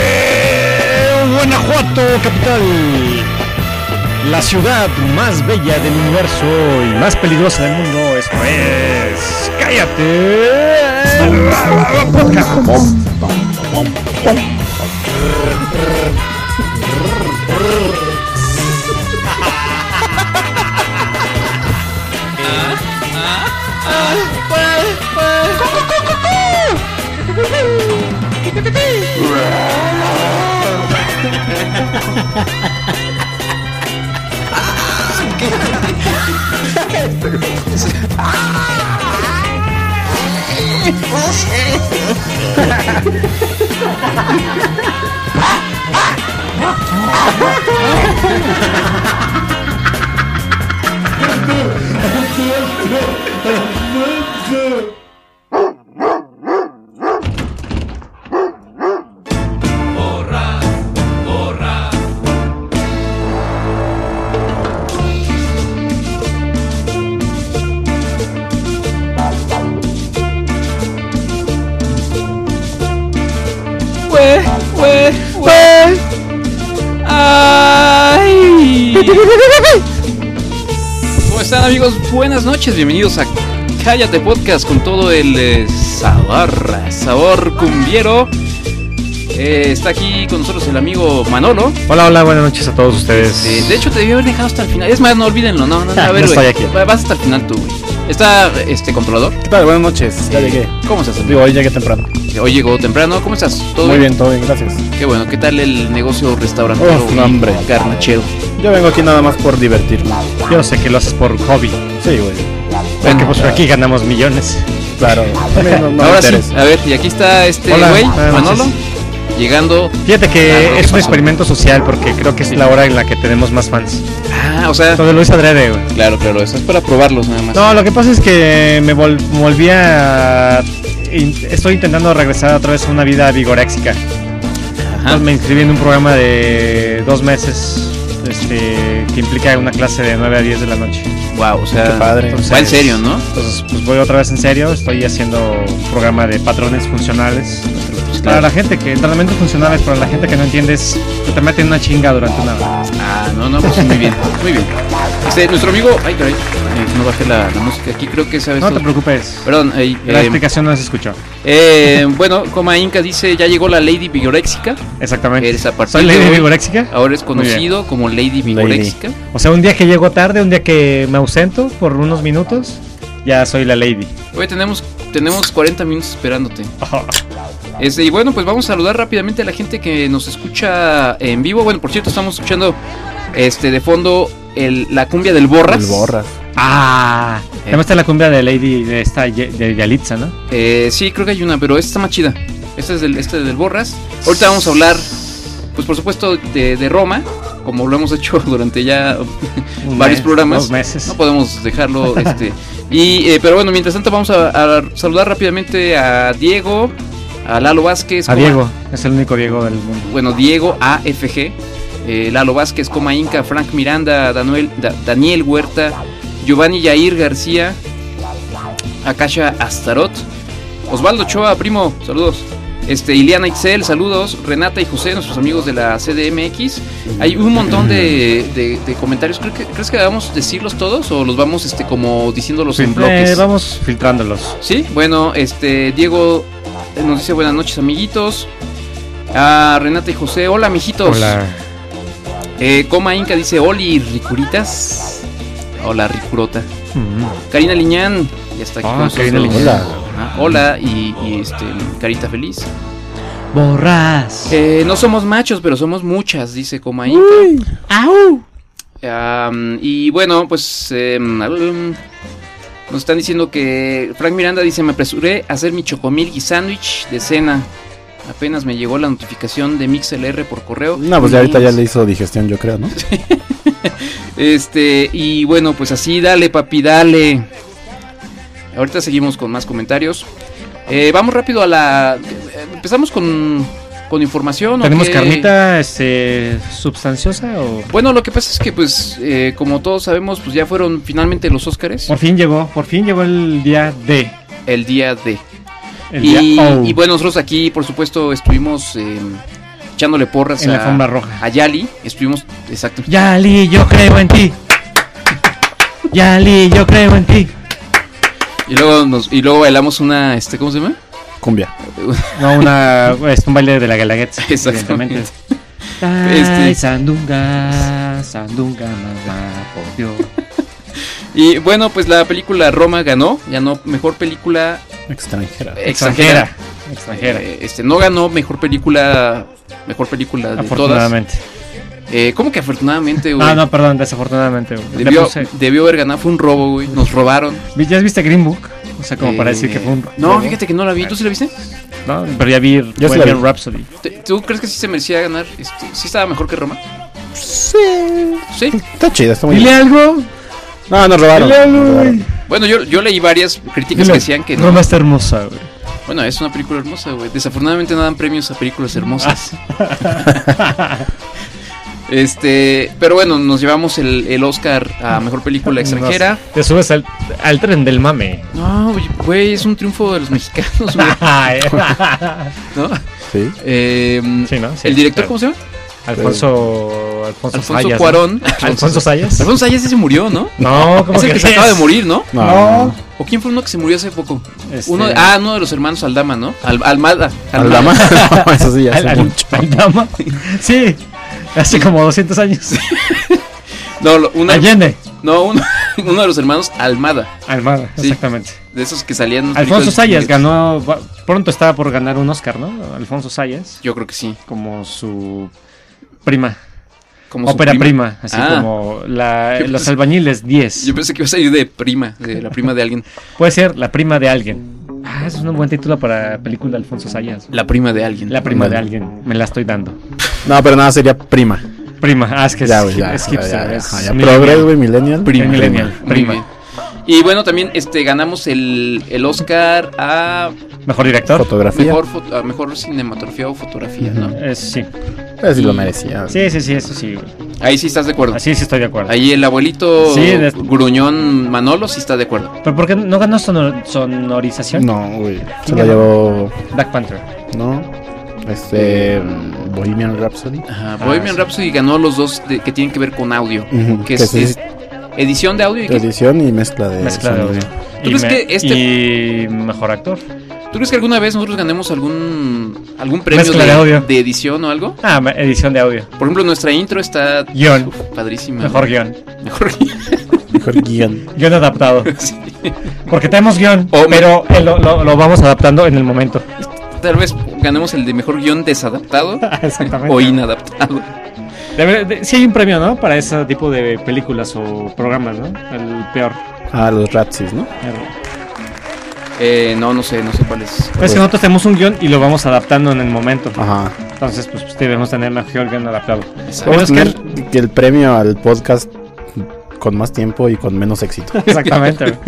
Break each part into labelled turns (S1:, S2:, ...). S1: desde Guanajuato, capital. La ciudad más bella del universo y más peligrosa del mundo. Esto es. ¡Cállate! Podcast.
S2: Güey, güey, güey. Ay. ¿Cómo están amigos? Buenas noches, bienvenidos a Cállate Podcast con todo el eh, sabor, sabor cumbiero. Eh, está aquí con nosotros el amigo Manolo.
S1: Hola, hola, buenas noches a todos ustedes.
S2: Eh, de hecho, te debió haber dejado hasta el final. Es más, no olvídenlo, no, no, no, a
S1: Ah,
S2: ver,
S1: no
S2: güey.
S1: estoy aquí.
S2: Va- Vas hasta el final tú, güey. Está este controlador.
S3: ¿Qué tal? Buenas noches. Ya
S2: Eh,
S3: llegué.
S2: ¿Cómo estás, amigo?
S3: Digo, hoy llegué temprano.
S2: Hoy llegó temprano. ¿Cómo estás? ¿Todo
S3: Muy bien, todo bien, gracias.
S2: Qué bueno, ¿qué tal el negocio restaurantero
S3: Uf,
S2: y
S3: no, hombre.
S2: carnachero?
S3: Yo vengo aquí nada más por divertirme.
S1: Yo sé que lo haces por hobby.
S3: Sí, güey.
S1: Porque pues aquí ganamos millones.
S3: Claro. A mí no, no me
S2: Ahora sí,
S3: interesa.
S2: a ver, y aquí está este
S1: Hola,
S2: güey,
S1: buenas noches.
S2: Manolo, llegando.
S1: Fíjate
S2: Claro,
S1: que es
S2: ¿qué
S1: un
S2: pasó?
S1: experimento social porque creo que es la hora en la que tenemos más fans.
S2: Ah, o sea,
S1: Todo lo hice adrede, güey.
S2: claro, claro, eso es para probarlos nada más.
S1: No, lo que pasa es que me vol- volví a... in- Estoy intentando regresar otra vez a una vida vigoréxica.
S2: Ajá.
S1: Entonces me inscribí en un programa de dos meses este, que implica una clase de 9 a 10 de la noche.
S2: Wow, o sea,
S3: Qué padre.
S1: Entonces-
S2: va en serio, ¿no?
S1: Entonces pues voy otra vez en serio, estoy haciendo un programa de patrones funcionales. Para
S2: Pues claro.
S1: la gente que, entrenamientos funcionales, para la gente que no entiende es que te meten una chinga durante una hora.
S2: Ah, no, no, pues muy bien, muy bien. Este, nuestro amigo, ay, caray, eh, no bajé la, la música aquí, creo que sabes
S1: No te preocupes,
S2: Perdón, ay,
S1: la
S2: Pues eh,
S1: explicación no se escuchó.
S2: eh, bueno, Coma Inca dice, ya llegó la Lady Vigorexica,
S1: Exactamente.
S2: eres a partir
S1: ¿Soy
S2: de
S1: Lady
S2: hoy- Ah,
S1: Vigoréxica?
S2: ahora es
S1: Muy bien.
S2: conocido como Lady Vigorexica.
S1: O sea, un día que llego tarde, un día que me ausento por unos minutos, ya soy la lady.
S2: Hoy tenemos, tenemos 40 minutos esperándote. Este, y bueno, pues vamos a saludar rápidamente a la gente que nos escucha en vivo. Bueno, por cierto, estamos escuchando este de fondo el- la cumbia del Borras.
S3: El borras.
S1: Ah, además está la cumbia de Lady de esta Ye- de Yalitza, ¿no?
S2: Eh, sí, creo que hay una, pero esta está más chida. Esta es del, este del Borras. Ahorita vamos a hablar, pues por supuesto, de, de Roma, como lo hemos hecho durante ya
S1: Un
S2: Varios
S1: mes,
S2: programas.
S1: Dos meses.
S2: No podemos dejarlo, este. Y, eh, pero bueno, mientras tanto vamos a, a saludar rápidamente a Diego, a Lalo Vázquez.
S1: a
S2: Coma-
S1: Diego, es el único Diego del mundo.
S2: Bueno, Diego AFG, eh, Lalo Vázquez, Coma Inca, Frank Miranda, Daniel, Da- Daniel Huerta, Giovanni Yair García, Akasha Astarot, Osvaldo Choa, primo, saludos. Este, Ileana Itzel, saludos. Renata y José, nuestros amigos de la CDMX. Hay un montón de, de- de comentarios. ¿Crees que, ¿Crees que debamos decirlos todos o los vamos este, como diciéndolos en
S1: Eh,
S2: bloques?
S1: vamos filtrándolos.
S2: Sí, bueno, este Diego eh, nos dice buenas noches, amiguitos. A Renata y José, hola, mijitos.
S1: Hola.
S2: Eh, Coma Inca dice, Oli, ricuritas. Hola, ricurota.
S1: Mm.
S2: Karina Liñán, ya está aquí.
S1: Ah,
S2: con nosotros.
S1: Karina Liñán.
S3: Hola.
S2: Ah, hola, y, y, este, carita feliz.
S1: Borras.
S2: Eh, no somos machos, pero somos muchas, dice Coma Inca. Am, y bueno, pues em, um, nos están diciendo que Frank Miranda dice, me apresuré a hacer mi chocomilk y sándwich de cena. Apenas me llegó la notificación de MixLR por correo.
S3: No, pues ya ahorita ya le hizo digestión, yo creo, ¿no?
S2: Este, y bueno, pues así, dale, papi, dale. Ahorita seguimos con más comentarios. Eh, vamos rápido a la... eh, Empezamos con, con información. ¿o
S1: ¿Tenemos
S2: qué?
S1: carnita este, substanciosa o...?
S2: Bueno, lo que pasa es que pues, eh, como todos sabemos, pues ya fueron finalmente los Óscares.
S1: Por fin llegó, por fin llegó el día D.
S2: el día de.
S1: El
S2: Y,
S1: día- oh,
S2: y bueno, nosotros aquí, por supuesto, estuvimos eh, echándole porras
S1: en la
S2: a,
S1: alfombra roja.
S2: a Yali. Estuvimos, exacto.
S1: Yali, yo creo en ti. Yali, yo creo en ti.
S2: Y luego, nos, y luego bailamos una, este, ¿cómo se llama?
S3: Cumbia.
S1: No, una, es un baile de la galagueta.
S2: Exactamente.
S1: Exactamente.
S2: Este-
S1: Sandunga, Sandunga, mamá, por Dios.
S2: Y bueno, pues la película Roma ganó. Ganó mejor película
S3: Extranjera.
S2: extranjera.
S1: Extranjera.
S2: Eh, este, no ganó mejor película. Mejor película de todas.
S1: Afortunadamente.
S2: Eh, ¿Cómo que afortunadamente, güey?
S1: Ah, no, perdón, desafortunadamente. güey. Le
S2: Debió,
S1: puse-
S2: debió haber ganado, fue un robo, güey. Nos robaron.
S1: ¿Ya viste Green Book? O sea, como para decir que fue un.
S2: Eh, No,
S1: robo,
S2: fíjate que no la vi. ¿Tú sí la viste?
S1: ¿no? Pero ya vi
S3: Yo sí la
S1: Bohemian
S3: vi.
S1: Rhapsody.
S2: ¿Te- ¿Tú crees que sí se merecía ganar? Este, ¿Sí estaba mejor que Roma?
S3: Sí.
S2: Sí.
S3: Está chida, está muy
S1: Dile
S3: bien.
S1: algo.
S3: No, nos robaron.
S1: Dile algo,
S3: Nos
S1: güey.
S3: robaron.
S2: Bueno, yo, yo leí varias críticas
S1: Dile-
S2: que decían que...
S1: Roma está hermosa, güey.
S2: Bueno, es una película hermosa, güey. Desafortunadamente no dan premios a películas hermosas. este... Pero bueno, nos llevamos el, el Oscar a Mejor Película Extranjera.
S1: Te subes al, al tren del mame.
S2: No, güey, güey, es un triunfo de los mexicanos, güey,
S1: Ay, eh.
S2: ¿no?
S3: Sí.
S2: Eh,
S1: sí, ¿no? Sí,
S2: el director,
S1: claro.
S2: ¿cómo se llama?
S1: Alfonso. Alfonso,
S2: Alfonso
S1: Sayas, ¿no?
S2: Cuarón.
S1: Alfonso Sayas.
S2: Alfonso Sayas sí se murió, ¿no?
S1: No, como
S2: Es el que se acaba de morir, ¿no?
S3: No.
S1: No.
S2: ¿O quién fue uno que se murió hace poco?
S1: Este-
S2: Uno, ah, uno de los hermanos Aldama, ¿no? Al, Almada.
S3: Al dama. No, eso sí, ya
S1: Al,
S3: hace
S1: al-
S3: mucho.
S1: al dama. Sí, hace como 200 años.
S2: No, lo- uno,
S1: Allende.
S2: no uno, uno de los hermanos Almada.
S1: Almada,
S2: Sí.
S1: exactamente.
S2: De esos que salían. en las
S1: Alfonso
S2: películas
S1: Sayas
S2: de-
S1: ganó. va- Pronto estaba por ganar un Oscar, ¿no? Alfonso Sayas,
S2: Yo creo que sí.
S1: como su prima,
S2: Como su
S1: ópera prima, así
S2: Ah.
S1: como la-
S2: Yo
S1: Los
S2: pensé-
S1: Albañiles 10.
S2: Yo pensé que iba a salir de prima, de la prima de alguien.
S1: Puede ser La prima de alguien. Ah, eso es un buen título para película de Alfonso Sayas.
S2: La prima de alguien.
S1: La prima de
S3: Ándale.
S1: alguien, me la estoy dando.
S3: No, pero nada, sería prima.
S1: Prima, ah, es que
S3: Ya,
S1: es,
S3: güey. Ya,
S1: es
S3: ya,
S1: hipster,
S3: ya, Ah,
S1: es
S3: ya, ya.
S1: millennial.
S3: Progre, güey, millennial.
S1: Prima. Millennial.
S2: Muy
S1: prima.
S2: bien. Y bueno, también este ganamos el, el Oscar a
S1: Mejor director.
S3: Fotografía.
S2: mejor, foto- a mejor cinematografía o fotografía, ¿no?
S1: Eso Eh, sí.
S3: Pero sí lo merecía. güey.
S1: Sí, sí, sí, eso sí. güey.
S2: Ahí sí estás de acuerdo.
S1: Así sí estoy de acuerdo.
S2: Ahí el abuelito
S1: Sí, de-
S2: gruñón Manolo sí está de acuerdo.
S1: ¿Pero por qué no ganó sonor- sonorización?
S3: No, güey. Se
S1: ganó?
S3: lo llevó.
S1: Black Panther.
S3: No. Este. mm, Bohemian Rhapsody.
S2: Ajá,
S1: Ah,
S2: Bohemian
S1: sí.
S2: Rhapsody ganó los dos de- que tienen que ver con audio.
S3: Ujú,
S2: Que
S3: que
S2: es,
S3: sí.
S2: es edición de audio y que-
S3: Edición y mezcla de.
S1: Mezcla de audio.
S3: sonido.
S1: Y
S2: ¿Tú crees que este
S1: y mejor actor.
S2: ¿Tú crees que alguna vez nosotros ganemos algún algún premio
S1: Mezcla de audio.
S2: edición o algo?
S1: Ah, me- edición de audio.
S2: Por ejemplo, nuestra intro está
S1: Guión.
S2: uf, padrísima.
S1: Mejor guión.
S2: Mejor guión,
S3: Mejor guión.
S1: Guión adaptado.
S2: sí.
S1: Porque tenemos guión,
S2: O me-
S1: pero eh, lo, lo- lo vamos adaptando en el momento.
S2: Tal vez ganemos el de mejor guión desadaptado
S1: Exactamente.
S2: o inadaptado.
S1: Debe- de- sí hay un premio, ¿no? Para ese tipo de películas o programas, ¿no? El peor.
S3: Ah, los Rapsis, ¿no?
S1: El-
S2: Eh, no, no sé, no sé cuál es.
S3: Pues-
S1: Es que nosotros tenemos un guión y lo vamos adaptando en el momento.
S3: Ajá.
S1: Entonces, pues, pues, debemos tener mejor guión adaptado.
S2: Exacto.
S1: Bueno,
S3: Vamos
S1: es
S3: a
S1: que-
S3: poner que el premio al podcast con más tiempo y con menos éxito.
S1: Exactamente. güey.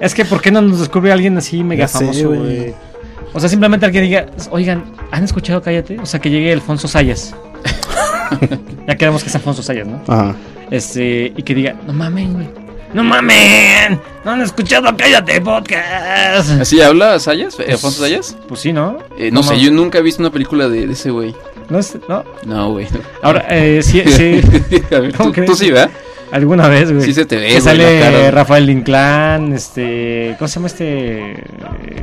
S1: es que, ¿por qué no nos descubre alguien así mega
S3: Ya sé,
S1: famoso,
S3: güey.
S1: güey? O sea, simplemente alguien diga, oigan, ¿han escuchado Cállate? O sea, que llegue Alfonso Sayas. ya quedamos que es Alfonso Sayas, ¿no?
S3: Ajá.
S1: Este, y que diga, no mamen, güey. ¡No mamen! ¡No han escuchado Cállate Podcast!
S2: ¿Así habla Sayas? eh, ¿Alfonso Sayas?
S1: Pues sí, ¿no?
S2: Eh, no, sé,
S1: mames.
S2: yo nunca he visto una película de, de ese güey.
S1: No, es- no.
S2: No, güey. no.
S1: Ahora, eh, sí, sí,
S2: A ver,
S1: ¿Cómo
S2: tú,
S1: crees?
S2: tú sí, ¿verdad?
S1: alguna vez, güey.
S2: Sí se te ve,
S1: Que
S2: güey, la cara.
S1: sale Rafael Inclán, este. ¿Cómo se llama este?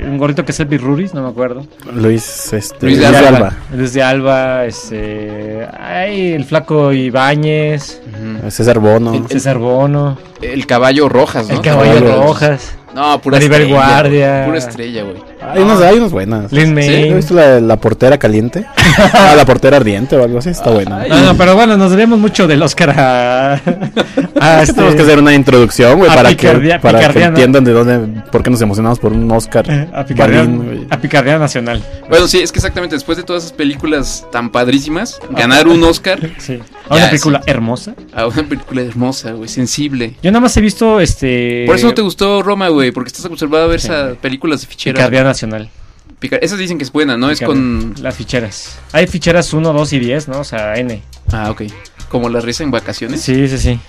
S1: Un gordito que es el Birruris, no me acuerdo.
S3: Luis, este,
S2: Luis de
S1: Luis de
S2: Alba.
S1: Alba. Luis de Alba, este. Ay, el flaco Ibáñez,
S2: Ujú.
S3: César Bono.
S2: El-
S1: César Bono,
S2: El caballo Rojas, ¿no?
S1: el caballo
S3: Caballo
S1: Rojas,
S2: No, pura
S1: Maribel
S2: estrella.
S1: Guardia.
S2: Pura estrella, güey.
S3: Hay, unas, hay unas buenas.
S1: Lin
S3: ¿Has
S1: May.
S3: visto la, la portera caliente? ah, la portera ardiente o algo así. Está buena.
S2: Ah, Ay,
S1: No, no, pero bueno, nos debemos mucho del Oscar a. a este-
S3: Tenemos que hacer una introducción, güey,
S1: a
S3: para,
S1: Picardía-
S3: que, para que
S1: Picardía, ¿no?
S3: entiendan de dónde, por qué nos emocionamos por un Oscar.
S1: eh, A picardía,
S3: Balín, güey.
S1: a picardía nacional.
S2: Bueno, sí, es que exactamente después de todas esas películas tan padrísimas, ganar un Oscar
S1: Sí. A una
S2: Ya,
S1: película hermosa.
S2: a una película hermosa, güey, sensible.
S1: Yo nada más he visto este.
S2: Por eso no te gustó Roma, güey, porque estás acostumbrado a ver
S1: Sí.
S2: esas películas de fichera.
S1: Picardía Nacional.
S2: Pica- Esas dicen que es buena, ¿no? Es
S1: Picardía.
S2: con...
S1: Las ficheras. Hay ficheras 1, 2 y 10, ¿no? O sea, N.
S2: Ah, ok. Como la risa en vacaciones.
S1: Sí, sí, sí.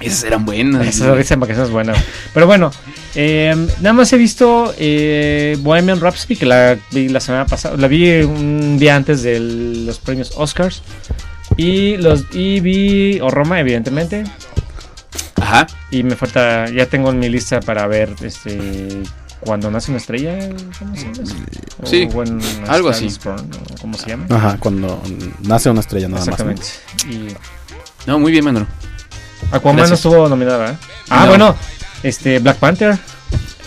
S2: Esas eran buenas.
S1: Esa,
S2: güey.
S1: esa embarcación es buena. güey. Pero bueno, eh, nada más he visto eh, Bohemian Rhapsody, que la vi la semana pasada. La vi un día antes de los premios Oscars. Y los y vi o Roma, evidentemente.
S2: Ajá.
S1: Y me falta, ya tengo en mi lista para ver este cuando nace una estrella. ¿Cómo se llama? eso? O
S2: Mm, Sí,
S1: When a
S2: algo
S1: Star
S2: así.
S1: is Born, o ¿Cómo se llama?
S3: Ajá, cuando nace una estrella nada más. ¿no?
S1: Exactamente. Y
S2: No, muy bien, Manolo.
S1: Aquaman no
S2: Gracias.
S1: estuvo nominada, ¿verdad? Ah,
S2: No.
S1: bueno, este Black Panther.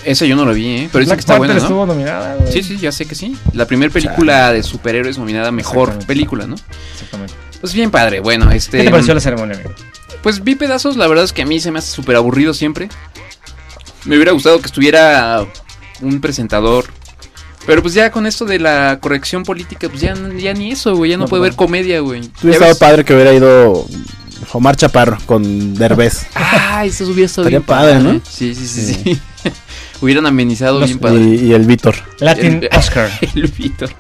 S2: Esa yo no la vi, ¿eh? Pero dice
S1: Black
S2: que está
S1: Panther
S2: buena, ¿no?
S1: estuvo nominada, güey.
S2: Sí, sí, ya sé que sí. La primera película de superhéroes nominada mejor
S1: Exactamente.
S2: película, ¿no?
S1: Exactamente.
S2: Pues bien padre, bueno, este...
S1: ¿Qué te pareció la ceremonia, amigo?
S2: Pues vi pedazos, la verdad es que a mí se me hace súper aburrido siempre. Me hubiera gustado que estuviera un presentador. Pero pues ya con esto de la corrección política, pues ya, ya ni eso, güey. Ya no,
S1: No,
S2: puede
S1: no.
S2: haber comedia, güey.
S3: Hubiera
S2: Ya
S3: estado
S2: ves-
S3: padre que hubiera ido Omar Chaparro con Derbez.
S2: Ah, eso hubiera estado
S3: Estaría
S2: bien ¿eh?
S3: padre, ¿no?
S2: Sí, sí, sí, sí. Hubieran amenizado
S1: Los-
S2: bien padre.
S3: y, y el Víctor.
S1: Latin
S2: El-
S1: Oscar.
S2: El Víctor.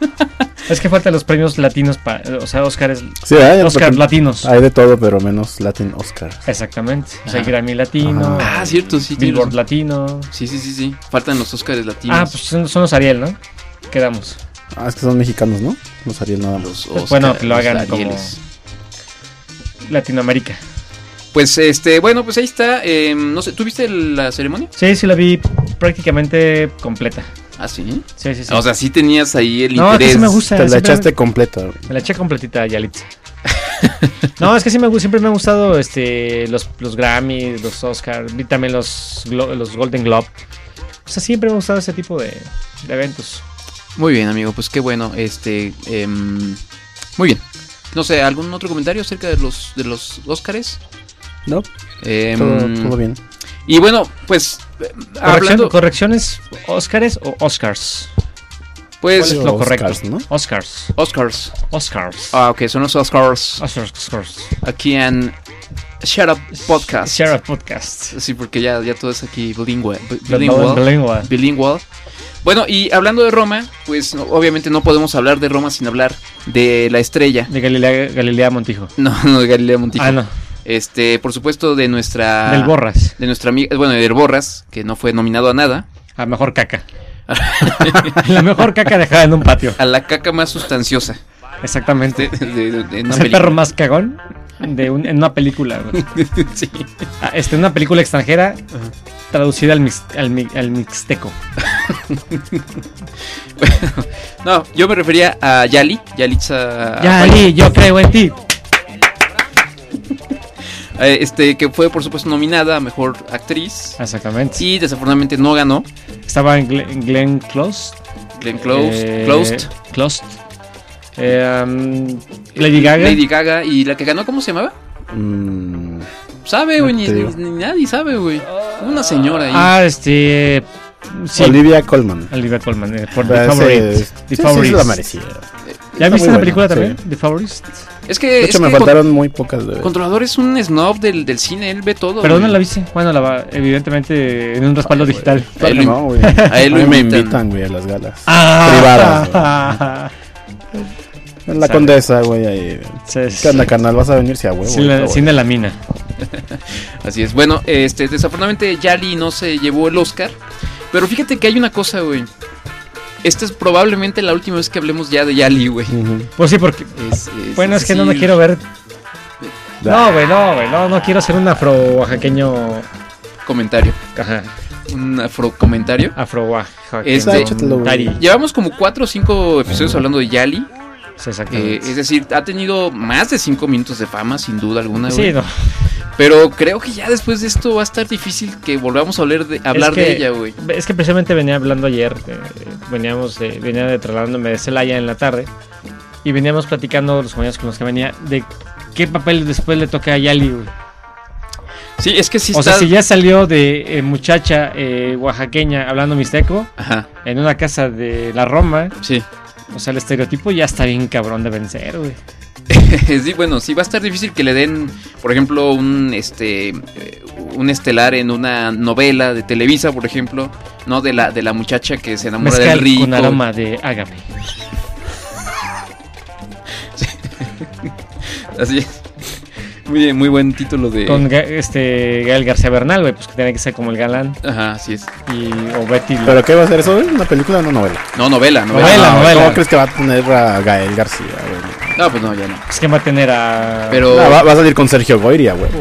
S1: Es que faltan los premios latinos para. O sea, Oscar es.
S3: Sí, ¿verdad? Ya
S1: Oscar
S3: no-
S1: latinos.
S3: Hay de todo, pero menos Latin Oscar.
S1: Exactamente. O sea, el
S2: Ajá.
S1: Grammy latino.
S2: Ah,
S1: el
S2: cierto, sí. tienes
S1: Billboard
S2: razón.
S1: latino.
S2: Sí, sí, sí, sí. Faltan los Óscares latinos.
S1: Ah, pues son, son los Ariel, ¿no? Quedamos.
S3: Ah, es que son mexicanos, ¿no? No haría nada más.
S2: Los
S1: Pues bueno,
S2: Óscar-
S1: que lo
S2: los
S1: hagan como-
S2: Arieles.
S1: Latinoamérica.
S2: Pues este, bueno, pues ahí está. eh, no sé, ¿tuviste la ceremonia?
S1: Sí, sí, la vi prácticamente completa.
S2: Ah, sí.
S1: Sí, sí, sí.
S2: O sea, sí tenías ahí el
S1: no, es que
S2: interés.
S1: sí me gusta.
S3: Te la
S1: siempre
S3: echaste completa. güey.
S1: me- Me la eché completita, Yalitza. no, es que sí me, gu- siempre me han gustado este, los, los Grammy, los Oscars, vi también los, Glo- los Golden Globe. O sea, siempre me ha gustado ese tipo de, de eventos.
S2: Muy bien, amigo, pues qué bueno. Este, em, muy bien. No sé, ¿algún otro comentario acerca de los de los Óscares?
S3: No,
S2: Em,
S3: todo, todo bien.
S2: Y bueno, pues eh,
S1: Corrección-
S2: hablando,
S1: ¿Correcciones Oscars o Oscars? ¿Cuál
S2: pues
S1: es lo correcto?
S3: Oscars, ¿no?
S1: Oscars.
S2: Oscars.
S1: Oscars.
S2: Ah, ok, son los Oscars
S1: Oscars. Oscars.
S2: aquí en Shut Up Podcast.
S1: Share a podcast.
S2: Sí, porque ya, ya todo es aquí bilingüe. bi-
S1: Bilingüe.
S2: Bilingual. Bilingual. Bueno, y hablando de Roma, pues no- obviamente no podemos hablar de Roma sin hablar de la estrella.
S1: De Galilea, Galilea Montijo.
S2: No, no, de Galilea Montijo.
S1: Ah, no.
S2: Este, por supuesto, de nuestra.
S1: Del Borras.
S2: De nuestra amiga. eh, Bueno, de Borras, que no fue nominado a nada.
S1: A mejor caca. la mejor caca dejada en un patio.
S2: A la caca más sustanciosa.
S1: Exactamente.
S2: De, de- de- de una
S1: Es el
S2: película.
S1: perro más cagón de un- en una película. güey.
S2: Sí.
S1: Ah, Este, una película extranjera traducida al, mix- al, mi- al mixteco.
S2: No, yo me refería a Yali. Yalitza.
S1: Yali, yo creo en ti.
S2: Eh, Este, que fue, por supuesto, nominada a mejor actriz.
S1: Exactamente.
S2: Y desafortunadamente no ganó.
S1: Estaba en Glenn, Glenn Close.
S2: Glenn Close.
S1: Eh,
S2: Closed.
S1: Closed. Eh, um, Lady Gaga.
S2: eh, Lady Gaga. ¿Y la que ganó cómo se llamaba?
S3: Mm,
S2: Sabe,
S3: No
S2: güey.
S3: te
S2: Ni,
S3: digo.
S2: ni- ni nadie sabe, güey. Una señora ahí.
S1: Ah, este. Sí.
S3: Olivia Colman. Ah,
S1: Olivia Colman. eh, por The
S3: Ese-
S1: Favorite. The
S3: sí, sí,
S1: Favorite.
S3: se la merecía.
S1: ¿Ya
S3: Está muy
S1: viste la
S3: buena,
S1: película
S3: sí.
S1: también? The Favorist.
S2: es que.
S3: De
S2: Eh, es
S3: hecho, me
S2: que Con-
S3: faltaron muy pocas de
S2: Controlador es un snob del, del cine. Él ve todo.
S1: ¿Pero dónde
S2: güey.
S1: la viste? Bueno, la va, evidentemente en un respaldo digital.
S2: Ahí Eh, lo-
S3: no, güey.
S2: a él lo
S3: A mí me
S2: invitan.
S3: invitan, güey, a las galas.
S1: Ah,
S3: En la
S1: Sale.
S3: condesa, güey, ahí.
S1: Sí, sí,
S3: ¿Qué onda, carnal? ¿Vas a venir? Sí, a huevo.
S1: Sin la,
S3: güey.
S1: sin de la mina.
S2: Así es. Bueno, este, desafortunadamente Yali no se llevó el Oscar. Pero fíjate que hay una cosa, güey. Esta es probablemente la última vez que hablemos ya de Yali, güey.
S3: Ujú.
S1: Pues sí, porque.
S2: Es- es-
S1: Bueno, es que no me
S2: sí,
S1: quiero ver.
S3: Da.
S1: No, güey, no, güey, no, no quiero ser un afro oaxaqueño.
S2: Comentario.
S1: Ajá,
S2: Un afrocomentario.
S1: afro
S2: Este-
S1: oaxaqueño.
S3: Ah, échatelo, güey.
S1: Dari.
S2: Llevamos como 4 o 5 episodios hablando de Yali.
S1: Sí,
S2: eh,
S1: exactamente.
S2: es decir, ha tenido más de 5 minutos de fama, sin duda alguna, güey.
S1: Sí, no.
S2: Pero creo que ya después de esto va a estar difícil que volvamos a hablar de, hablar
S1: Es que-
S2: de ella, güey.
S1: Es que precisamente venía hablando ayer, eh, veníamos de, venía de trasladándome de Celaya en la tarde y veníamos platicando los compañeros con los que venía de qué papel después le toca a Yali. güey.
S2: Sí, es que sí
S1: O
S2: está.
S1: sea, si ya salió de eh, muchacha eh, oaxaqueña hablando mixteco
S2: Ajá,
S1: en una casa de la Roma,
S2: sí.
S1: o sea, el estereotipo ya está bien cabrón de vencer, güey.
S2: sí, bueno, sí va a estar difícil que le den, por ejemplo, un este eh, un estelar en una novela de Televisa, por ejemplo, no de la de la muchacha que se enamora del
S1: Mezcal
S2: rico.
S1: con aroma de ágape.
S2: Así es. Muy, bien, muy buen título de.
S1: Con Ga- este Gael García Bernal, güey, pues que tiene que ser como el galán.
S2: Ajá, así es.
S1: Y, o Betty. la-
S3: ¿Pero qué va a ser eso? güey? ¿Una película o una novela?
S2: No, novela, novela.
S1: Novela,
S3: No,
S1: novela.
S3: ¿Cómo crees que va a tener a Gael García, güey?
S2: No, pues no, ya no.
S1: Pues que va a tener a.
S2: Pero.
S3: No, Ah, va, va a salir con Sergio Goiria, güey.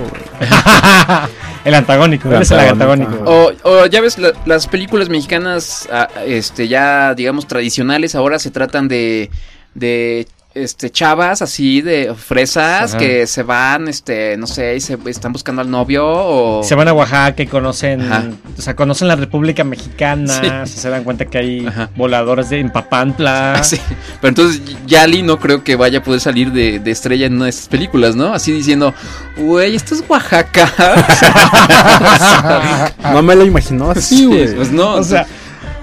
S1: el antagónico,
S3: El
S1: él es el
S3: antagónico.
S1: antagónico.
S2: O, o ya ves, la- las películas mexicanas, ah, este, ya digamos tradicionales, ahora se tratan de, de, este, chavas así, de fresas
S1: Ajá.
S2: que se van, este, no sé, y se están buscando al novio o...
S1: Se van a Oaxaca y conocen,
S2: Oh. Ajá.
S1: o sea, conocen la República Mexicana,
S2: Sí.
S1: o sea, se dan cuenta que hay
S2: Ajá.
S1: voladores de en Papantla.
S2: Ah, sí. Pero entonces Yali no creo que vaya a poder salir de, de estrella en una de estas películas, ¿no? Así diciendo, güey, esto es Oaxaca.
S1: Ah,
S3: No me lo imaginó así, güey.
S2: Pues no.
S1: O sea,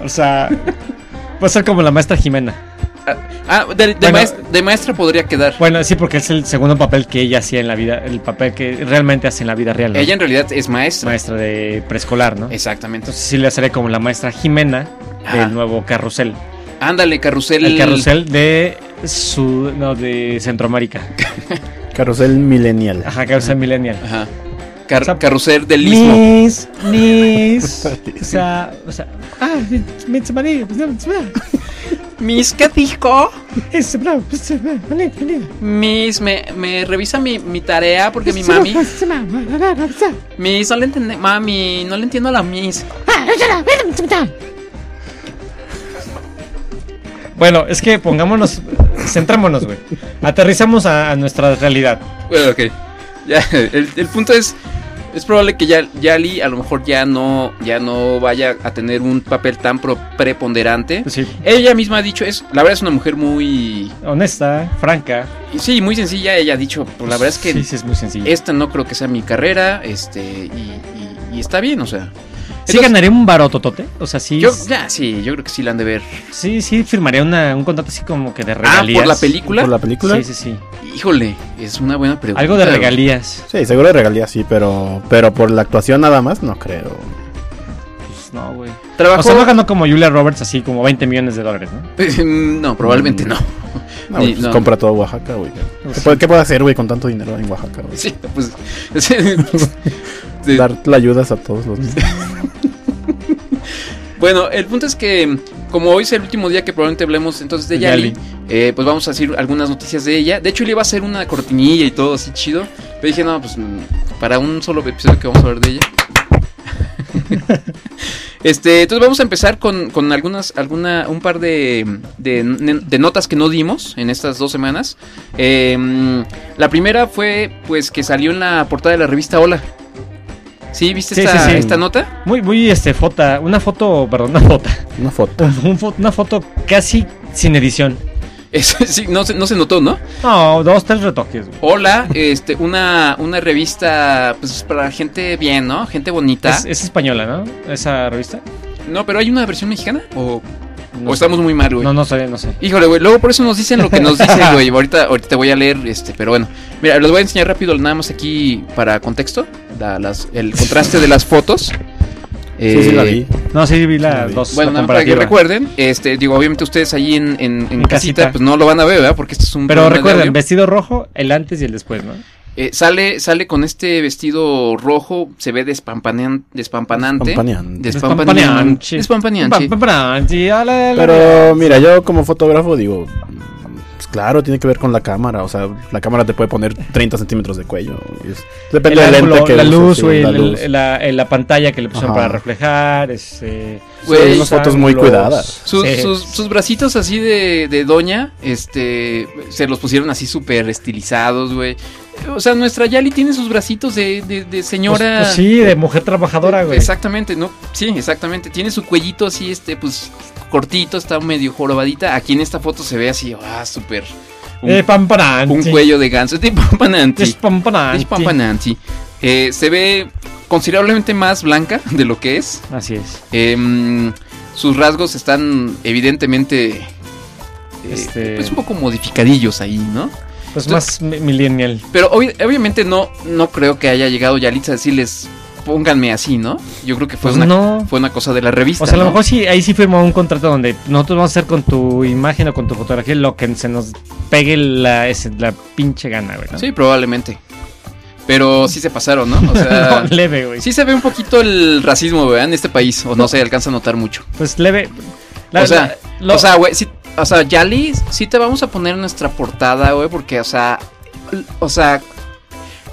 S1: o sea, va a ser como la maestra Jimena.
S2: ah, de, de
S1: bueno.
S2: maest- de maestra podría quedar.
S1: Bueno, sí, porque es el segundo papel que ella hacía en la vida, el papel que realmente hace en la vida real. ¿no?
S2: Ella en realidad es maestra.
S1: maestra de preescolar, ¿no?
S2: Exactamente.
S1: Entonces sí le haceré como la maestra Jimena
S2: Ajá.
S1: del nuevo carrusel.
S2: Ándale, carrusel.
S1: El carrusel de su no de Centroamérica.
S3: Carrusel Millennial.
S1: Ajá, carrusel millennial.
S2: Ajá. Car-
S1: O sea,
S2: carrusel del mismo.
S1: Mis, mis. O sea, o sea, ah, mi- mi tsamani, pues, no, pues, ah,
S2: Miss, ¿qué dijo?
S1: es, bravo, pues, ah, vale, vale.
S2: Miss, me, me revisa mi, mi tarea porque mi
S1: Sí,
S2: mami.
S1: pues, sí, ma, ma, ma, ma, pues, ah.
S2: Miss, no le entiende. Mami, no le entiendo a la Miss.
S1: Bueno, es que pongámonos, centrémonos, güey. Aterrizamos a, a nuestra realidad.
S2: Bueno, ok. Ya, el, el punto es. Es probable que ya Yali a lo mejor ya no, ya no vaya a tener un papel tan pro- preponderante.
S1: Pues Sí,
S2: Ella misma ha dicho, es, la verdad es una mujer muy.
S1: honesta, franca.
S2: Sí, muy sencilla. Ella ha dicho, pues la verdad es que
S1: sí, sí es muy sencillo.
S2: esta no creo que sea mi carrera. Este, y, y- y está bien, o sea.
S1: ¿Sí
S2: Entonces,
S1: ganaría un barototote? O sea, sí,
S2: Yo, ya, sí, yo creo que sí la han de ver.
S1: sí, sí firmaría una- un contrato así como que de
S2: Ah,
S1: regalías.
S2: por la película.
S3: ¿Por la película?
S1: Sí,
S3: Sí,
S1: sí, sí.
S2: Híjole, es una buena pregunta.
S1: Algo de regalías.
S3: seguro de regalía, sí, pero, pero por la actuación nada más, no creo.
S1: Pues no, güey.
S2: Trabajó.
S1: O sea, no ganó como Julia Roberts así como 20 millones de dólares, ¿no?
S2: no, probablemente
S1: Mm.
S2: no.
S3: No, güey,
S2: Sí,
S3: pues
S2: no.
S3: compra todo Oaxaca, güey. ¿Qué,
S1: sí.
S3: puede- qué puede hacer, güey, con tanto dinero en Oaxaca, güey?
S2: Sí, pues. sí, sí.
S3: Dar ayudas a todos los
S2: Bueno, el punto es que, como hoy es el último día que probablemente hablemos entonces de
S1: De
S2: Yali, eh, pues vamos a decir algunas noticias de ella. De hecho, le iba a hacer una cortinilla y todo así chido. Pero dije, no, pues mm, para un solo episodio que vamos a ver de ella. este, entonces vamos a empezar con, con algunas, alguna, un par de, de, de notas que no dimos en estas dos semanas. Eh, la primera fue, pues, que salió en la portada de la revista Hola. ¿Sí? ¿Viste
S1: Sí,
S2: esta,
S1: sí, sí.
S2: esta nota?
S1: Muy, muy, este, foto, una foto, perdón, una foto,
S3: Una foto.
S1: un fo- una foto casi sin edición.
S2: Es- sí, no, se- no se notó, ¿no?
S1: No, dos, tres retoques, güey.
S2: Hola, este, una, una revista pues para gente bien, ¿no? Gente bonita.
S1: Es, es española, ¿no? Esa revista.
S2: No, pero hay una versión mexicana o,
S1: No sé.
S2: o estamos muy mal, güey.
S1: No, no sé, no sé.
S2: Híjole, güey, luego por eso nos dicen lo que nos dicen, güey. Ahorita, ahorita te voy a leer, este, pero bueno. Mira, les voy a enseñar rápido nada más aquí para contexto, la- las- el contraste de las fotos.
S3: Sí, sí, la
S2: Eh,
S3: vi.
S1: No, sí vi
S3: Sí,
S1: las
S3: vi.
S1: dos.
S2: Bueno,
S1: la
S2: nada más para que
S1: comparativa.
S2: recuerden, este, digo, obviamente ustedes ahí en, en- en
S1: En
S2: casita,
S1: casita.
S2: pues no lo van a ver, ¿verdad? Porque este es un
S1: Pero
S2: programa de
S1: recuerden,
S2: audio.
S1: vestido rojo, el antes y el después, ¿no?
S2: Eh, sale, sale con este vestido rojo, se ve despampanean- despampanante.
S3: Compañán.
S2: Despampaneante. Despampaneante.
S1: Pampaneanchi, ala, ala, ala.
S3: Pero mira, yo como fotógrafo digo, pues claro, tiene que ver con la cámara. O sea, la cámara te puede poner 30 centímetros de cuello. y es-
S1: el
S3: depende del
S1: ángulo,
S3: lente que
S1: la
S3: uses,
S1: luz,
S3: sí,
S1: güey,
S3: la
S1: el-
S3: luz.
S1: la, eh, la pantalla que le pusieron
S3: Ajá.
S1: para reflejar, este,
S2: Güey,
S1: los
S3: unas fotos muy
S1: ángulos.
S3: cuidadas.
S2: Sus,
S1: Sí. Pues,
S2: sus, sus bracitos así de, de doña, este, se los pusieron así súper estilizados, güey. O sea, nuestra Yali tiene sus bracitos de, de, de
S1: Pues-
S2: señora.
S1: pues sí, de mujer trabajadora, güey.
S2: Exactamente, no, sí, exactamente. Tiene su cuellito así, este, pues, cortito, está medio jorobadita. Aquí en esta foto se ve así, ah, súper. Un,
S1: Eh, pampananti.
S2: un cuello de ganso. De pampanante.
S1: Es pampananti.
S2: Dish Pampananti. Eh, se ve considerablemente más blanca de lo que es.
S1: Así es.
S2: Em, sus rasgos están evidentemente eh,
S1: Este-
S2: pues un poco modificadillos ahí, ¿no?
S1: Pues
S2: Tú-
S1: más mi- millennial.
S2: Pero obvi- obviamente no, no creo que haya llegado Yalitza a decirles pónganme así, ¿no? Yo creo que fue,
S1: Pues
S2: una,
S1: no.
S2: fue una cosa de la revista.
S1: O sea, a lo
S2: ¿no?
S1: mejor sí, ahí sí firmó un contrato donde nosotros vamos a hacer con tu imagen o con tu fotografía lo que se nos pegue la, es- la pinche gana, güey. ¿no?
S2: Sí, probablemente. Pero sí se pasaron, ¿no? O sea,
S1: No, leve, güey.
S2: sí se ve un poquito el racismo, güey, en este país. O no se alcanza a notar mucho.
S1: Pues leve.
S2: o sea,
S1: lo-
S2: o sea, güey, sí- o sea, Yali, sí te vamos a poner en nuestra portada, güey, porque, o sea, l- o sea,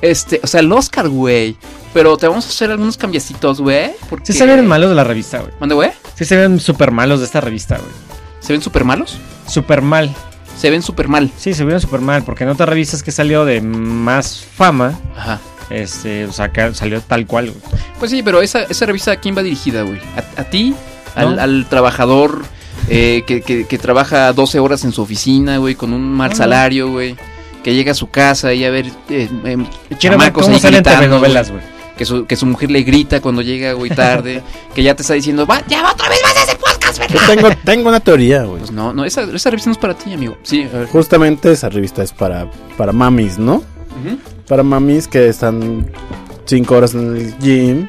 S2: este, o sea, el Oscar, güey, pero te vamos a hacer algunos cambiecitos, güey, porque...
S1: sí se ven malos de la revista, güey.
S2: ¿Mande, güey?
S1: Sí se ven súper malos de esta revista, güey.
S2: ¿Se ven súper malos?
S1: Súper mal.
S2: Se ven súper mal.
S1: Sí, se vieron súper mal, porque en otras revistas que salió de más fama,
S2: Ajá.
S1: este, o sea, acá salió tal cual, güey.
S2: Pues sí, pero esa, esa revista, ¿a quién va dirigida, güey? ¿A, a ti? ¿Al,
S1: No.
S2: al trabajador eh, que, que- que trabaja 12 horas en su oficina, güey, con un mal
S1: No, no.
S2: salario, güey? Que llega a su casa y a ver... Eh, eh,
S1: Quiero ver
S2: chamacos
S1: cómo
S2: ahí
S1: salen
S2: gritando,
S1: telenovelas, güey.
S2: que su, que su mujer le grita cuando llega, güey, tarde, que ya te está diciendo, va, ya va otra vez vas a ese podcast,
S3: Yo
S2: ¿verdad?
S3: tengo, tengo una teoría, güey.
S2: Pues no, no, esa, esa revista no es para ti, amigo. Sí, a ver.
S3: Justamente esa revista es para, para mamis, ¿no?
S2: Ujú.
S3: Para mamis que están cinco horas en el gym,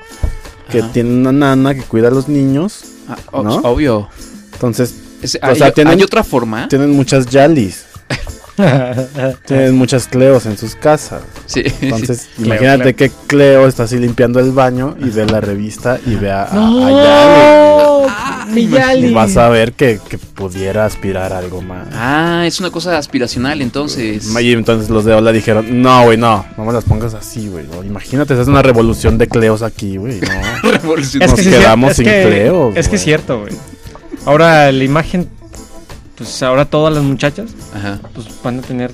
S3: que
S2: Ajá.
S3: tienen una nana que cuida a los niños.
S2: Ah, o-
S3: ¿No?
S2: Obvio.
S3: Entonces,
S2: Es-
S3: O
S2: hay,
S3: sea, tienen-
S2: hay otra forma.
S3: tienen muchas yalis, tienen muchas cleos en sus casas.
S2: Sí.
S3: Entonces,
S1: Cleo,
S3: imagínate
S1: Cleo.
S3: que Cleo está así limpiando el baño y ve la revista y ve a,
S2: Ah,
S3: a- a Yali.
S1: ¡No! ¡Mi Yali!
S3: Y Ah, vas a ver que, que pudiera aspirar a algo más.
S2: Ah, es una cosa aspiracional, entonces.
S3: Y entonces los de Ola dijeron, no, güey, no, no me las pongas así, güey. ¿no? Imagínate, es una revolución de Cleos aquí, güey. No.
S2: Revolución.
S3: Es- nos
S1: sí es cier-
S3: quedamos
S1: es
S3: sin
S1: que-
S3: Cleo,
S1: Es que
S3: güey.
S1: es cierto, güey. Ahora la imagen, pues ahora todas las muchachas
S2: Ajá.
S1: pues van a tener,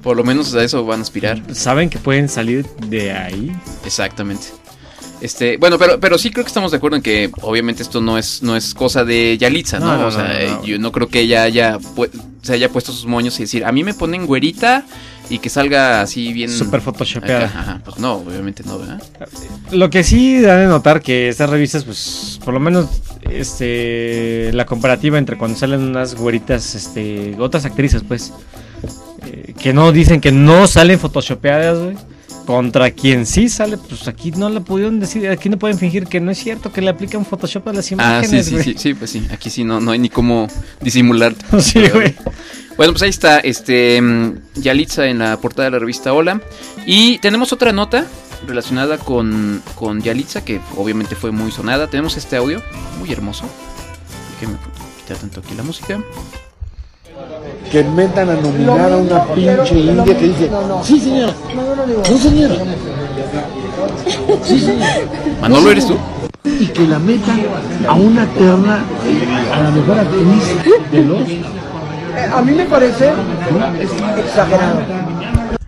S2: Por lo menos a eso van a aspirar.
S1: saben que pueden salir de ahí.
S2: Exactamente. Este, bueno, pero, pero sí creo que estamos de acuerdo en que obviamente esto no es, no es cosa de Yalitza, ¿no?
S1: No, no,
S2: o sea,
S1: no, no,
S2: eh,
S1: no.
S2: yo no creo que ella haya pu- se haya puesto sus moños y decir, a mí me ponen güerita y que salga así bien.
S1: Súper
S2: acá".
S1: photoshopeada.
S2: Ajá, pues no, obviamente no, ¿verdad?
S1: Lo que sí da de notar que estas revistas, pues, por lo menos, este, la comparativa entre cuando salen unas güeritas, este, otras actrices, pues, eh, que no dicen que no salen photoshopeadas, güey, contra quien sí sale, pues aquí no la pudieron decir, aquí no pueden fingir que no es cierto que le aplican Photoshop a las
S2: Ah, sí,
S1: imágenes,
S2: sí,
S1: güey.
S2: sí, sí, pues sí, aquí sí no, no hay ni cómo disimular.
S1: Sí, güey.
S2: Bueno, pues ahí está, este mm, Yalitza en la portada de la revista Hola. Y tenemos otra nota relacionada con, con Yalitza, que obviamente fue muy sonada. Tenemos este audio, muy hermoso. Déjenme quitar tanto aquí la música.
S4: que metan a nominar a una pinche india que dice, sí señora, no señora, sí señora,
S2: Manolo, ¿eres tú?
S4: y que la metan a una terna a la mejor actriz de los. Eh, A mí me parece exagerado.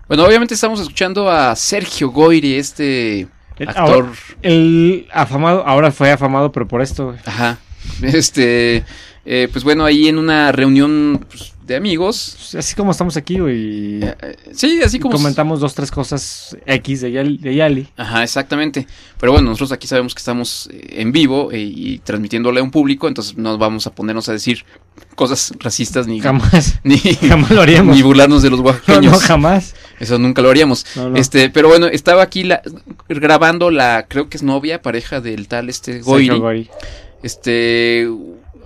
S2: Bueno, obviamente estamos escuchando a Sergio Goyri, este
S1: El-
S2: actor.
S1: ahora- el afamado, ahora fue afamado, pero por esto, güey.
S2: Ajá. Este, eh, pues bueno, ahí en una reunión pues, de amigos.
S1: Pues, así como estamos aquí, güey, y
S2: Eh, eh, sí, así como...
S1: comentamos dos, tres cosas X de Yali- de Yali.
S2: Ajá, exactamente. Pero bueno, nosotros aquí sabemos que estamos eh, en vivo eh, y transmitiéndole a un público, entonces no vamos a ponernos a decir cosas racistas ni,
S1: Jamás.
S2: ni,
S1: Jamás lo haríamos.
S2: ni burlarnos de los
S1: No,
S2: oaxaqueños.
S1: no, jamás.
S2: Eso nunca lo haríamos.
S1: No, no.
S2: Este, pero bueno, estaba aquí la, grabando la, creo que es novia, pareja del tal este Goiri.
S1: Sergio Goyri.
S2: Este,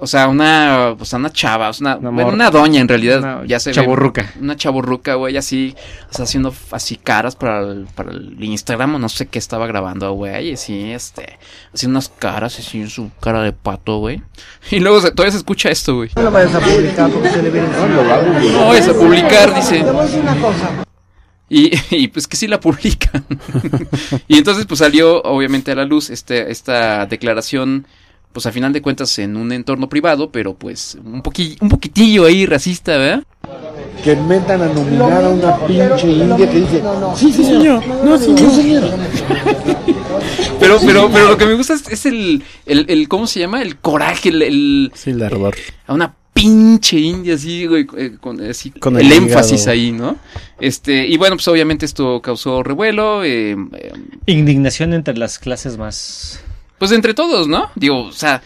S2: o sea, una, o sea, una chava, o sea, una,
S1: Una
S2: bueno,
S1: morra.
S2: una doña en realidad,
S1: Una
S2: ya se ve-
S1: chavorruca.
S2: Una chaborruca, güey, así, o sea, haciendo f- así caras para el, para el Instagram, o no sé qué estaba grabando, güey, así, este, haciendo unas caras, así, en su cara de pato, güey. Y luego se- todavía se escucha esto, güey.
S4: No lo vayas a publicar porque se le viene encima.
S2: No vayas a publicar, dice.
S4: Te voy a decir una cosa.
S2: Y, y, pues que sí la publican. y entonces pues salió obviamente a la luz este, esta declaración, pues a final de cuentas en un entorno privado, pero pues un, poqui- un poquitillo ahí racista, ¿verdad?
S4: Que metan a nominar a una pinche india que dice, sí señora, no señora, no señora.
S2: Pero, pero, pero lo que me gusta es, es el, el, el- ¿cómo se llama? El coraje, el, el-
S3: Sí, la ardor.
S2: a una pinche india así, güey, eh, con, así,
S3: Con
S2: el,
S3: el
S2: énfasis
S3: hígado.
S2: ahí, ¿no? Este, y bueno, pues obviamente esto causó revuelo, eh, eh,
S1: Indignación entre las clases más.
S2: pues entre todos, ¿no? Digo, o sea,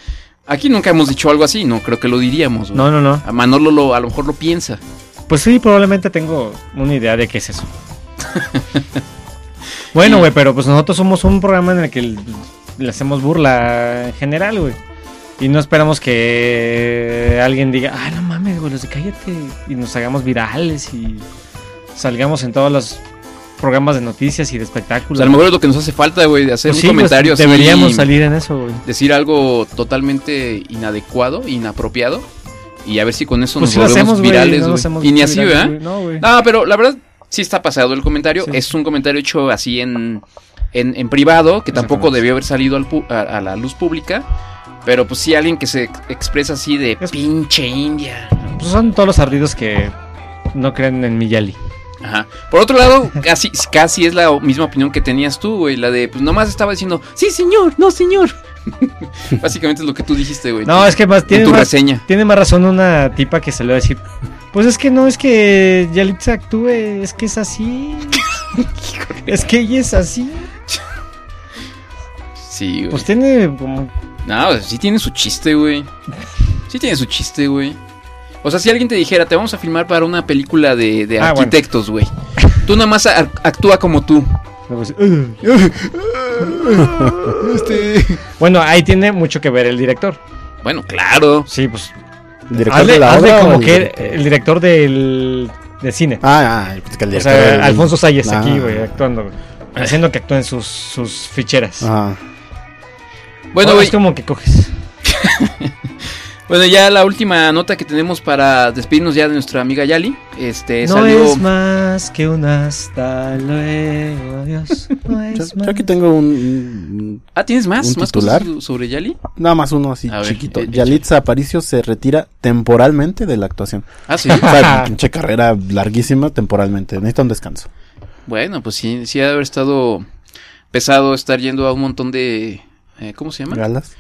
S2: aquí nunca hemos dicho algo así, no creo que lo diríamos. güey.
S1: No, no, no.
S2: A Manolo lo, a lo mejor lo piensa.
S1: Pues sí, probablemente tengo una idea de qué es eso. bueno, güey, pero pues nosotros somos un programa en el que l- le hacemos burla en general, güey. Y no esperamos que alguien diga, ah, no mames, güey, los de cállate. Y nos hagamos virales y salgamos en todos los programas de noticias y de espectáculos.
S2: O sea, a lo mejor es lo que nos hace falta, güey, de hacer
S1: Pues
S2: un
S1: sí, pues,
S2: comentario así,
S1: Deberíamos salir en eso, güey.
S2: Decir algo totalmente inadecuado, inapropiado. Y a ver si con eso
S1: Pues sí lo
S2: nos volvemos
S1: hacemos, güey. no
S2: virales,
S1: lo
S2: güey.
S1: hacemos
S2: y ni así,
S1: virales,
S2: ¿verdad?
S1: güey, No, güey.
S2: No, pero la verdad sí está pasado el comentario.
S1: Sí.
S2: Es un comentario hecho así en, en, en privado, que tampoco
S1: Exactamente.
S2: debió haber salido al pu- a, a la luz pública. Pero pues sí, alguien que se ex- expresa así de
S1: Es-
S2: pinche India.
S1: Pues son todos los ardidos que no creen en Miyali.
S2: Ajá. Por otro lado, casi, casi es la o- misma opinión que tenías tú, güey. La de, pues nomás estaba diciendo, sí, señor, no, señor. Básicamente es lo que tú dijiste, güey.
S1: No, es que más
S2: en
S1: tiene
S2: tu
S1: más,
S2: reseña.
S1: tiene más razón una tipa que se le va a decir. Pues es que no, es que Yalitza actúe, es que es así. es que ella es así.
S2: Sí, güey.
S1: Pues tiene como.
S2: No, sí tiene su chiste, güey. Sí tiene su chiste, güey. O sea, si alguien te dijera, te vamos a filmar para una película de, de
S1: Ah, bueno.
S2: arquitectos, güey. Tú nada más ar- actúa como tú.
S1: pues, Bueno, ahí tiene mucho que ver el director.
S2: Bueno, claro.
S1: Sí, pues.
S3: ¿Director
S1: Hazle,
S3: de la
S1: hazle
S3: obra o
S1: como
S3: el
S1: que
S3: director?
S1: el director del, del cine.
S3: Ah, ah, pues que el
S1: o
S3: director
S1: sea,
S3: del-
S1: Alfonso Salles
S3: Ah.
S1: aquí, güey, actuando. güey. Haciendo que actúen sus, sus ficheras.
S3: Ajá.
S2: Bueno,
S1: Ahora
S2: güey.
S1: es como que coges.
S2: Bueno, ya la última nota que tenemos para despedirnos ya de nuestra amiga Yali. Este,
S1: No
S2: salió...
S1: es más que un hasta luego, adiós. No
S3: Yo,
S1: es
S3: yo
S1: más.
S3: aquí tengo un- un
S2: Ah, ¿tienes más?
S3: ¿Un
S2: ¿Más
S3: titular?
S2: cosas sobre Yali?
S3: Nada más uno así
S2: A ver,
S3: chiquito.
S2: eh, échale.
S3: Yalitza Aparicio se retira temporalmente de la actuación.
S2: Ah, sí.
S3: O sea, pinche carrera larguísima temporalmente. Necesita un descanso.
S2: bueno, pues sí, sí ha de haber estado pesado estar yendo a un montón de... eh, ¿Cómo se llama?
S3: Galas.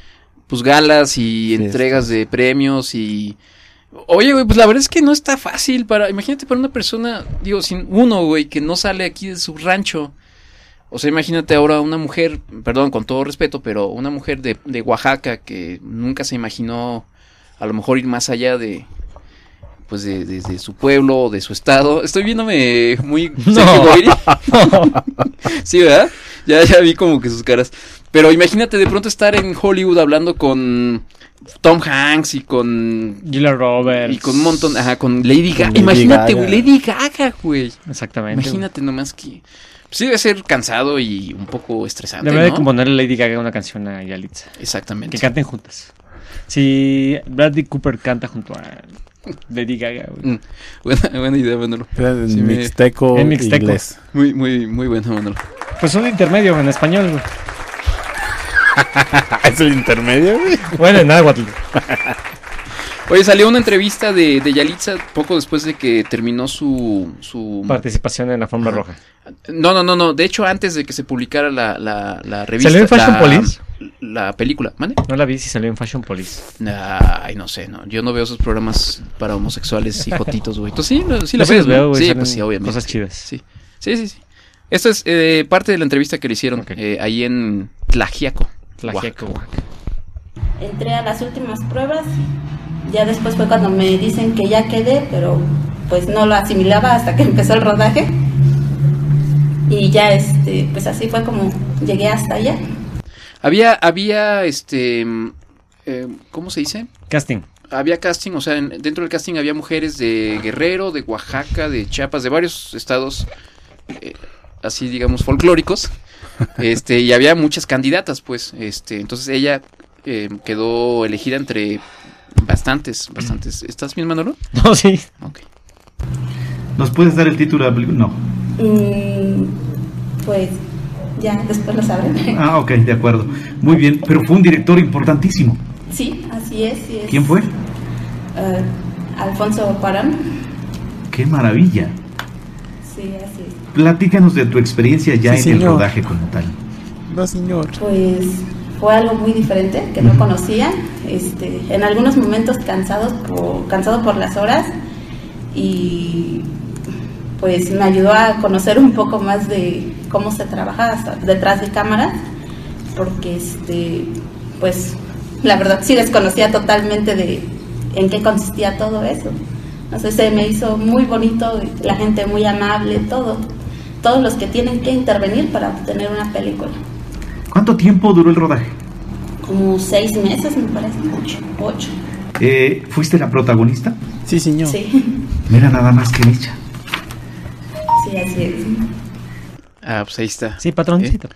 S2: pues galas y
S3: Fiestas.
S2: entregas de premios y oye güey pues la verdad es que no está fácil para imagínate para una persona digo sin uno güey que no sale aquí de su rancho o sea imagínate ahora una mujer perdón con todo respeto pero una mujer de, de Oaxaca que nunca se imaginó a lo mejor ir más allá de pues de, de- de su pueblo o de su estado estoy viéndome muy Sergio Goyri. Sí, ¿verdad? Ya, ya vi como que sus caras. Pero imagínate de pronto estar en Hollywood hablando con Tom Hanks y con.
S1: Gila Roberts.
S2: Y con un montón. Ajá, con Lady Gaga.
S3: Lady
S2: imagínate,
S3: Gaga.
S2: güey. Lady Gaga, güey.
S1: Exactamente.
S2: Imagínate nomás que. pues sí, debe ser cansado y un poco estresante.
S1: Debería de
S2: ¿no?
S1: componerle a Lady Gaga una canción a Yalitza. Que
S2: Exactamente.
S1: canten juntas. Si Bradley Cooper canta junto a Lady Gaga, güey.
S2: Mm, Buena, buena idea, Manolo.
S3: En
S2: Sí, me-
S3: mixteco,
S1: En mixteco.
S3: inglés.
S2: Muy, muy, muy buena, Manolo.
S1: Pues un intermedio en español, güey.
S3: es el intermedio, güey.
S1: Bueno, en náhuatl.
S2: Oye, salió una entrevista de, de Yalitza poco después de que terminó su. su
S1: Participación en la forma
S2: Ajá.
S1: roja.
S2: No, no, no, no. De hecho, antes de que se publicara la, la, la revista.
S1: ¿Salió en Fashion
S2: la,
S1: Police?
S2: La película, ¿mande?
S1: No la vi si salió en Fashion Police.
S2: Ay, no sé, no. Yo no veo esos programas para homosexuales y jotitos, güey. Tú sí, lo- sí, la
S1: Yo sí los veo, güey.
S2: Sí,
S1: salen
S2: pues sí, obviamente.
S1: Cosas chidas.
S2: Sí, sí, sí. sí. Esta es eh, parte de la entrevista que le hicieron
S1: Ok.
S2: eh, ahí en Tlajiaco.
S1: Tlajiaco,
S2: Oaxaca.
S5: entré a las últimas pruebas. Ya después fue cuando me dicen que ya quedé, pero pues no lo asimilaba hasta que empezó el rodaje. Y ya este, pues así fue como llegué hasta allá.
S2: Había, había, este, mm, eh, ¿cómo se dice?
S1: Casting.
S2: Había casting, o sea, en- dentro del casting había mujeres de Guerrero, de Oaxaca, de Chiapas, de varios estados, eh, así digamos, folclóricos. Este, y había muchas candidatas, pues. Este, entonces ella eh, quedó elegida entre bastantes, bastantes. ¿Estás bien, Manolo?
S1: No, sí.
S2: Ok.
S6: ¿Nos puedes dar el título de la película? No.
S5: Mm, pues ya después lo sabré.
S6: Ah, ok, de acuerdo. Muy bien, pero fue un director importantísimo.
S5: Sí, así es. sí es.
S6: ¿Quién fue?
S5: Eh, Alfonso Cuarón.
S6: ¡Qué maravilla!
S5: Sí, así es.
S6: Platícanos de tu experiencia ya en
S3: Sí,
S6: el
S3: señor.
S6: rodaje como tal.
S3: No, señor.
S5: Pues fue algo muy diferente que no conocía. Este, en algunos momentos cansados por, cansado por las horas y pues me ayudó a conocer un poco más de cómo se trabaja hasta detrás de cámaras porque este pues la verdad sí desconocía totalmente de en qué consistía todo eso. Entonces se me hizo muy bonito, la gente muy amable, todo, todos los que tienen que intervenir para obtener una película
S6: ¿Cuánto tiempo duró el rodaje?
S5: como seis meses, me parece. é Ocho. Ocho.
S6: Eh, ¿Fuiste la protagonista?
S3: Sí, señor.
S5: Sí,
S6: Mira nada más que dicha.
S5: sí, así es.
S2: Ah, pues ahí está.
S1: Sí,
S2: ¿Eh?
S1: patroncito.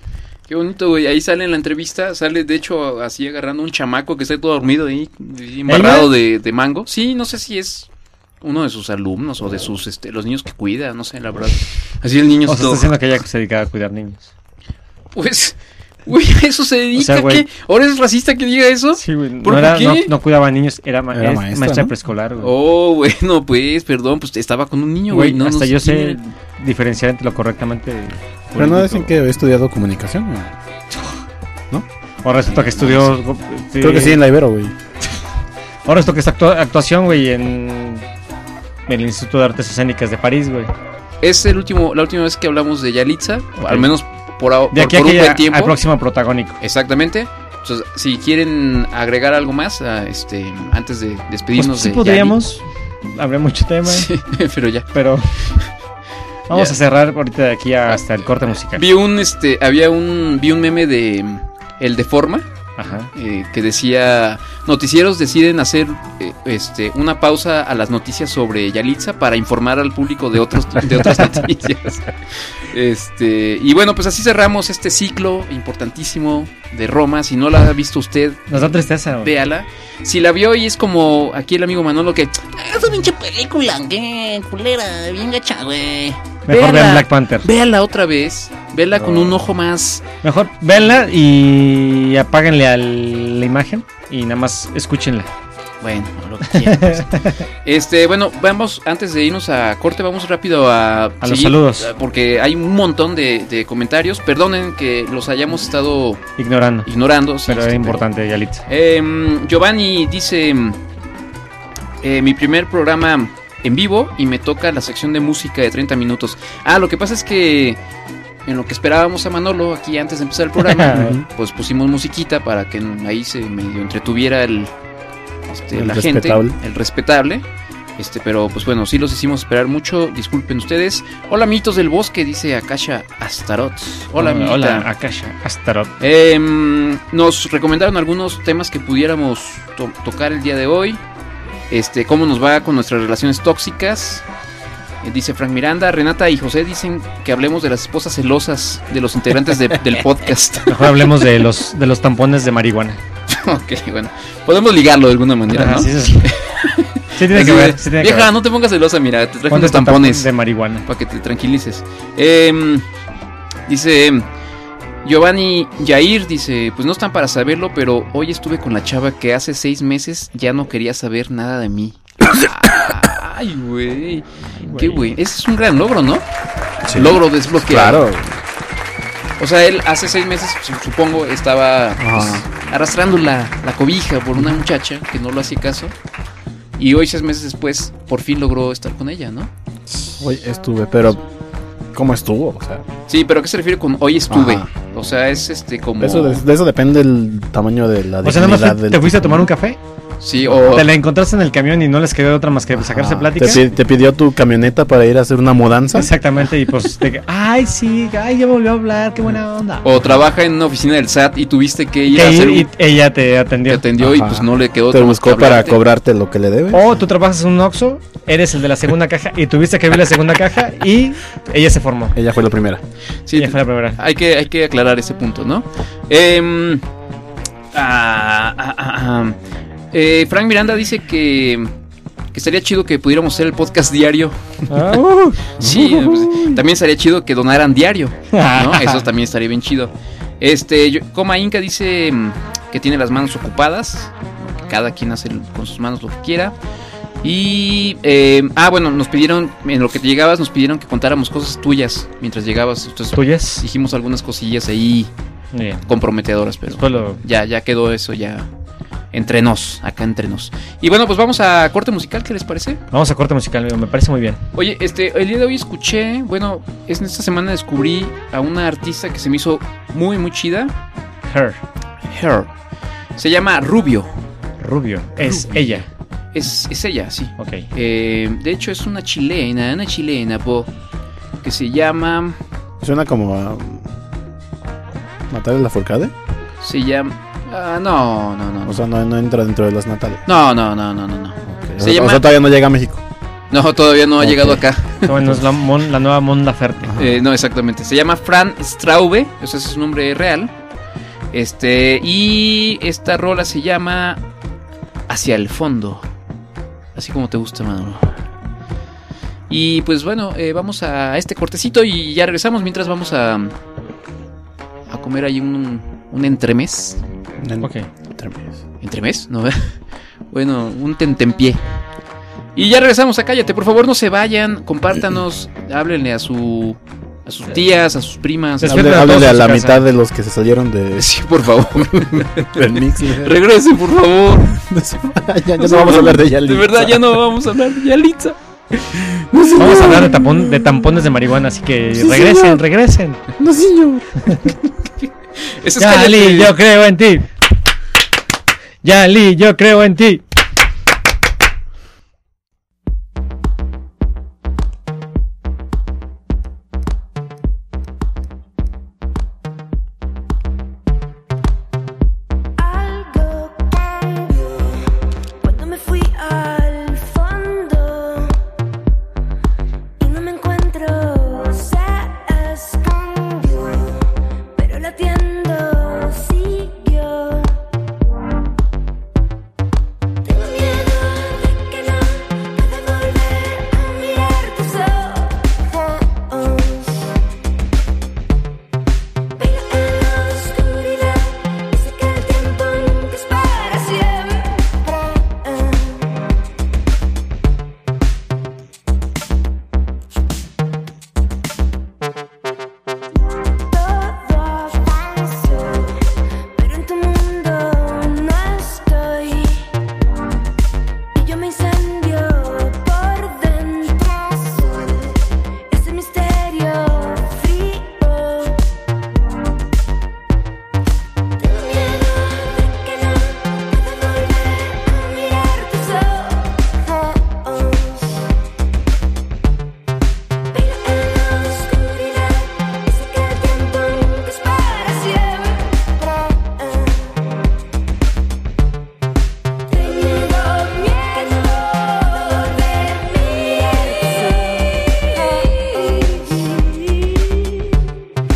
S2: Qué bonito, güey. Ahí sale en la entrevista, sale de hecho así agarrando un chamaco que está todo dormido ahí, ahí embarrado de, de mango. Sí, no sé si es uno de sus alumnos o de sus, este, los niños que cuida, no sé, la verdad. Así el
S1: O
S2: niño
S1: sea,
S2: está todo.
S1: está haciendo que ella se dedicaba a cuidar niños.
S2: Pues, güey, a eso se dedica.
S1: sea, güey.
S2: ¿qué? ¿Ahora es racista que diga eso?
S1: Sí, güey. No,
S2: ¿Por
S1: era-
S2: qué?
S1: no, no cuidaba niños, era, ma-
S3: Era
S1: es
S3: maestra,
S1: maestra,
S3: ¿no?
S1: preescolar, güey.
S2: Oh, bueno, pues, perdón, pues estaba con un niño, güey.
S1: Güey,
S2: No, no
S1: hasta yo sé
S2: quién
S1: diferenciar entre lo correctamente.
S3: Pero no
S1: político.
S3: dicen que he estudiado comunicación, güey.
S1: O resulta que estudió. sí.
S3: Creo que sí, en la Ibero, güey.
S1: O resulta que es actua- actuación, güey, en. En el Instituto de Artes Escénicas de París, güey.
S2: era. Es el último, la última vez que hablamos de Yalitza,
S1: Ok.
S2: al menos por, ahora-
S1: De
S2: por,
S1: aquí
S2: por un
S1: a
S2: buen
S1: que
S2: tiempo.
S1: haya- al próximo protagónico.
S2: Exactamente. Entonces, si quieren agregar algo más, a, este, antes de
S1: Pues,
S2: despedirnos
S1: sí
S2: de Yali.
S1: podríamos. Habría mucho tema,
S2: Sí, pero ya.
S1: pero. Vamos
S2: Ya.
S1: a cerrar ahorita de aquí a- hasta el corte musical.
S2: Vi un, este, había un, vi un meme de mm, el de forma
S1: Ajá.
S2: eh, que decía noticieros deciden hacer eh, este una pausa a las noticias sobre Yalitza para informar al público de otros de otras noticias. Este, y bueno, pues así cerramos este ciclo importantísimo de Roma. Si no la ha visto usted,
S1: Nos da tristeza, güey.
S2: véala. Si la vio y es como aquí el amigo Manolo que "Ah, esa pinche película, qué culera, bien gacha, güey.
S1: Mejor
S2: véala.
S1: vean Black Panther.
S2: Véala otra vez, véala con un ojo más
S1: Mejor véanla y apáguenle a la imagen y nada más escúchenla.
S2: Bueno, lo que quieran, pues. Este, bueno, vamos, antes de irnos a corte, vamos rápido a,
S1: los saludos.
S2: eh, Porque hay un montón de, de comentarios. Perdonen que los hayamos estado
S1: Ignorando.
S2: ignorando. sí,
S1: Pero
S2: este,
S1: es importante, Yalitza.
S2: Em, Giovanni dice: em, eh, Mi primer programa en vivo y me toca la sección de música de 30 minutos. Ah, lo que pasa es que en lo que esperábamos a Manolo aquí antes de empezar el programa, pues pusimos musiquita para que ahí se medio entretuviera el, este,
S3: El
S2: la
S3: respetable.
S2: gente, el respetable. Este, pero pues bueno, sí los hicimos esperar mucho, disculpen ustedes. Hola mitos del bosque, dice Akasha Astaroth. Hola, amiguita.
S1: Hola, Akasha. Astaroth.
S2: Em, nos recomendaron algunos temas que pudiéramos to- tocar el día de hoy. Este, cómo nos va con nuestras relaciones tóxicas. Eh, Dice Frank Miranda, Renata y José dicen que hablemos de las esposas celosas de los integrantes de- del podcast.
S1: Mejor hablemos de los, de los tampones de marihuana.
S2: ok, bueno. Podemos ligarlo de alguna manera,
S1: Ajá,
S2: ¿no?
S1: sí, sí, sí. Sí tiene que
S2: Así de,
S1: ver. Sí tiene que
S2: Vieja,
S1: ver.
S2: no te pongas celosa, mira, te traje unos
S1: ¿Cuántos
S2: tampones.
S1: de marihuana?
S2: para que te tranquilices. Em, dice em, Giovanni Yair, dice, pues no están para saberlo, pero hoy estuve con la chava que hace seis meses ya no quería saber nada de mí. Ay, güey. Qué güey. Ese es un gran logro, ¿no? Logro desbloqueado.
S3: Claro.
S2: O sea, él hace seis meses, su- supongo, estaba pues, arrastrando la, la cobija por una muchacha que no lo hacía caso. Y hoy, seis meses después, por fin logró estar con ella, ¿no?
S3: Hoy estuve, pero ¿cómo estuvo? O sea,
S2: Sí, pero ¿a qué se refiere con hoy estuve?
S3: Ajá.
S2: O sea, es este como...
S3: eso, de, de eso depende el tamaño de la
S1: O sea, nada
S3: dignidad
S1: más
S3: del-
S1: te- te fuiste a tomar un café,
S2: Sí, o...
S1: te la encontraste en el camión y no les quedó otra más que sacarse
S3: Ah,
S1: plática.
S3: Te, pi- te pidió tu camioneta para ir a hacer una mudanza.
S1: Exactamente, y pues te- ay, sí, ay, ya volvió a hablar, qué buena onda.
S2: O trabaja en una oficina del SAT y tuviste que ir a
S1: Que
S2: hacer
S1: ir
S2: un...
S1: y ella te
S2: Te
S1: atendió.
S2: atendió y
S3: Ajá.
S2: pues no le quedó...
S3: Te
S2: otra más que
S3: buscó para
S2: hablarte.
S3: cobrarte lo que le debes.
S1: O Oh, tú trabajas en un Oxxo, eres el de la segunda caja y tuviste que abrir la segunda caja y ella se formó.
S3: Ella fue la primera.
S2: Sí, Ah.
S1: ella fue la primera.
S2: hay que, hay que aclarar ese punto, ¿no? Em, ah, ah, ah, ah. Eh, Frank Miranda dice que... Que estaría chido que pudiéramos hacer el podcast diario.
S1: Ah, uh.
S2: Sí, pues, también estaría chido que donaran diario. ¿no? Eso también estaría bien chido. Este, yo- Coma Inca dice mm, que tiene las manos ocupadas. que Cada quien hace l- con sus manos lo que quiera. Y, eh, ah, bueno, nos pidieron, en lo que te llegabas, nos pidieron que contáramos cosas tuyas mientras llegabas. Entonces,
S1: ¿Tuyas?
S2: dijimos algunas cosillas ahí
S1: Muy bien.
S2: comprometedoras, pero
S1: Después lo-
S2: ya, ya quedó eso, ya entre nos, acá entre nos. Y bueno, pues vamos a corte musical, ¿qué les parece?
S1: Vamos a corte musical, amigo, me parece muy bien.
S2: Oye, este, el día de hoy escuché, bueno, es en esta semana descubrí a una artista que se me hizo muy, muy chida.
S1: Her,
S2: Her. Se llama Rubio.
S1: Rubio, es
S2: Rubio.
S1: ella.
S2: Es, es ella, sí.
S1: Ok.
S2: Eh, de hecho, es una chilena, una chilena, po. Que se llama.
S3: Suena como a. ¿Natalia Lafourcade?
S2: Se llama. ah, no, no, no.
S3: O
S2: no.
S3: sea, no, no entra dentro de las Natalia.
S2: No, no, no, no, no. no.
S3: Ok.
S2: Se
S3: O sea,
S2: llama-
S3: o sea, todavía no llega a México.
S2: No, todavía no ha
S3: Ok.
S2: llegado acá.
S1: Bueno, es la, Mon- la nueva Mon Laferte.
S2: Eh, no, exactamente. Se llama Fran Straube, ese es su nombre real. Este, y esta rola se llama Hacia el fondo. Así como te gusta, Manolo. Y pues bueno, eh, vamos a este cortecito y ya regresamos mientras vamos a, a comer ahí un, un entremés.
S1: Ok.
S2: ¿Entremés? No, bueno, un tentempié. Y ya regresamos a Cállate. Por favor, no se vayan. Compártanos. Háblenle a su a sus tías, a sus primas.
S1: Después- Respeten
S3: Háblenle
S1: a todos
S3: háblenle a
S1: en su
S3: la
S1: casa.
S3: mitad de los que se salieron de,
S2: Sí, por favor.
S3: del mix. ya,
S2: Regresen, por favor.
S3: ya no vamos a hablar de Yalitza.
S2: De verdad, ya no vamos a hablar de Yalitza.
S1: Vamos a hablar de, tapón, de tampones de marihuana, así que regresen, regresen.
S3: No, señor.
S2: Ese es
S1: Ya,
S2: Cállate.
S1: Lee, yo creo en ti. Ya, Lee, yo creo en ti.
S7: Algo cambió cuando me fui al fondo y no me encuentro. Se escondió, pero la tienda siguió. Tengo miedo de que no pueda volver a mirar tus ojos. Pero en la oscuridad dice que el tiempo nunca es para siempre. Todo avanzó, pero en tu mundo no estoy. Y yo me incendio por dentro. Soy ese misterio frío. Tengo miedo de que no pueda volver a mirar tus ojos. Pero en la oscuridad dice que el tiempo nunca es para siempre. Tengo miedo de mirar tus ojos.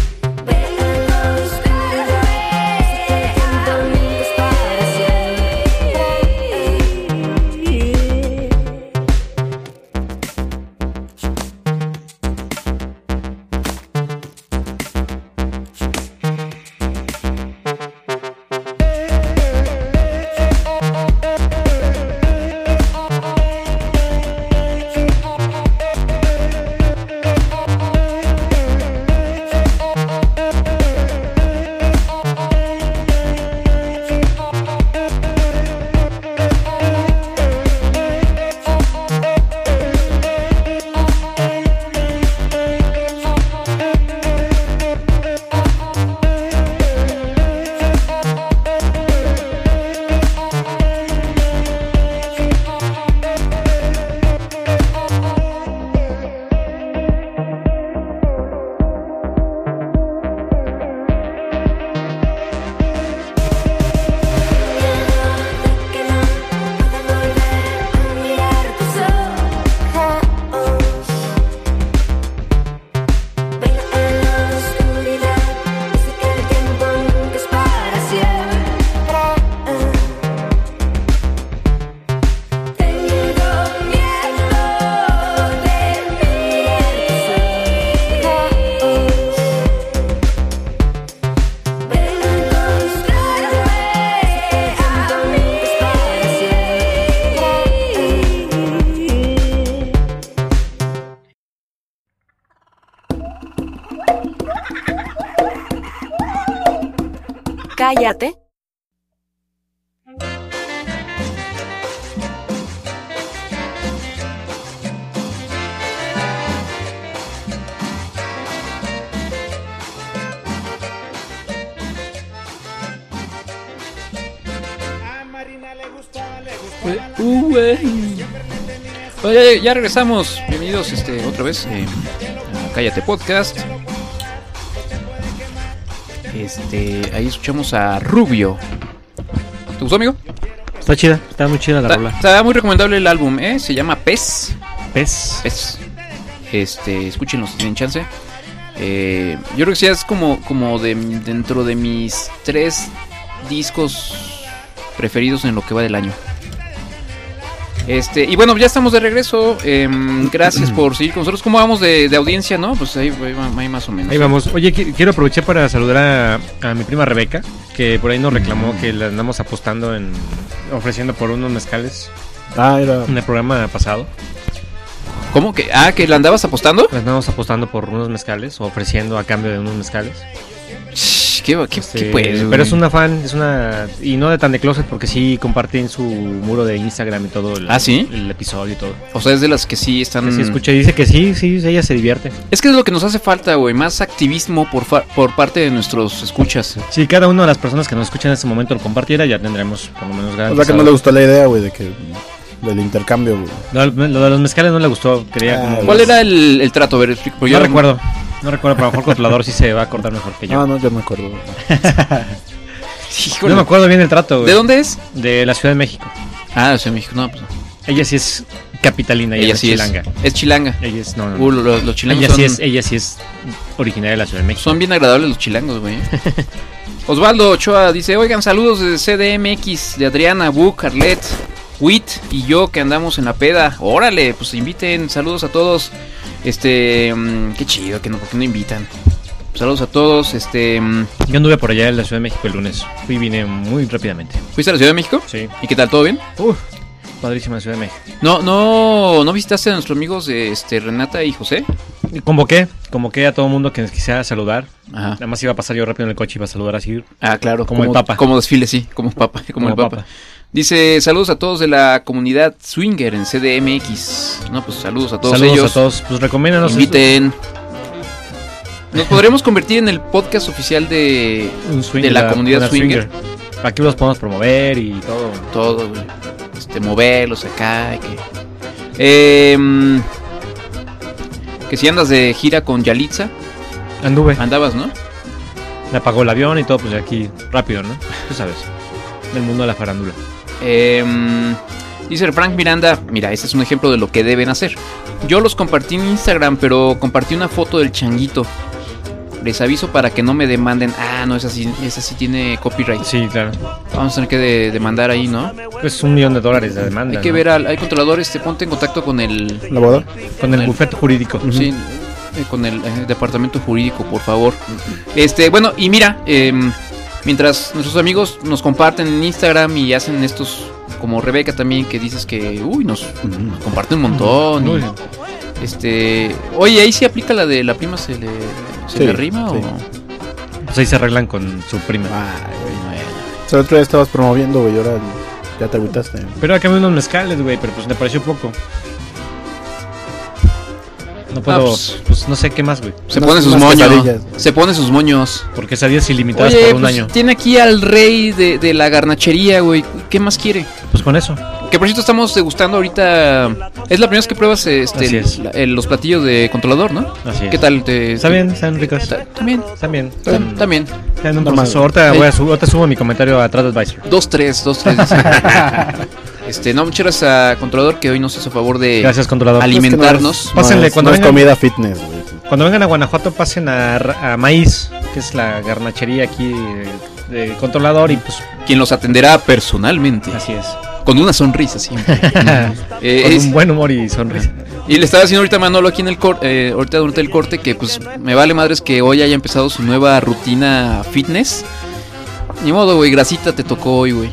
S7: Que no pueda volver a mirar tus ojos. Pero en la oscuridad dice que el tiempo nunca es para siempre. Tengo miedo de mis ojos.
S8: Cállate.
S2: Eh, uh, güey. Bueno, ya, ya regresamos. Bienvenidos este, otra vez eh, a Cállate Podcast. Este, ahí escuchamos a Rubio. ¿Te gustó, amigo?
S9: Está chida, está muy chida la
S2: Está,
S9: rola.
S2: está muy recomendable el álbum, ¿eh? Se llama Pez.
S1: Pez.
S2: es, este, escúchenlos si tienen chance. Eh, yo creo que sí es como, como de, dentro de mis tres discos preferidos en lo que va del año. Este, y bueno, ya estamos de regreso. em, gracias por seguir con nosotros. ¿Cómo vamos de, de audiencia, no? Pues ahí, ahí va- ahí más o menos.
S1: Ahí vamos. Oye, qui- quiero aprovechar para saludar a, a mi prima Rebeca, que por ahí nos reclamó que la andamos apostando en ofreciendo por unos mezcales
S3: Ah, era.
S1: en el programa pasado.
S2: ¿Cómo que? Ah, que la andabas apostando.
S1: La andamos apostando por unos mezcales, o ofreciendo a cambio de unos mezcales.
S2: Shh, ¿Qué, qué- qué
S1: Este,
S2: pues, güey?
S1: pero es una fan, es una y no de tan de closet porque sí comparte en su muro de Instagram y todo el,
S2: ¿Ah, sí? Mm.
S1: el episodio y todo.
S2: O sea, es de las que sí están.
S1: Que sí escucha y dice que sí, sí, ella se divierte.
S2: Es que es lo que nos hace falta, güey. Más activismo por, fa- por parte de nuestros escuchas.
S1: Si cada una de las personas que nos escuchan en este momento lo compartiera, ya tendremos por lo menos
S3: O sea que
S1: garantizado.
S3: no le gustó la idea, güey, de que. Del intercambio, güey.
S1: No, lo de los mezcales no le gustó, quería
S3: Ah,
S1: como-
S2: ¿Cuál era el, el trato? A ver, explica, porque
S1: no
S2: Pues yo
S1: recuerdo. No recuerdo, pero a lo mejor controlador sí se va a acordar mejor que yo.
S3: Ah, no, yo me acuerdo.
S2: Híjole.
S1: no me acuerdo bien el trato, güey.
S2: ¿De dónde es?
S1: De la Ciudad de México.
S2: Ah, de Ciudad de México. No, pues.
S1: Ella sí es capitalina, ella,
S2: Ella
S1: es
S2: sí
S1: chilanga.
S2: es. Es chilanga.
S1: Ella es, no, no, no.
S2: Uh, lo- lo- los chilangos
S1: ella,
S2: son,
S1: sí es, ella sí es originaria de la Ciudad de México.
S2: son bien agradables los chilangos, güey. ¿eh? Osvaldo Ochoa dice, oigan, saludos desde CDMX, de Adriana, Bu, Carlet, Wit y yo que andamos en la peda. Órale, pues inviten, saludos a todos. Este, mm, qué chido, que no, ¿por qué no invitan? Saludos a todos, este, mm,
S1: Yo anduve por allá en la Ciudad de México el lunes. Fui y vine muy rápidamente.
S2: ¿fuiste a la Ciudad de México?
S1: Sí.
S2: ¿Y qué tal, todo bien?
S1: Uf, padrísima Ciudad de México.
S2: No, no, ¿no visitaste a nuestros amigos eh, este, Renata y José?
S1: Y Convoqué, convoqué a todo mundo que quisiera saludar.
S2: Ajá.
S1: Nada más iba a pasar yo rápido en el coche y iba a saludar así.
S2: Ah, claro,
S1: Como el Papa.
S2: Como desfile, sí, como papa, como, el papa. Dice, saludos a todos de la comunidad swinger en CDMX. No, pues saludos a todos
S1: Saludos
S2: ellos.
S1: a todos. Pues recomiéndanos.
S2: Inviten. Nos podremos convertir en el podcast oficial de
S1: un swing-
S2: de la comunidad
S1: una
S2: swinger.
S1: Aquí los podemos promover y todo.
S2: todo, güey. Este, moverlos acá. y Que, Em, que si andas de gira con Yalitza,
S1: Anduve.
S2: andabas, ¿no?
S1: Me Ah, apagó el avión y todo, pues de aquí rápido, ¿no? Tú sabes. Del mundo de la farándula.
S2: Em, dice Frank Miranda, mira, este es un ejemplo de lo que deben hacer. Yo los compartí en Instagram, pero compartí una foto del changuito. Les aviso para que no me demanden. Ah, no, esa sí, esa sí tiene copyright.
S1: Sí, claro.
S2: Vamos a tener que de- demandar ahí, ¿no?
S1: Pues un millón de dólares de demanda.
S2: Hay que
S1: ¿no?
S2: ver al, hay controladores, te ponte en contacto con el,
S3: ¿La boda?
S1: Con el bufete jurídico.
S2: sí, eh, con el eh, departamento jurídico, por favor. Este, bueno, y mira, em, mientras nuestros amigos nos comparten en Instagram y hacen estos, como Rebeca también, que dices que, uy, nos,
S3: Mm.
S2: nos comparten un montón. y-
S1: Uy,
S2: este, oye, ahí sí aplica la de la prima se le, se
S3: Sí,
S2: le rima
S3: sí.
S2: o.
S1: Pues ahí se arreglan con su prima.
S2: Ah.
S3: Ay, güey. O sea, el otro día estabas promoviendo, güey, y ahora ya te agüitaste.
S1: Pero acá me unos mezcales, güey, pero pues me pareció poco. No puedo,
S2: pues-
S1: pues, no sé qué más, güey.
S2: Se
S3: Unas-
S2: pone sus
S3: unas
S2: moños.
S3: quesadillas.
S2: Se pone sus moños.
S1: Porque sabías ilimitadas
S2: Oye,
S1: por un
S2: pues,
S1: año.
S2: tiene aquí al rey de, de la garnachería, güey. ¿Qué más quiere?
S1: Pues con eso.
S2: Que por cierto estamos degustando ahorita. Es la primera vez que pruebas este,
S1: Así es.
S2: la- el- los platillos de controlador, ¿no?
S1: Así es.
S2: ¿Qué tal? Te,
S1: Está bien, están ricos.
S2: ta- También.
S1: También.
S2: tam- También.
S1: Está en un
S3: Normal.
S1: proceso. Ahorita,
S2: Sí.
S1: voy a sub- ahorita subo mi comentario a TradAdvisor.
S2: Dos, tres, dos, tres. dice. este, no, muchas gracias a controlador que hoy nos hizo favor de
S1: Gracias, controlador.
S2: alimentarnos.
S3: Es que no es-
S1: Pásenle
S3: no es-
S1: cuando
S3: no es
S1: vengan.
S3: comida fitness, güey.
S1: Cuando vengan a Guanajuato, pasen a, Ra- a Maíz, que es la garnachería aquí de, de controlador. Y pues,
S2: Quien los atenderá personalmente.
S1: así es.
S2: Con una sonrisa siempre. Eh,
S1: Con
S2: es-
S1: un buen humor y sonrisa.
S2: Y le estaba diciendo ahorita a Manolo aquí en el corte, ahorita durante el corte, que pues me vale madres que hoy haya empezado su nueva rutina fitness. Ni modo, güey, grasita te tocó hoy, güey.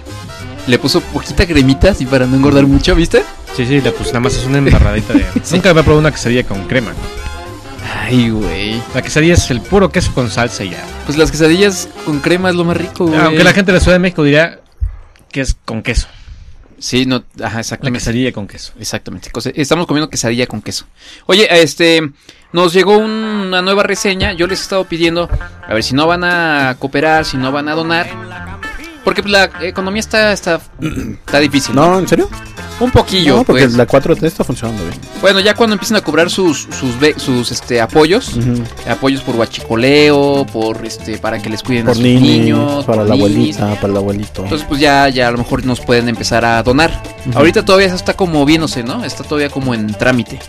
S2: Le puso poquita cremita así para no engordar mucho, ¿viste?
S1: Sí, sí, le- pues nada más es una embarradita de.
S2: Sí.
S1: Nunca había probado una quesadilla con crema.
S2: Ay, güey.
S1: La quesadilla es el puro queso con salsa y ya.
S2: Pues las quesadillas con crema es lo más rico, güey.
S1: Aunque la gente de la Ciudad de México dirá que es con queso.
S2: Sí, no, ajá,
S1: La
S2: exactamente.
S1: quesadilla con queso.
S2: Exactamente. cosa- Estamos comiendo quesadilla con queso. Oye, este, nos llegó un- una nueva reseña. Yo les he estado pidiendo, a ver si no van a cooperar, si no van a donar. Porque pues, la economía está, está, está difícil.
S3: No, ¿en serio?
S2: Un poquillo,
S3: no, porque
S2: pues.
S3: la 4 está funcionando bien.
S2: Bueno, ya cuando empiezan a cobrar sus, sus, ve- sus este, apoyos,
S3: Ujú.
S2: apoyos por guachicoleo, por este, para que les cuiden a
S3: Por
S2: sus
S3: ninis,
S2: niños,
S3: para
S2: por
S3: la
S2: ninis.
S3: abuelita, para el abuelito.
S2: Entonces, pues ya, ya a lo mejor nos pueden empezar a donar.
S3: Ujú.
S2: Ahorita todavía eso está como viéndose, ¿no? Está todavía como en trámite.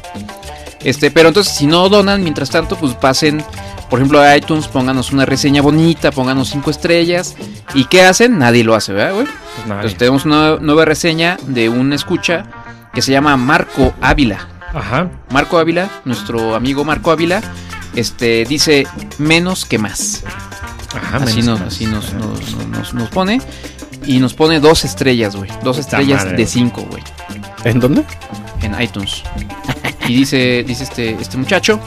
S2: Este, pero entonces, si no donan, mientras tanto, pues pasen, por ejemplo, a iTunes, pónganos una reseña bonita, pónganos cinco estrellas. ¿Y qué hacen? Nadie lo hace, ¿verdad, güey?
S1: Pues nada.
S2: Entonces tenemos una nueva reseña de un escucha que se llama Marco Ávila.
S1: Ajá.
S2: Marco Ávila, nuestro amigo Marco Ávila, este dice menos que más.
S1: Ajá.
S2: así
S1: menos
S2: nos,
S1: que más.
S2: así nos,
S1: Ajá.
S2: nos- nos- nos- nos pone. Y nos pone dos estrellas, güey. Dos
S1: Puta
S2: estrellas
S1: madre,
S2: de
S1: güey.
S2: cinco, güey.
S3: ¿En dónde?
S2: En iTunes. Y dice, dice este, este muchacho.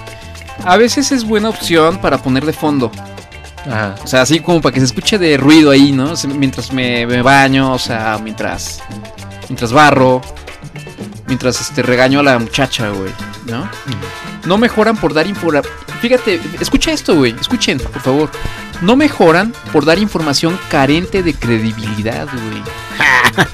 S2: A veces es buena opción para poner de fondo.
S1: Ajá.
S2: O sea, así como para que se escuche de ruido ahí, ¿no? O sea, mientras me, me baño, o sea, mientras. Mientras barro. Mientras este regaño a la muchacha, güey. ¿No? No mejoran por dar información. Fíjate, escucha esto, güey. Escuchen, por favor. No mejoran por dar información carente de credibilidad, güey.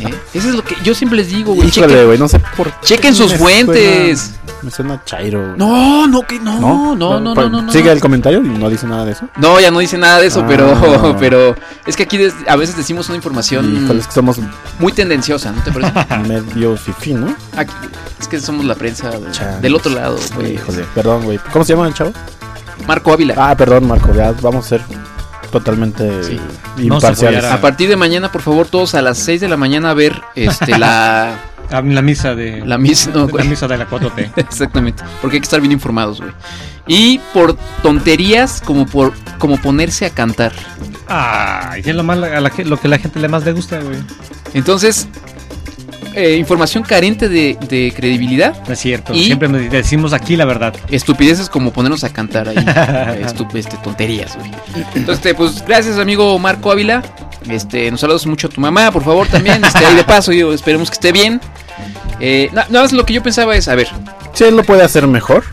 S2: ¿Eh? Eso es lo que yo siempre les digo, güey.
S3: Híjole,
S2: Chequen,
S3: güey, no sé por qué
S2: chequen sus
S3: me
S2: fuentes.
S3: suena- me suena chairo. güey.
S2: No, no, que no, Ah, no, no, no, no,
S3: Pero
S2: no, no.
S3: pues, Sigue el comentario y no dice nada de eso.
S2: No, ya no dice nada de eso,
S3: Ah.
S2: pero, pero es que aquí des- a veces decimos una información
S3: Híjole, es que somos
S2: muy tendenciosa, ¿no te parece?
S3: medio fifí, ¿no?
S2: Aquí- es que somos la prensa de-
S3: Chale.
S2: del otro lado, güey.
S3: Híjole, perdón, güey. ¿Cómo se llama el chavo?
S2: Marco Ávila.
S3: Ah, perdón, Marco, ya vamos a ser totalmente
S2: Sí.
S3: imparciales.
S1: No se
S2: A partir de mañana, por favor, todos a las 6 de la mañana a ver este, la,
S1: Ah, La misa de.
S2: la misa. no,
S1: la misa de la 4T.
S2: Exactamente, porque hay que estar bien informados, güey. Y por tonterías como por como ponerse a cantar.
S1: Ay, es lo, más, a la que- lo que la gente le más le gusta, güey.
S2: Entonces, eh, información carente de, de credibilidad.
S1: No es cierto.
S2: Y-
S1: Siempre me decimos aquí la verdad.
S2: Estupideces como ponernos a cantar ahí. eh, estu- este, tonterías, güey. Entonces, este, pues gracias, amigo Marco Ávila. Este, nos saludos mucho a tu mamá, por favor, también. Este, ahí de paso, yo, esperemos que esté bien. Eh, na- nada más lo que yo pensaba es, a ver.
S3: Si él lo puede hacer mejor,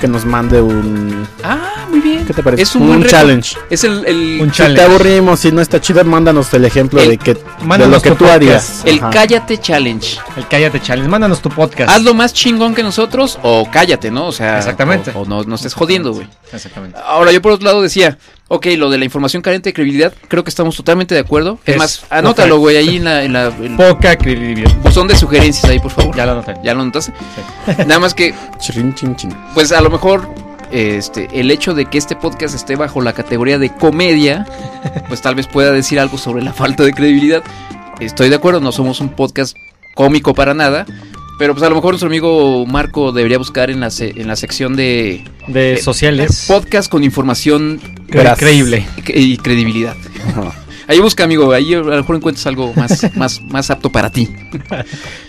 S3: que nos mande un.
S2: Ah, muy bien.
S3: ¿Qué te parece?
S2: Es un, buen
S3: un
S2: reto.
S3: challenge.
S2: Es el, el,
S1: Un
S3: Si te
S1: challenge.
S3: aburrimos, si no está chido, mándanos el ejemplo
S2: El-
S3: de, que, de
S1: mándanos
S3: lo que
S1: tu
S3: tú
S1: podcast.
S3: harías.
S2: el
S3: Ajá.
S2: cállate challenge.
S1: El cállate challenge. Mándanos tu podcast.
S2: Hazlo más chingón que nosotros o cállate, ¿no? O sea,
S1: Exactamente.
S2: O, o no, no estés jodiendo, güey.
S1: Exactamente.
S2: Ahora, yo por otro lado decía, ok, lo de la información carente de credibilidad, creo que estamos totalmente de acuerdo. Es,
S1: Es
S2: más, anótalo, güey, ahí en la, en la- el
S1: Poca credibilidad.
S2: buzón de sugerencias ahí, por favor.
S1: Ya lo noté.
S2: ¿Ya lo notaste? Nada más que,
S3: Chirin, chin, chin.
S2: pues a lo mejor este, el hecho de que este podcast esté bajo la categoría de comedia, pues tal vez pueda decir algo sobre la falta de credibilidad. Estoy de acuerdo, no somos un podcast cómico para nada. Pero pues a lo mejor nuestro amigo Marco debería buscar en la, se- en la sección de
S1: De sociales.
S2: podcast con información
S1: Cre-
S3: Verás.
S1: Creíble.
S2: y credibilidad.
S3: Ajá.
S2: Ahí busca, amigo, ahí a lo mejor encuentras algo más, más, más apto para ti.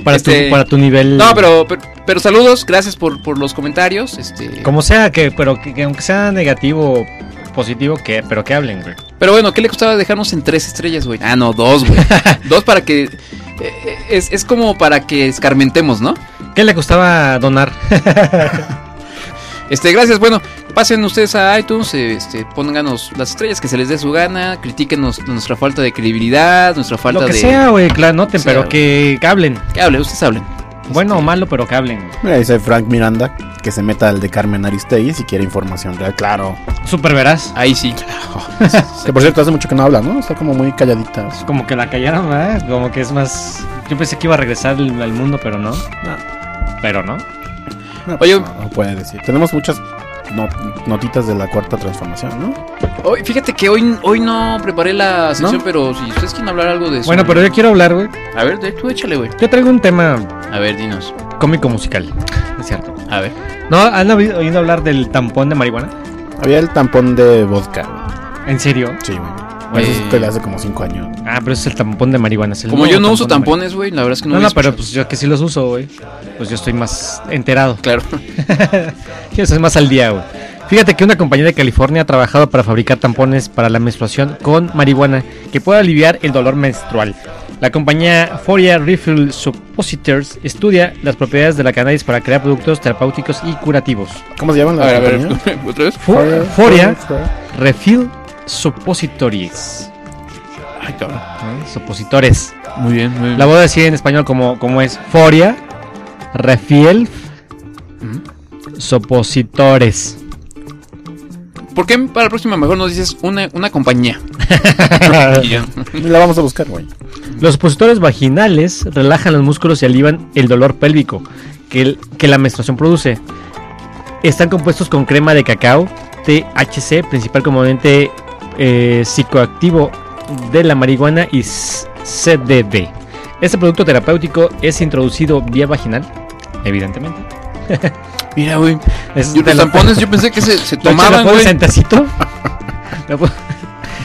S1: Para,
S2: Este-
S1: tu, para tu nivel.
S2: No, pero, pero, pero saludos, gracias por, por los comentarios. Este,
S1: Como sea, que, pero que, que aunque sea negativo o positivo, que, pero que hablen, güey.
S2: Pero bueno, ¿qué le costaba dejarnos en tres estrellas, güey? Ah, no, dos, güey. dos para que. eh, Es, es como para que escarmentemos, ¿no?
S1: ¿Qué le costaba donar?
S2: Este, gracias. Bueno, pasen ustedes a iTunes, eh, este, pónganos las estrellas que se les dé su gana, critiquenos nuestra falta de credibilidad, nuestra falta
S1: lo que
S2: de.
S1: sea, güey, claro, noten,
S2: sea,
S1: pero
S2: güey. Este-
S1: que, que hablen.
S2: Que hablen, ustedes hablen.
S1: Bueno o malo, pero que hablen. güey.
S3: Mira, dice Frank Miranda que se meta al de Carmen Aristegui si quiere información real. Claro.
S1: Súper verás.
S2: Este, Ahí sí.
S3: Que por cierto, hace mucho que no habla, ¿no? Está como muy calladita.
S1: Como que la callaron, ¿verdad? Como que es más. Yo pensé que iba a regresar al, al mundo, pero no. Pero no.
S3: No,
S2: Oye.
S3: no, no puede decir. Tenemos muchas not- notitas de la cuarta transformación, ¿no?
S2: Hoy, fíjate que hoy, hoy no preparé la sección, pero si ustedes quieren hablar algo de eso.
S1: Bueno, pero yo quiero hablar, güey.
S2: A ver, de- tú échale, güey.
S1: Yo traigo un tema
S2: A ver, dinos.
S1: cómico musical. Es cierto.
S2: A ver.
S1: ¿No han habido- oído hablar del tampón de marihuana?
S3: Había el tampón de vodka.
S1: ¿En serio?
S3: Sí, güey.
S2: Güey.
S3: Eso es que le hace como cinco años.
S1: Ah, pero es el tampón de marihuana. es el
S2: Como
S1: nuevo
S2: yo no uso
S1: tampón de marihuana.
S2: tampones, güey, la verdad es que no
S1: No,
S2: voy a
S1: no, pero
S2: escuchar.
S1: pues yo que sí los uso, güey. Pues yo estoy más enterado.
S2: Claro.
S1: Yo soy más al día, güey. Fíjate que una compañía de California ha trabajado para fabricar tampones para la menstruación con marihuana que pueda aliviar el dolor menstrual. La compañía Foria Refill Suppositors estudia las propiedades de la cannabis para crear productos terapéuticos y curativos.
S3: ¿Cómo se llaman
S2: A
S3: las
S2: ver, a ver, otra vez.
S1: Fo- Foria Refill Suppositories.
S3: Ay, cabrón.
S1: ¿no? Supositores.
S2: Muy bien, muy bien.
S1: La voy a decir en español como, como es Foria, Refiel, Supositores.
S2: ¿Por qué para la próxima mejor nos dices una, una compañía? Y ya.
S3: La vamos a buscar, güey.
S1: Los supositores vaginales relajan los músculos y alivian el dolor pélvico que, el- que la menstruación produce. Están compuestos con crema de cacao, THC, principal componente eh, psicoactivo de la marihuana y s- CDD. Este producto terapéutico es introducido vía vaginal, evidentemente.
S2: Mira, güey.
S1: Es-
S2: Y los
S1: te lo-
S2: tampones, yo pensé que se, se
S1: ¿Lo
S2: tomaban,
S1: pones
S2: güey.
S1: en tacito? ¿Lo pon-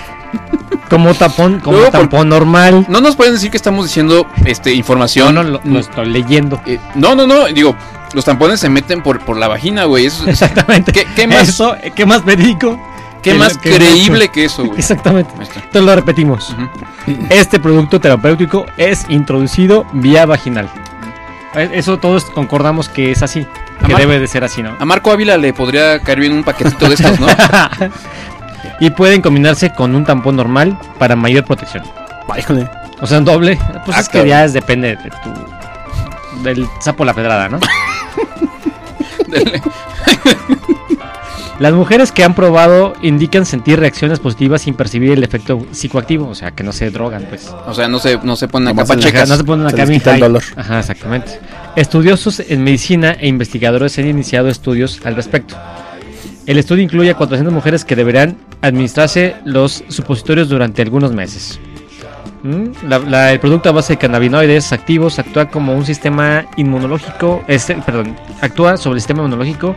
S1: como tapón, como
S2: Luego, por-
S1: tampón normal.
S2: No nos pueden decir que estamos diciendo este
S1: Yo
S2: información.
S1: no lo, lo estoy leyendo.
S2: Eh, no, no, no. Digo, los tampones se meten por, por la vagina, güey. Eso-
S1: Exactamente.
S2: ¿Qué, qué más,
S1: Eso, eh, ¿Qué más verídico?
S2: qué
S1: que-
S2: más
S1: que-
S2: creíble que eso, güey?
S1: Exactamente.
S2: Ahí está.
S1: Entonces lo repetimos. Este producto terapéutico es introducido vía vaginal. Eh, Eso todos concordamos que es así. Que
S2: Amar-
S1: debe de ser así, ¿no?
S2: A Marco Ávila le podría caer bien un paquetito de estos, ¿no?
S1: y pueden combinarse con un tampón normal para mayor protección.
S3: Ay, Ah, Híjole.
S1: O sea, un doble. Pues
S2: Ah,
S1: es que
S2: cabrón.
S1: ya es- depende de tu. Del sapo a la pedrada, ¿no?
S2: Dele.
S1: Las mujeres que han probado indican sentir reacciones positivas sin percibir el efecto psicoactivo, o sea, que no se drogan, pues.
S2: o sea, no se, no se ponen acá
S3: Nomás en la
S1: Ajá,
S2: pachecas.
S1: no se ponen
S3: Se
S1: acá
S3: les
S1: bien
S3: quita el
S1: high.
S3: dolor.
S1: Ajá, exactamente. Estudiosos en medicina e investigadores han iniciado estudios al respecto. El estudio incluye a 400 mujeres que deberán administrarse los supositorios durante algunos meses. ¿Mm? La- la- el producto a base de cannabinoides activos actúa como un sistema inmunológico, este, perdón, actúa sobre el sistema inmunológico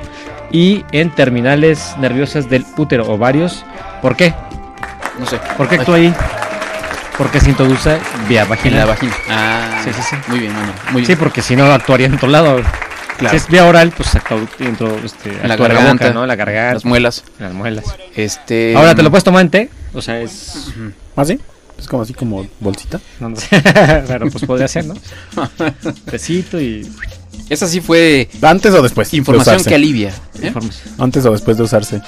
S1: y en terminales nerviosas del útero ovarios. ¿Por qué?
S2: No sé.
S1: ¿Por qué actúa ahí? Porque se introduce vía
S2: En
S1: vagina.
S2: la vagina. Ah,
S1: Sí, sí, sí.
S2: Muy bien, bueno, muy
S1: Sí, pues,
S2: bien.
S1: porque si no actuaría en otro lado.
S2: Claro.
S1: Si es vía oral, pues actúa dentro, este,
S2: la
S1: actúa en la
S2: garganta.
S1: boca, ¿no? La garganta,
S2: Las muelas.
S1: las muelas.
S2: Este.
S1: Ahora te lo puedes tomar en té, o sea, es
S3: ¿Ah, sí? Es como así como bolsita.
S1: no, no sé, pero pues podría ser, ¿no? Tecito y
S2: Esa sí fue
S3: ¿Antes o después? de
S2: información
S3: usarse?
S2: que alivia. ¿eh?
S1: informes.
S3: Antes o después de usarse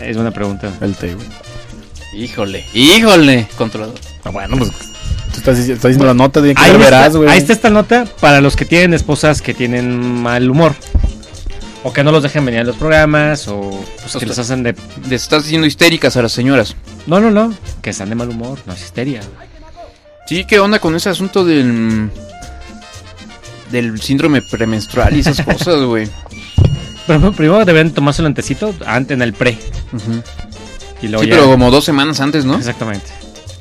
S1: Es buena pregunta.
S3: el té, güey.
S2: Híjole, híjole, controlador.
S3: Ah, Bueno, pues. Tú estás, dici- estás diciendo la nota, tiene que
S1: Ahí
S3: ver,
S1: está,
S3: verás, güey.
S1: ahí está esta nota para los que tienen esposas que tienen mal humor. O que no los dejan venir a los programas, o pues, que los hacen de...
S2: Les estás diciendo histéricas a las señoras.
S1: No, no, no, que están de mal humor, no es histeria.
S2: Sí, ¿qué onda con ese asunto del. del síndrome premenstrual y esas cosas, güey?
S1: Pero primero deberían tomarse el antecito antes en el pre.
S2: Ujú.
S1: Y luego
S2: Sí,
S1: ya-
S2: pero como dos semanas antes, ¿no?
S1: Exactamente.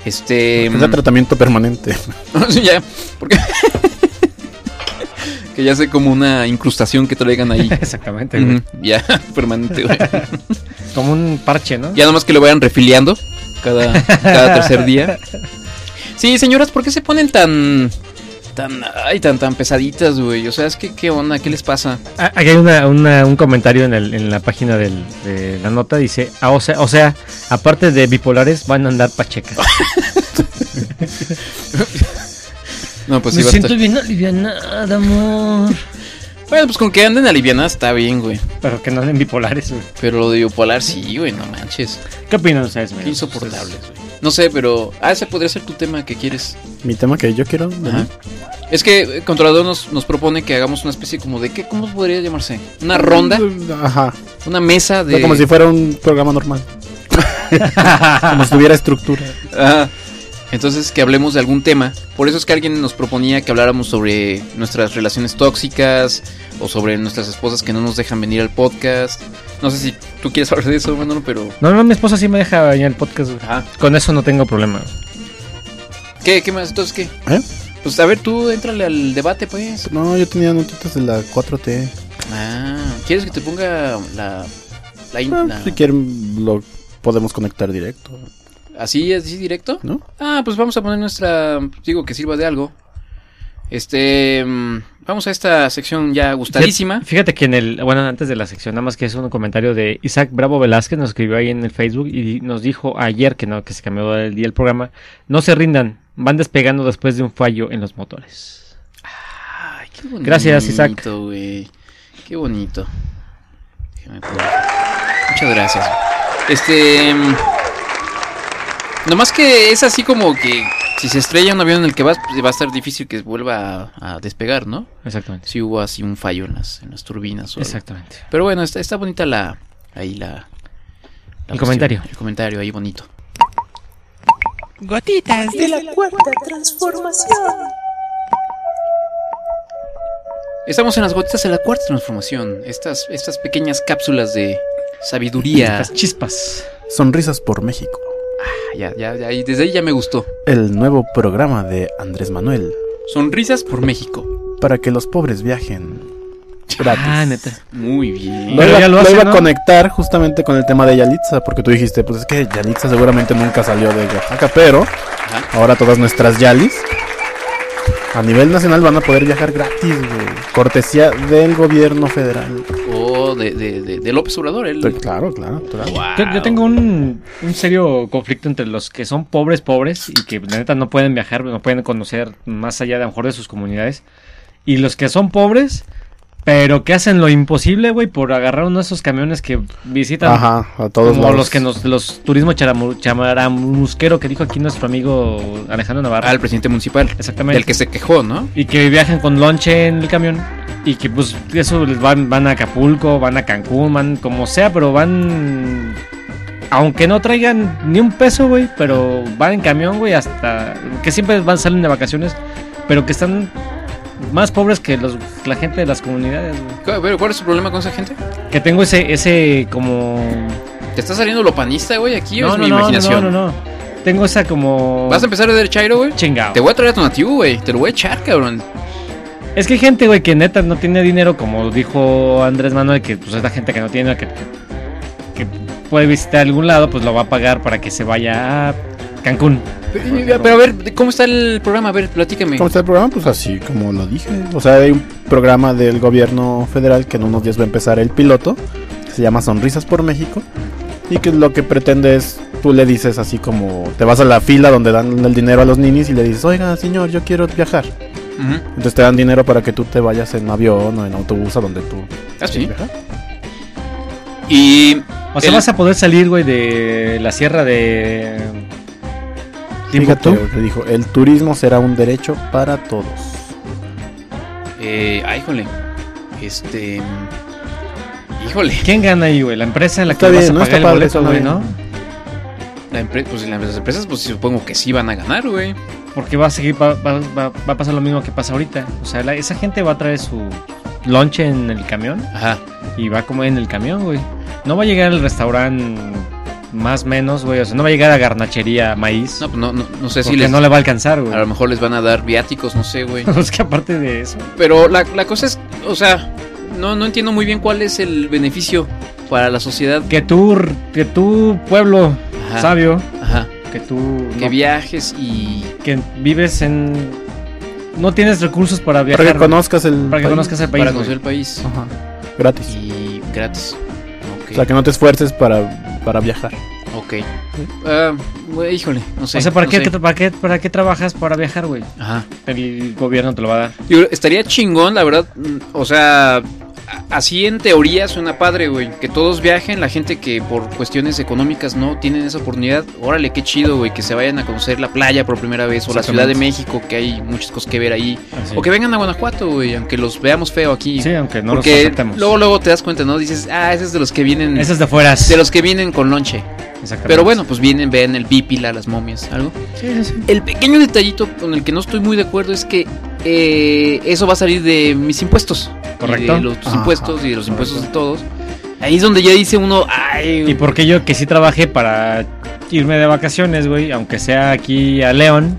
S2: Este.
S1: Pues
S3: Es de tratamiento permanente.
S2: Sí, ya, porque. que ya sé como una incrustación que traigan ahí.
S1: Exactamente, güey.
S2: Ujú, Ya, permanente, güey.
S1: Como un parche, ¿no?
S2: Ya nomás que lo vayan refiliando cada, cada tercer día. Sí, señoras, ¿por qué se ponen tan. tan. ay, tan, tan pesaditas, güey? O sea, es que, ¿qué onda? ¿Qué les pasa?
S1: Ah, Aquí hay una- una- un comentario en, el- en la página del- de la nota. Dice, ah, o, sea, o sea, aparte de bipolares, van a andar pachecas.
S2: Ah, No, pues sí, va a estar-
S1: bien alivianada, amor.
S2: Bueno, pues con que anden alivianas está bien, güey.
S1: Pero que no anden bipolares, güey.
S2: Pero lo de bipolar sí, güey, no manches.
S1: ¿Qué opinan ustedes,
S2: Qué
S1: men?
S2: insoportables, güey. No sé, pero. Ah, ese podría ser tu tema que quieres.
S3: Mi tema que yo quiero.
S2: Ajá. Es que eh, Controlador nos, nos propone que hagamos una especie como de qué, ¿cómo podría llamarse? Una ronda,
S3: Ajá.
S2: una mesa de.
S3: Como si fuera un programa normal. como si tuviera estructura.
S2: Ajá. Entonces que hablemos de algún tema. Por eso es que alguien nos proponía que habláramos sobre nuestras relaciones tóxicas o sobre nuestras esposas que no nos dejan venir al podcast. No sé si tú quieres hablar de eso, Manolo, pero
S1: No, no, mi esposa sí me deja venir al podcast, güey.
S2: Ajá.
S1: Con eso no tengo problema.
S2: ¿qué, qué más? Entonces qué.
S3: ¿Eh?
S2: Pues a ver, tú entrale al debate, pues.
S3: No, yo tenía notitas de la 4T.
S2: Ah, ¿quieres que te ponga la, la, in-
S3: Ah,
S2: la-
S3: Si quieren, lo podemos conectar directo,
S2: así, así directo?
S3: ¿no?
S2: Ah, pues vamos a poner nuestra. Digo que sirva de algo. Este. mm, Vamos a esta sección ya gustadísima.
S1: Fíjate que en el, bueno, antes de la sección, nada más que es un comentario de Isaac Bravo Velázquez, nos escribió ahí en el Facebook y nos dijo ayer que no, que se cambió el día el programa. No se rindan, van despegando después de un fallo en los motores.
S2: Ay, qué bonito.
S1: Gracias, Isaac.
S2: güey. Qué bonito. Déjame poner- Muchas gracias. Este. mm, Nomás que es así como que si se estrella un avión en el que vas, pues va a estar difícil que vuelva a, a despegar, ¿no?
S1: Exactamente.
S2: Si hubo así un fallo en las, en las turbinas. O algo.
S1: Exactamente.
S2: Pero bueno, está, está bonita la. Ahí la. la cuestión.
S1: comentario.
S2: El comentario ahí bonito.
S8: Gotitas de la cuarta transformación.
S2: Estamos en las gotitas de la cuarta transformación. Estas, estas pequeñas cápsulas de sabiduría.
S1: Las chispas.
S3: Sonrisas por México.
S2: Ah, Ya, ya, ya, y desde ahí ya me gustó.
S3: El nuevo programa de Andrés Manuel.
S2: Sonrisas por México.
S3: Para que los pobres viajen. Gratis.
S1: Ah, neta.
S2: Muy bien.
S3: Lo
S1: Pero
S3: iba,
S1: ya lo
S3: lo
S1: hace,
S3: iba
S1: ¿no?
S3: a conectar justamente con el tema de Yalitza, porque tú dijiste, pues es que Yalitza seguramente nunca salió de Oaxaca, pero
S2: Ajá.
S3: ahora todas nuestras Yalis a nivel nacional van a poder viajar gratis, güey. Cortesía del gobierno federal.
S2: O de, de, de, de López Obrador, él.
S3: Claro, claro, claro.
S2: Wow.
S1: Yo, yo tengo un, un serio conflicto entre los que son pobres, pobres y que la neta no pueden viajar, no pueden conocer más allá de a lo mejor de sus comunidades. Y los que son pobres, pero que hacen lo imposible, güey, por agarrar uno de esos camiones que visitan.
S3: Ajá, a todos
S1: como
S3: lados.
S1: los que nos, los turismo charamu- chamaramusquero que dijo aquí nuestro amigo Alejandro Navarro.
S2: Al presidente municipal.
S1: Exactamente.
S2: Del que se quejó, ¿no?
S1: y que viajan con lonche en el camión y que pues eso les van van a Acapulco, van a Cancún, van como sea, pero van aunque no traigan ni un peso, güey, pero van en camión, güey, hasta que siempre van salen de vacaciones, pero que están más pobres que los la gente de las comunidades, güey.
S2: ¿Cu- pero ¿Cuál es su problema con esa gente?
S1: Que tengo ese ese como
S2: ¿Te está saliendo lo panista, güey, aquí o es mi imaginación?
S1: no, no, no. Tengo esa como
S2: ¿Vas a empezar a ver Chairo, güey?
S1: chingado.
S2: Te voy a traer a tu nativo, güey. Te lo voy a echar, cabrón.
S1: Es que hay gente, güey, que neta no tiene dinero, como dijo Andrés Manuel, que pues es la gente que no tiene, que, que- que puede visitar algún lado, pues lo va a pagar para que se vaya a Cancún.
S2: Pero pero a ver, ¿cómo está el programa? A ver, platícame.
S3: ¿Cómo está el programa? Pues así como lo dije. O sea, hay un programa del gobierno federal que en unos días va a empezar el piloto. que se llama Sonrisas por México. Y que lo que pretende es, tú le dices así como, te vas a la fila donde dan el dinero a los ninis y le dices, oiga, señor, yo quiero viajar.
S2: Ujú.
S3: Entonces te dan dinero para que tú te vayas en avión o en autobús a donde tú
S2: Ah, sí.
S3: viajar.
S2: Y
S1: O sea,
S2: El-
S1: vas a poder salir, güey, de la sierra de.
S3: Fíjate,
S1: Timbuktu.
S3: le dijo, el turismo será un derecho para todos.
S2: Eh, ay, híjole. Este. Híjole.
S1: ¿Quién gana ahí, güey? La empresa en la que
S3: Está
S1: vas
S3: bien,
S1: a
S3: ¿no?
S1: pagar
S3: Está
S1: el
S3: padre,
S1: boleto,
S3: suena
S1: güey,
S3: bien.
S1: ¿no?
S2: La empre- pues, las empresas, pues supongo que sí van a ganar, güey.
S1: Porque va a seguir, va, va- va- va a pasar lo mismo que pasa ahorita. O sea, la- esa gente va a traer su lonche en el camión.
S2: Ajá.
S1: y va a comer en el camión, güey. No va a llegar al restaurante más menos, güey. O sea, no va a llegar a garnachería maíz.
S2: No,
S1: No,
S2: pues no, no, no sé
S1: porque
S2: si les.
S1: no le va a alcanzar,
S2: A lo
S1: güey.
S2: mejor les van a dar viáticos, no sé, güey.
S1: Es que aparte de eso.
S2: Pero la, la cosa es, o sea, no, no entiendo muy bien cuál es el beneficio para la sociedad.
S1: Que tú, que tú, pueblo
S2: Ajá.
S1: sabio,
S2: Ajá.
S1: que tú
S2: Que
S1: no-
S2: viajes y.
S1: que vives en. No tienes recursos para viajar.
S3: Para que
S1: güey.
S3: conozcas el
S1: Para que
S3: país.
S1: conozcas el país.
S2: para
S1: güey.
S2: conocer el país.
S3: Ajá, gratis.
S2: Y gratis. Ok.
S3: O sea, que no te esfuerces para, para viajar.
S2: ok. Ah, güey, híjole, no sé.
S1: o sea, ¿para,
S2: no
S1: qué,
S2: sé.
S1: ¿para, qué, ¿para qué trabajas para viajar, güey?
S2: Ajá.
S1: El gobierno te lo va a dar.
S2: Digo, estaría chingón, la verdad. mm, O sea, a- así en teoría suena padre, güey. Que todos viajen, la gente que por cuestiones económicas no tienen esa oportunidad. Órale, qué chido, güey. Que se vayan a conocer la playa por primera vez o la Ciudad de México, que hay muchas cosas que ver ahí. O que vengan a Guanajuato, güey, aunque los veamos feo aquí.
S1: Sí, aunque no los
S2: porque
S1: aceptemos.
S2: luego, luego te das cuenta, ¿no? Dices, ah, ese es de los que vienen.
S1: Esas de afuera.
S2: De los que vienen con lonche. Pero bueno, pues vienen, ven el bípila, las momias, algo.
S1: Sí, sí, sí.
S2: El pequeño detallito con el que no estoy muy de acuerdo es que eh, eso va a salir de mis impuestos.
S1: Correcto.
S2: Y De los, tus
S3: Ajá,
S2: impuestos y de los impuestos de todos. Ahí es donde ya dice uno, ay,
S1: Y porque yo que sí trabajé para irme de vacaciones, güey, aunque sea aquí a León,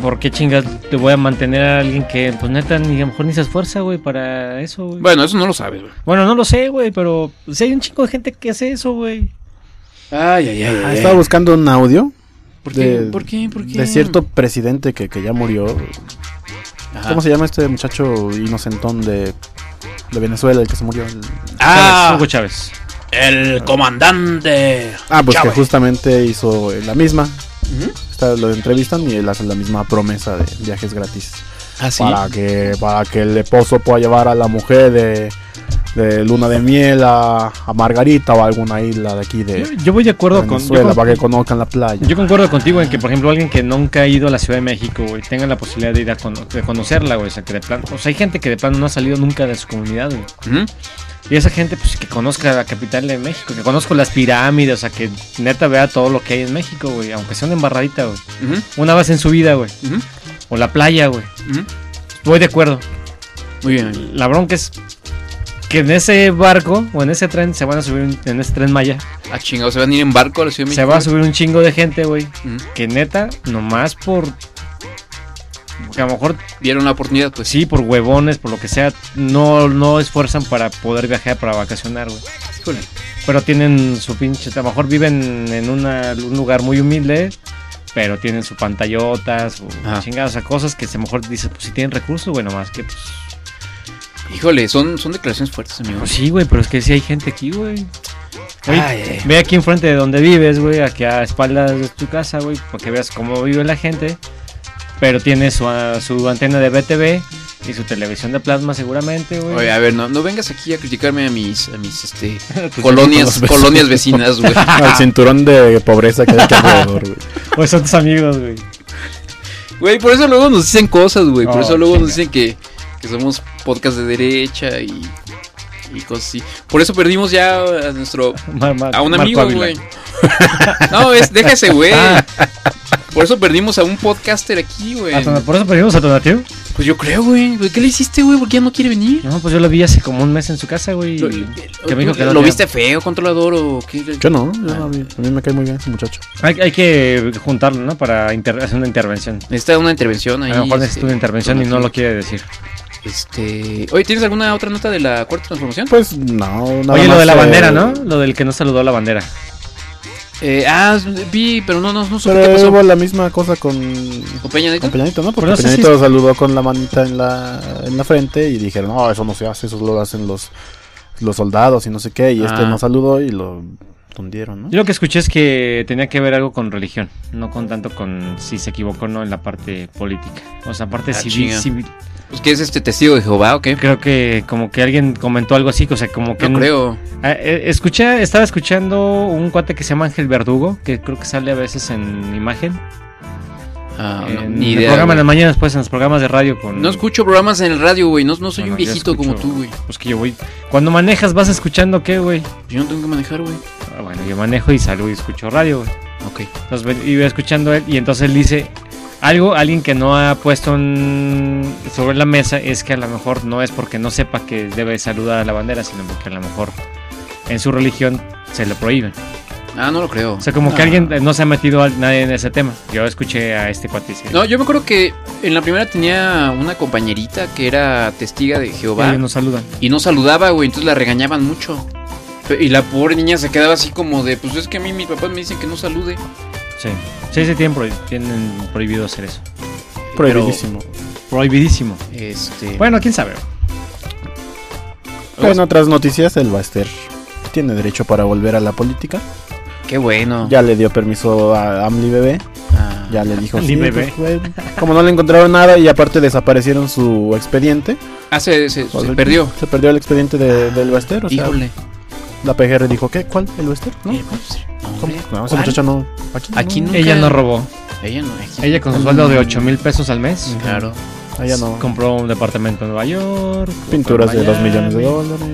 S1: ¿por qué chingas te voy a mantener a alguien que, pues neta, ni a lo mejor ni se esfuerza, güey, para eso, güey?
S2: Bueno, eso no lo sabes, güey.
S1: Bueno, no lo sé, güey, pero si hay un chingo de gente que hace eso, güey.
S2: Ay, ay, ay.
S3: Ah, Estaba buscando un audio
S2: ¿Por,
S3: de-
S2: qué? ¿Por qué? ¿Por qué?
S3: de cierto presidente que, que ya murió.
S2: Ajá.
S3: ¿Cómo se llama este muchacho inocentón de, de Venezuela, el que se murió? El-
S1: Chávez,
S2: Ah,
S1: Hugo Chávez.
S2: el comandante.
S3: Ah, pues
S2: Chávez.
S3: que justamente hizo eh, la misma.
S2: Ujú.
S3: Está- lo entrevistan y él hace la misma promesa de viajes gratis.
S2: Ah, sí.
S3: Para que para que el esposo pueda llevar a la mujer de de luna de miel a, a Margarita o a alguna isla de aquí de
S1: Yo, yo voy de acuerdo con. Yo,
S3: Venezuela
S1: con-
S3: para que conozcan la playa.
S1: yo concuerdo contigo en que, por ejemplo, alguien que nunca ha ido a la Ciudad de México, güey, tenga la posibilidad de ir a cono- de conocerla, güey. O sea, que de plano. O sea, hay gente que de plano no ha salido nunca de su comunidad, güey.
S2: Ujú.
S1: Y esa gente, pues, que conozca la capital de México, que conozca las pirámides, o sea, que neta vea todo lo que hay en México, güey. Aunque sea una embarradita, güey.
S2: Ujú.
S1: Una vez en su vida, güey.
S2: Ujú.
S1: O la playa, güey.
S2: Ujú.
S1: Voy de acuerdo.
S2: Muy bien.
S1: La bronca es que en ese barco o en ese tren se van a subir, un- en ese tren maya,
S2: Ah, chingado, se van a ir en barco a la Ciudad de
S1: se
S2: México.
S1: va a subir un chingo de gente, güey.
S2: Ujú.
S1: Que neta, nomás por. Que a lo mejor,
S2: Vieron la oportunidad, pues
S1: pues sí, por huevones, por lo que sea, no, no esfuerzan para poder viajar, para vacacionar, güey.
S2: Híjole.
S1: Pero tienen su pinche. A lo mejor viven en una- un lugar muy humilde, pero tienen su pantallota, su
S2: Ajá.
S1: chingada, o sea, cosas que a lo mejor dices, pues si tienen recursos, güey, nomás que. Pues,
S2: Híjole, son, son declaraciones fuertes, amigos.
S1: pues sí, güey, pero es que sí hay gente aquí, güey. Oye,
S2: Ay, ay, ay.
S1: Ve aquí enfrente de donde vives, güey, aquí a espaldas de tu casa, güey, para que veas cómo vive la gente. Pero tiene su, ah, su antena de BTV y su televisión de plasma seguramente,
S2: Oye,
S1: güey.
S2: a ver, no, no vengas aquí a criticarme a mis, a mis este,
S1: Pues
S2: colonias,
S3: vecinos.
S2: colonias vecinas, güey.
S3: Al cinturón de pobreza que hay aquí alrededor, güey.
S1: Pues son tus amigos, güey.
S2: Güey, por eso luego nos dicen cosas, güey. Por
S1: Oh,
S2: eso luego nos
S1: chinga.
S2: dicen que, que somos podcast de derecha y, y cosas así. Por eso perdimos ya a nuestro
S1: Mar- Mar-
S2: a un
S1: Marco
S2: amigo,
S1: Ávila.
S2: güey. No, es déjese, güey.
S1: Ah.
S2: Por eso perdimos a un podcaster aquí, güey.
S1: ¿A Tona- ¿Por eso perdimos a Tonatiuh?
S2: Pues yo creo, güey. Güey, ¿Qué le hiciste, güey? ¿Por qué ya no quiere venir?
S1: No, pues yo lo vi hace como un mes en su casa, güey.
S2: Lo-
S1: Que me dijo que no
S2: ¿Lo
S1: tenía-
S2: viste feo, controlador o qué?
S3: Yo no, yo no, a mí a mí me cae muy bien ese muchacho.
S1: Hay, hay que juntarlo, ¿no? Para inter- hacer una intervención.
S2: Necesita una intervención
S1: A
S2: ahí.
S1: lo mejor
S2: este,
S1: necesita una intervención y no lo quiere decir.
S2: Este. Oye, ¿tienes alguna otra nota de la cuarta transformación?
S3: Pues no, nada
S1: Oye, lo
S3: más,
S1: de la
S3: eh,
S1: bandera, ¿no? Lo del que no saludó a la bandera.
S2: Eh, ah, vi, pero no, no, no supe qué
S3: Pero
S2: pasó.
S3: hubo la misma cosa con,
S2: ¿Con Peña Nieto?
S3: con Peñanito, ¿no?
S1: Pero Pues
S3: Porque
S1: no sé
S3: Peñanito saludó con la manita en la, en la frente y dijeron, no, eso no se hace, eso lo hacen los, los soldados y no sé qué. Y este
S2: Ah.
S3: no saludó y lo hundieron, ¿no?
S1: Yo lo que escuché es que tenía que ver algo con religión, no con tanto con si se equivocó o no en la parte política. O sea, parte
S2: Ah,
S1: civil,
S2: chinga.
S1: civil.
S2: Pues que es este testigo de Jehová, ¿o qué?
S1: Creo que como que alguien comentó algo así, o sea, como que...
S2: No creo.
S1: Ah, eh, Escuché, estaba escuchando un cuate que se llama Ángel Verdugo, que creo que sale a veces en imagen.
S2: Ah, no,
S1: Eh, en
S2: ni
S1: el
S2: idea.
S1: programa en las
S2: güey.
S1: mañanas, pues, en los programas de radio con...
S2: No escucho programas en el radio, güey. No, no soy
S1: Bueno,
S2: un
S1: yo
S2: viejito como
S1: escucho-
S2: tú, güey.
S1: Pues que yo voy... Cuando manejas, ¿vas escuchando qué, güey?
S2: Yo no tengo que manejar, güey.
S1: Ah, bueno, yo manejo y salgo y escucho radio, güey.
S2: Ok.
S1: Entonces ven- iba escuchando él y entonces él dice algo, alguien que no ha puesto en- sobre la mesa es que a lo mejor no es porque no sepa que debe saludar a la bandera, sino porque a lo mejor en su religión se lo prohíben.
S2: Ah, no lo creo.
S1: O sea, como que alguien eh, no se ha metido al- nadie en ese tema. Yo escuché a este cuate decir,
S2: No, yo me acuerdo que en la primera tenía una compañerita que era testiga de Jehová
S1: ellos no saludan.
S2: y no saludaba, güey. Entonces la regañaban mucho. Fe- Y la pobre niña se quedaba así como de, pues es que a mí mis papás me dicen que no salude.
S1: Sí, sí, sí, tienen, prohi- tienen prohibido hacer eso.
S3: Prohibidísimo.
S1: Prohibidísimo.
S2: Este.
S1: Bueno, quién sabe.
S3: en otras noticias, el Baster tiene derecho para volver a la política.
S2: qué bueno.
S3: Ya le dio permiso a Amli Bebé.
S2: Ah.
S3: Ya le dijo
S1: Amli
S3: sí,
S1: Bebé".
S3: pues, güey. Como no le encontraron nada y aparte desaparecieron su expediente.
S2: Ah, se, se- se
S3: O sea,
S2: perdió.
S3: Pues Se perdió el expediente de- del Baster. O sea,
S2: Híjole.
S3: la PGR dijo, ¿qué? ¿Cuál? ¿El Baster? ¿No?
S2: Eh, pues,
S3: ¿Cómo?
S2: hombre,
S3: No, esa
S2: ¿cuál?
S3: muchacha no. Aquí,
S2: Aquí no.
S1: Ella no
S2: Nunca-
S1: robó.
S2: Ella no. aquí-
S1: Ella con su sueldo de 8 mil pesos al mes.
S2: Claro.
S3: Allá no.
S1: Compró un departamento en Nueva York.
S3: Pinturas de 2
S1: 2
S3: millones de dólares.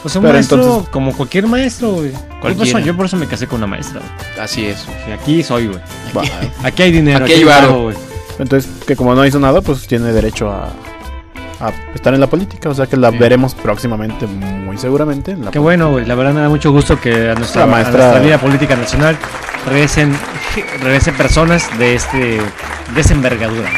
S1: Pues un
S3: Pero
S1: maestro,
S3: entonces-
S1: como cualquier maestro, güey. Yo por, eso,
S2: Cualquiera.
S1: yo por eso me casé con una maestra. güey.
S2: Así es.
S1: Y Aquí soy, güey.
S3: Va.
S1: Aquí hay dinero.
S2: Aquí hay varo.
S1: pago, güey.
S3: Entonces, que como no hizo nada, pues tiene derecho a, a estar en la política. O sea que la
S2: Sí.
S3: veremos próximamente, muy seguramente. En la
S1: Qué bueno, güey. La verdad me da mucho gusto que a nuestra,
S3: La maestra-
S1: a nuestra vida política nacional regresen, regresen personas de este de esa envergadura.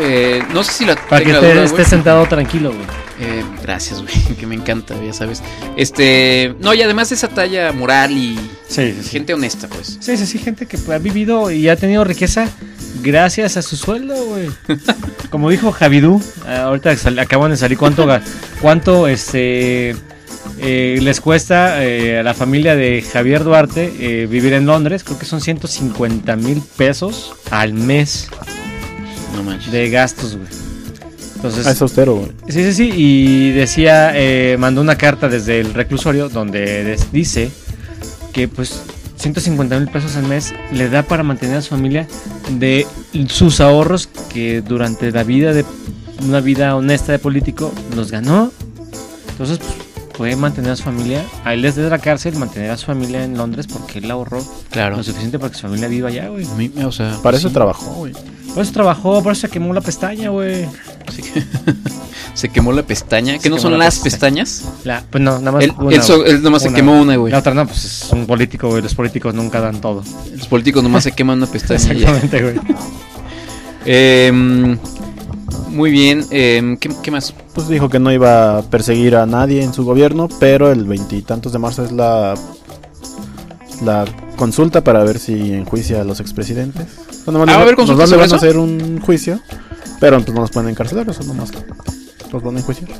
S2: Eh, no sé si la
S1: Para que
S2: tenga
S1: te-
S2: duda, güey.
S1: estés sentado tranquilo, güey.
S2: Eh, gracias, güey. Que me encanta, ya sabes. Este. No, y además esa talla moral y.
S1: Sí, sí,
S2: Gente honesta, pues.
S1: Sí, sí, sí, gente que ha vivido y ha tenido riqueza gracias a su sueldo, güey. Como dijo Javidú, eh, ahorita sal- acaban de salir cuánto, ga- cuánto este, eh, les cuesta eh, a la familia de Javier Duarte eh, vivir en Londres. Creo que son 150 mil pesos al mes
S2: No manches.
S1: de gastos, güey. Entonces,
S3: Ah, es austero, güey.
S1: Sí, sí, sí. Y decía, eh, mandó una carta desde el reclusorio donde des- dice que pues 150 mil pesos al mes le da para mantener a su familia de sus ahorros que durante la vida de una vida honesta de político los ganó. Entonces pues, puede mantener a su familia, a él desde la cárcel, mantener a su familia en Londres porque él ahorró
S2: Claro.
S1: lo suficiente para que su familia viva allá, güey.
S2: A mí, o sea,
S3: Para eso
S2: sí.
S3: trabajó, güey.
S1: Por eso trabajó, por eso se quemó la pestaña, güey.
S2: Sí. se quemó la pestaña.
S1: Se
S2: Que no
S1: quemó
S2: son
S1: la
S2: las
S1: pestaña.
S2: pestañas.
S1: La, pues no, nada más.
S2: Él,
S1: una,
S2: él so-
S1: güey.
S2: él nomás se
S1: Una,
S2: quemó una, güey.
S1: La otra no, pues es un político, güey. Los políticos nunca dan todo.
S2: Los políticos nomás se queman una pestaña. y ya.
S1: Exactamente, güey.
S2: Eh, mm, muy bien. eh, ¿qué, qué más?
S3: Pues dijo que no iba a perseguir a nadie en su gobierno, pero el veintitantos de marzo es la la consulta para ver si enjuicia a los expresidentes. Bueno,
S2: Ah, ¿va a haber
S3: nos
S2: consulta
S3: van, le
S2: sobre
S3: van
S2: eso?
S3: a hacer un juicio, pero pues no los pueden encarcelar, eso nomás los van a enjuiciar.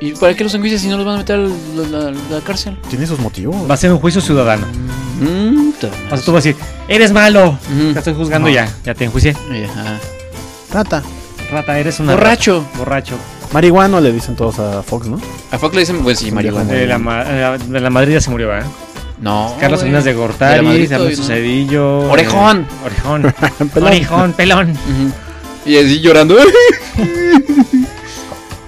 S2: ¿Y para qué los enjuicias si no los van a meter a la, la- la cárcel?
S3: Tiene sus motivos.
S1: Va a ser un juicio ciudadano.
S2: Mm, ta-
S1: O sea, tú vas a decir, eres malo.
S2: Ujú.
S1: Te estoy juzgando
S3: No.
S1: ya. Ya te enjuicié.
S2: Ajá.
S3: Rata,
S1: Rata, eres una.
S2: Borracho.
S1: rata. Borracho.
S3: marihuano le dicen todos a Fox, ¿no?
S2: A Fox le dicen, pues sí,
S3: Sí,
S2: marihuana.
S1: De la, ma- eh, la- de la Madrid ya se murió, ¿verdad?
S2: No.
S1: Carlos
S2: güey.
S1: Salinas de
S2: De la Madrid
S1: Gortari,
S2: todavía
S1: Ernesto
S2: no.
S1: Cedillo. eh,
S2: Orejón. Mm.
S1: orejón.
S3: Pelón.
S1: Orejón, pelón.
S2: Ujú. Y así llorando.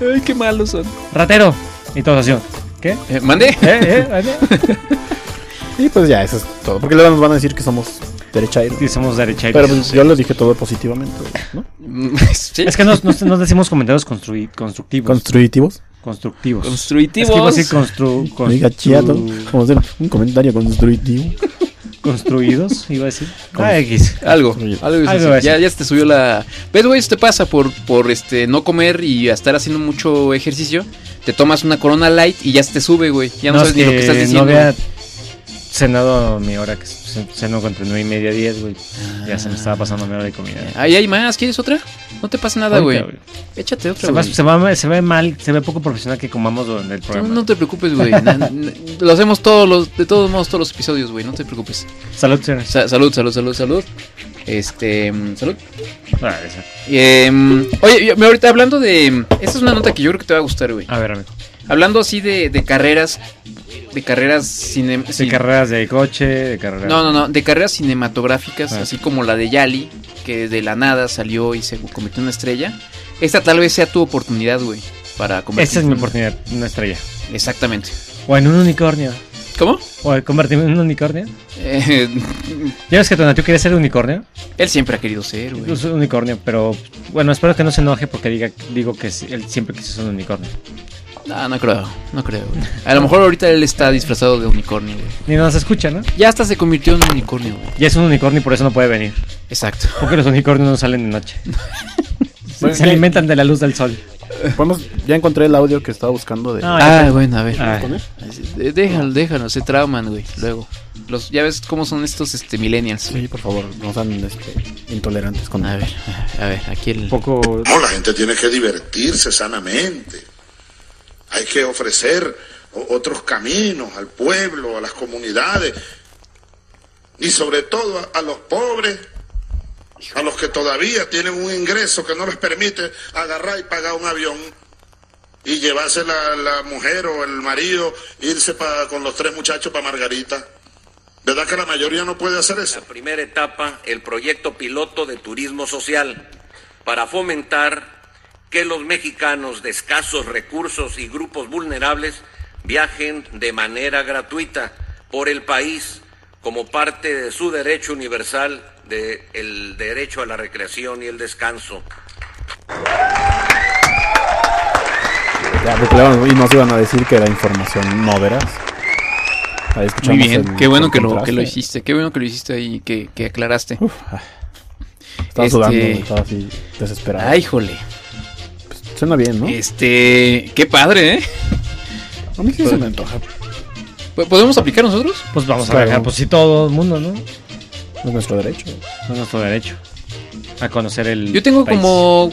S2: Ay, qué malos son.
S1: Ratero. Y todo así. ¿Qué? ¿Eh?
S2: Eh, ¿Mande?
S1: ¿Eh? ¿Eh?
S3: Y pues ya, eso es todo. Porque luego nos van a decir que somos derecha
S1: Sí, somos derecha
S3: Pero pues, yo les dije todo positivamente, ¿no?
S2: sí.
S1: Es que nos, nos, nos decimos comentarios construi- constructivos.
S3: Constructivos.
S1: constructivos.
S2: Constructivos.
S1: Es que iba a decir constru-
S3: Oiga,
S1: constru-
S3: chido. Vamos a hacer un comentario constructivo.
S1: construidos, iba a decir. Ah, X.
S2: Algo,
S3: Construido.
S2: algo es
S1: Algo
S2: así.
S1: así.
S2: Ya, ya se te subió la. ¿Ves, güey? Eso te pasa por, por este no comer y estar haciendo mucho ejercicio. Te tomas una corona light y ya se te sube, güey. Ya no,
S1: es
S2: sabes ni lo que estás diciendo.
S1: No había cenado mi hora, que c- cenó entre 9 y media 10, güey. Ya
S2: Ah.
S1: se me estaba pasando mi hora de comida.
S2: Ahí hay más. ¿Quieres otra? No te pasa Ah, nada,
S1: Ahorita,
S2: güey.
S1: güey.
S2: Échate otra,
S1: Se, va-
S2: güey.
S1: se va- se ve mal, se ve poco profesional que comamos durante el
S2: No,
S1: programa.
S2: no te preocupes, güey. Na- na- lo hacemos todos los, de todos modos, todos los episodios, güey. No te preocupes.
S1: Salud, señores.
S2: Sa- salud, salud, salud, salud. Este, mm, salud.
S1: Ah, esa.
S2: Em, oye, yo- me ahorita hablando de. Esta es una nota que yo creo que te va a gustar, güey.
S1: A ver, amigo.
S2: Hablando así de, de carreras. De carreras cine.
S1: De carreras de coche, de carreras.
S2: No, no, no. De carreras cinematográficas,
S1: Ah.
S2: así como la de Yali, que de la nada salió y se convirtió en una estrella. Esta tal vez sea tu oportunidad, güey. Para convertirte
S1: Esta es mi
S2: en-
S1: oportunidad, una estrella.
S2: Exactamente.
S1: O en un unicornio.
S2: ¿Cómo?
S1: O convertirme en un unicornio.
S2: Eh,
S1: ¿Ya ves que Tonatio quiere ser unicornio?
S2: él siempre ha querido ser, güey.
S1: Es un unicornio, pero bueno, espero que no se enoje porque diga, digo que sí, él siempre quiso ser un unicornio.
S2: No, no creo. No creo, güey. A lo mejor ahorita él está disfrazado de unicornio, güey.
S1: Ni nos escucha, ¿no?
S2: Ya hasta se convirtió en un unicornio, güey.
S1: Ya es un unicornio y por eso no puede venir.
S2: Exacto.
S1: Porque los unicornios no salen de noche. se alimentan de la luz del sol.
S3: Podemos- ya encontré el audio que estaba buscando de.
S1: Ah,
S2: Ah, bueno, a ver.
S1: Ah.
S2: Eh, Déjalo, déjalo, se trauman, güey. Luego. Los, ya ves cómo son estos este, millennials.
S3: Sí, por favor, no sean este, intolerantes con.
S2: A ver, a ver, aquí el.
S1: un poco.
S9: No, la gente tiene que divertirse sanamente. Hay que ofrecer o- otros caminos al pueblo, a las comunidades y sobre todo a, a los pobres, a los que todavía tienen un ingreso que no les permite agarrar y pagar un avión y llevarse la, la mujer o el marido, irse pa- con los tres muchachos para Margarita. ¿Verdad que la mayoría no puede hacer eso?
S10: La primera etapa, el proyecto piloto de turismo social, para fomentar que los mexicanos de escasos recursos y grupos vulnerables viajen de manera gratuita por el país como parte de su derecho universal del derecho a la recreación y el descanso.
S3: Ya, porque le van- y nos iban a decir que era información no veraz. Ahí
S2: Muy
S3: escuchamos
S2: bien,
S3: el-
S2: qué bueno
S3: el
S2: que lo,
S3: contraste.
S2: que lo hiciste, qué bueno que lo hiciste ahí, que, que aclaraste.
S3: Uf, ah, estaba
S2: Este-
S3: sudando, güey, estaba así desesperado.
S2: Ay, jole.
S3: Suena bien, ¿no?
S2: Este, qué padre, ¿eh?
S3: A mí
S2: pues,
S3: sí se me antoja.
S2: ¿Po- ¿Podemos aplicar nosotros?
S1: Pues vamos a
S3: Claro.
S1: viajar, pues sí, todo el mundo, ¿no? Es
S3: Es nuestro derecho.
S1: nuestro derecho a conocer el.
S2: Yo tengo
S1: país.
S2: como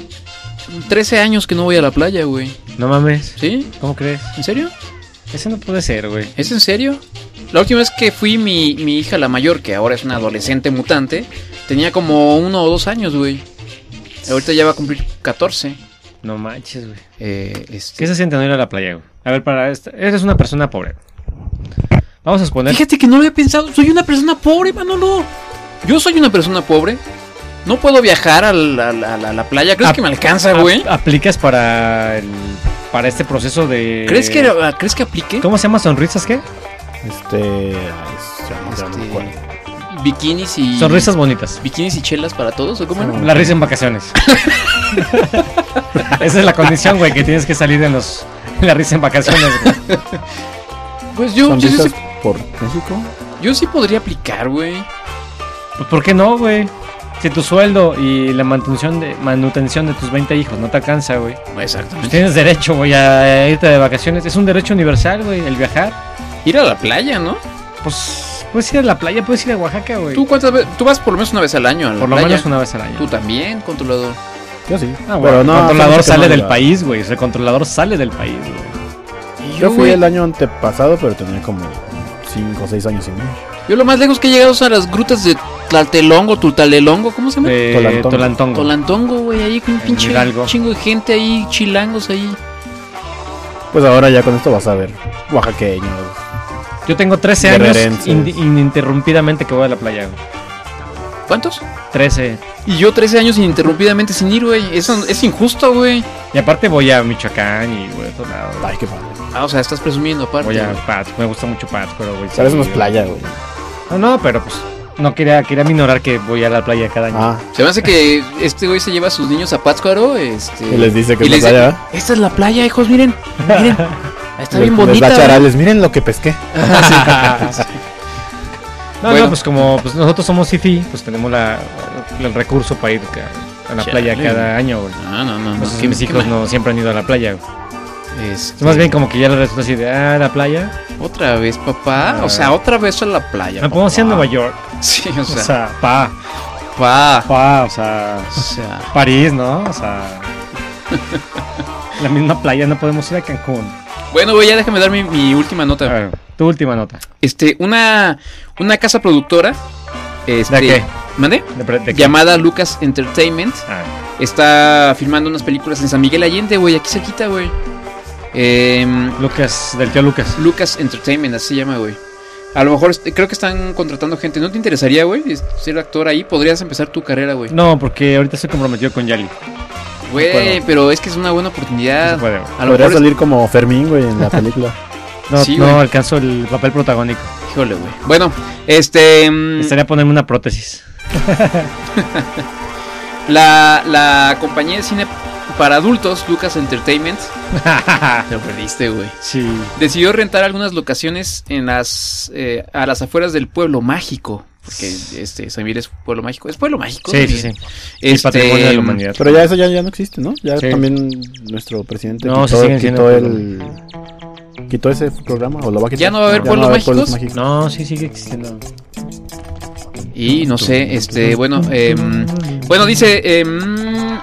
S2: 13 años que no voy a la playa, güey.
S1: No mames.
S2: ¿Sí?
S1: ¿Cómo crees?
S2: ¿En serio?
S1: Ese no puede ser, güey.
S2: ¿Es en serio? La última vez que fui, mi, mi hija, la mayor, que ahora es una adolescente mutante, tenía como uno o dos años, güey. Ahorita ya va a cumplir 14.
S1: No manches, güey.
S2: Eh, este-
S1: ¿Qué se siente no ir a la playa, güey? A ver, para esta. Eres una persona pobre. Vamos a suponer.
S2: Fíjate que no lo había pensado. Soy una persona pobre, Manolo. Yo soy una persona pobre. No puedo viajar a la, a la- a la playa. ¿Crees
S1: Ap-
S2: que me alcanza,
S1: ap-
S2: güey?
S1: aplicas para el- para este proceso de.
S2: ¿Crees que, ah, ¿Crees que aplique?
S1: ¿Cómo se llama? ¿Sonrisas qué?
S3: Este. ay, ya no- ya no
S2: este,
S3: me acuerdo.
S2: Bikinis y.
S1: Sonrisas bonitas.
S2: Bikinis y chelas para todos, ¿o cómo era?
S1: La risa en vacaciones. Esa es la condición, güey, que tienes que salir en los. en La risa en vacaciones, güey.
S2: Pues yo, yo, yo,
S3: Sonrisas
S2: sí,
S3: por México.
S2: yo sí podría aplicar, güey.
S1: Pues, ¿Por qué no, güey? Si tu sueldo y la manutención de, manutención de tus 20 hijos no te alcanza, güey. Pues
S2: Exactamente.
S1: tienes derecho, güey, a irte de vacaciones. Es un derecho universal, güey, el viajar.
S2: Ir a la playa, ¿no?
S1: Pues puedes ir a la playa, puedes ir a Oaxaca, güey.
S2: ¿Tú cuántas veces? Tú vas por lo menos una vez al año a la
S1: Por lo
S2: playa.
S1: menos una vez al año.
S2: Tú también, controlador.
S3: Yo sí.
S1: Ah,
S3: pero
S1: bueno,
S3: no,
S1: el controlador
S3: fíjate que
S1: sale
S3: no
S1: del
S3: iba.
S1: país, güey. O sea, El controlador sale del país, güey.
S3: Yo fui
S2: güey,
S3: el año antepasado, pero tenía como 5 o 6 años sin ir.
S2: yo lo más lejos que he llegado es a las grutas de Tlaltelongo, Tultalelongo, ¿cómo se llama?
S1: De
S3: Tolantongo.
S1: Eh, Tolantongo.
S2: Tolantongo, güey, ahí con un
S1: En
S2: pinche
S1: Hidalgo.
S2: chingo de gente ahí, chilangos ahí.
S3: Pues ahora ya con esto vas a ver oaxaqueños.
S1: Yo tengo 13 años
S3: Guerrerenses.
S1: indi- ininterrumpidamente que voy a la playa, güey.
S2: ¿Cuántos?
S1: 13.
S2: Y yo 13 años ininterrumpidamente sin ir, güey. Eso es injusto, güey.
S1: Y aparte voy a Michoacán y voy a otro lado.
S3: Ay, qué padre.
S2: Ah, o sea, estás presumiendo aparte.
S1: Voy a
S2: güey.
S1: Pats, me gusta mucho Pats, pero güey.
S3: Sabes,
S1: sí,
S3: unos
S1: güey.
S3: playa, güey.
S1: No, no, pero pues no quería, quería minorar que voy a la playa cada año.
S3: Ah,
S2: Se me hace que este güey se lleva a sus niños a Pátzcuaro, este...
S3: y les dice que
S2: y
S3: es la
S2: les dice,
S3: playa, ¿verdad?
S2: Esta es la playa, hijos, miren, miren. Está bien
S3: Les- les
S2: bonita.
S3: da
S2: güey".
S3: charales, miren lo que pesqué. Ah.
S1: no,
S2: bueno.
S1: no, pues como pues, nosotros somos IFI, pues tenemos la, el recurso para ir ca- a la
S2: Chale.
S1: playa cada año, güey.
S2: No, no, no. no.
S1: Entonces
S2: qué-
S1: Pues mis
S2: qué
S1: hijos
S2: mal.
S1: no siempre han ido a la playa, güey. Es
S2: Este,
S1: más bien como que ya les resulta así de, ah, la playa.
S2: Otra vez, papá.
S1: Ah.
S2: O sea, otra vez a la playa.
S1: No podemos ir a
S2: papá.
S1: pues, Nueva York.
S2: Sí, ah, o
S1: O
S2: sea,
S1: sea, pa,
S2: pa.
S1: pa, o sea,
S2: O sea,
S1: París, ¿no? O sea, la misma playa, no podemos ir a Cancún.
S2: bueno, güey, ya déjame dar mi, mi última
S1: A
S2: nota.
S1: ver, tu última nota.
S2: Este, una, una casa productora. Este,
S1: ¿De qué?
S2: ¿Mande?
S1: De pre- de-
S2: Llamada Lucas Entertainment.
S1: Ah,
S2: Está filmando unas películas en San Miguel Allende, güey, aquí cerquita, güey. Em,
S1: Lucas, del tío Lucas.
S2: Lucas Entertainment, así se llama, güey. A lo mejor este, creo que están contratando gente. ¿No te interesaría, güey, es- ser actor ahí? Podrías empezar tu carrera, güey.
S1: No, porque ahorita se comprometió con Yali.
S2: Güey,
S1: puedo.
S2: pero es que es una buena
S1: No se
S2: oportunidad.
S1: puede, güey.
S2: A lo
S3: Podría
S2: mejor es-
S3: salir como Fermín, güey, en la película.
S1: No,
S2: Sí,
S1: no
S2: güey.
S1: alcanzó el papel protagónico.
S2: Híjole, güey. Bueno, este. mm,
S1: Estaría ponerme una prótesis.
S2: La, la compañía de cine para adultos, Lucas Entertainment. Te lo perdiste, güey.
S1: sí.
S2: Decidió rentar algunas locaciones en las eh, a las afueras del pueblo mágico. Porque este San Miguel es pueblo mágico. Es pueblo mágico.
S1: Sí,
S2: San
S1: sí, sí.
S2: Miguel?
S1: El
S2: Este,
S1: patrimonio de la humanidad.
S3: Pero ya eso ya, ya no existe, ¿no? Ya
S1: Sí.
S3: también nuestro presidente
S1: No, sí
S3: quitó,
S1: siguen siendo
S3: quitó el... Quitó ese programa o lo va a quitar.
S2: ¿Ya no va a haber pueblos mágicos?
S1: No, sí sigue existiendo.
S2: Y no sé, este, bueno, em, bueno, dice, em,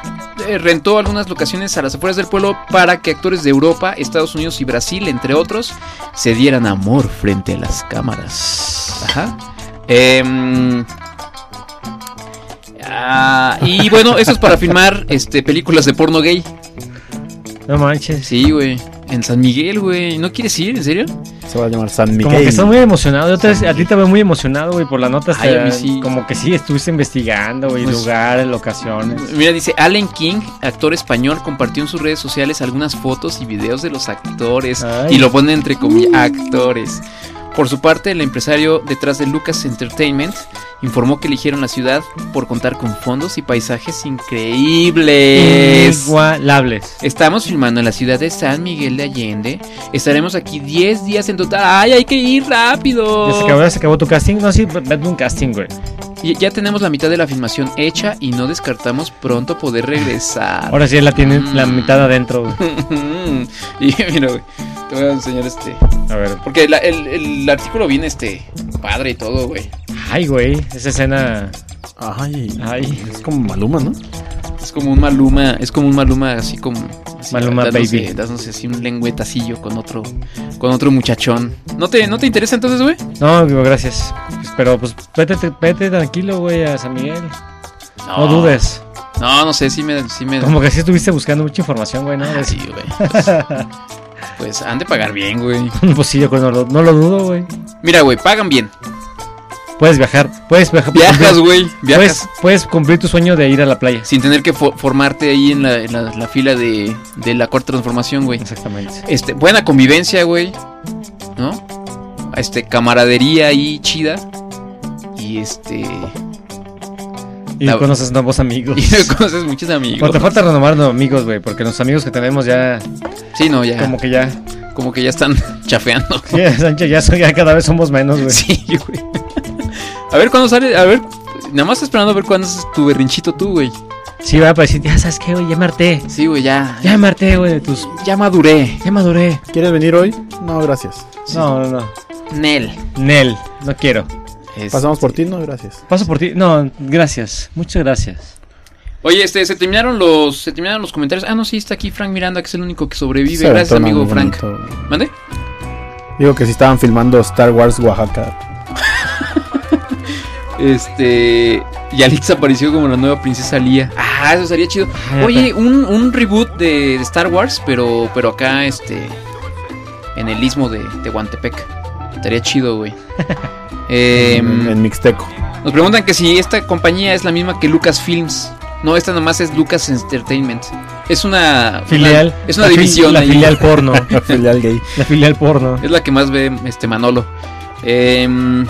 S2: eh, rentó algunas locaciones a las afueras del pueblo para que actores de Europa, Estados Unidos y Brasil, entre otros, se dieran amor frente a las cámaras. Ajá. Em, ah, y bueno, eso es para filmar este, películas de porno gay.
S1: No manches.
S2: Sí, güey. En San Miguel, güey. ¿No quieres ir? ¿En serio?
S3: Se va a llamar San Miguel.
S1: Como que estás muy emocionado. Yo te- a ti te veo muy emocionado, güey, por la nota.
S2: Ay,
S1: hasta-
S2: a mí sí.
S1: Como que sí, estuviste investigando, güey,
S2: Pues-
S1: lugares, locaciones.
S2: Mira, dice Allen King, actor español, compartió en sus redes sociales algunas fotos y videos de los actores
S1: Ay. Uh.
S2: y lo pone entre comillas actores. Por su parte, el empresario detrás de Lucas Entertainment informó que eligieron la ciudad por contar con fondos y paisajes increíbles.
S1: Mm, Igualables.
S2: Estamos filmando en la ciudad de San Miguel de Allende. Estaremos aquí 10 días en total. ¡Ay, hay que ir rápido!
S1: Ya se acabó, ya se acabó tu casting. No, sí, ve- vete un casting, güey.
S2: Y ya tenemos la mitad de la filmación hecha y no descartamos pronto poder regresar.
S1: Ahora sí la tienen la
S2: Mm.
S1: mitad adentro, güey.
S2: y mira, güey, te voy a enseñar este.
S1: A ver.
S2: Porque la- el, el artículo viene este padre y todo, güey.
S1: Ay, güey. Esa escena.
S3: Ay,
S1: Ay.
S3: es como Maluma, ¿no?
S2: Es como un Maluma, es como un Maluma así como. así,
S1: Maluma
S2: dándose-
S1: baby.
S2: Dándose así un lengüetacillo con otro, con otro muchachón. ¿No te, no te interesa entonces, güey?
S1: No, digo, gracias. Pues, Pero pues vete, vete tranquilo, güey, a San Miguel. No, dudes.
S2: No, no sé, sí me. Sí me
S1: Como que sí estuviste buscando mucha información, güey, ¿no?
S2: Ah, sí, güey. Pues han de pagar bien, güey.
S1: pues sí, yo creo, no, lo- no lo dudo, güey.
S2: Mira, güey, pagan bien.
S1: Puedes viajar, puedes viajar.
S2: Viajas, güey. Viajas.
S1: Puedes, puedes cumplir tu sueño de ir a la playa.
S2: Sin tener que fo- formarte ahí en la, en la- la fila de, de la cuarta transformación, güey.
S1: Exactamente.
S2: Este, buena convivencia, güey. ¿No? Este, camaradería ahí chida. Y este.
S1: Y
S2: La-
S1: conoces nuevos amigos.
S2: Y conoces muchos amigos.
S1: O te falta renovar nuevos amigos, güey, porque los amigos que tenemos ya,
S2: Sí, no, ya.
S1: como
S2: Como,
S1: que ya,
S2: que ya están chafeando.
S1: ya, Sánchez, ya, son- ya cada vez somos menos, güey.
S2: Sí, güey. A ver cuándo sale. A ver. Nada más esperando a ver cuándo haces tu berrinchito tú, güey.
S1: Sí, va para decir, ya sabes qué, güey, ya me harté.
S2: Sí, güey, ya.
S1: Ya me harté, güey, de tus.
S2: ya maduré.
S1: Ya maduré.
S3: ¿Quieres venir hoy? No, gracias.
S1: No, no, no.
S2: Nel.
S1: Nel, no quiero.
S2: Es-
S3: Pasamos por ti, no, gracias.
S1: Paso por ti. No, gracias. Muchas gracias.
S2: Oye, este, se terminaron los, se terminaron los comentarios. Ah, no, sí, está aquí Frank Miranda, que es el único que sobrevive.
S3: Se
S2: Gracias,
S3: aventó
S2: amigo
S3: una
S2: Frank.
S3: muy bonito.
S2: ¿Mande?
S3: Digo que si estaban filmando Star Wars Oaxaca.
S2: Este, y Alex apareció como la nueva princesa Lía. Ah, eso estaría chido.
S1: neta.
S2: Oye, un, un reboot de, de Star Wars, pero, pero acá, este, en el istmo de Tehuantepec. Estaría chido, güey. Em,
S3: en, en Mixteco.
S2: nos preguntan que si esta compañía es la misma que Lucasfilms. No, esta nomás es Lucas Entertainment. Es una
S1: Filial.
S2: una- es una
S1: La fil-
S2: división.
S1: La
S2: ahí.
S1: filial porno.
S3: La filial gay.
S1: La filial porno.
S2: Es la que más ve este Manolo. Em,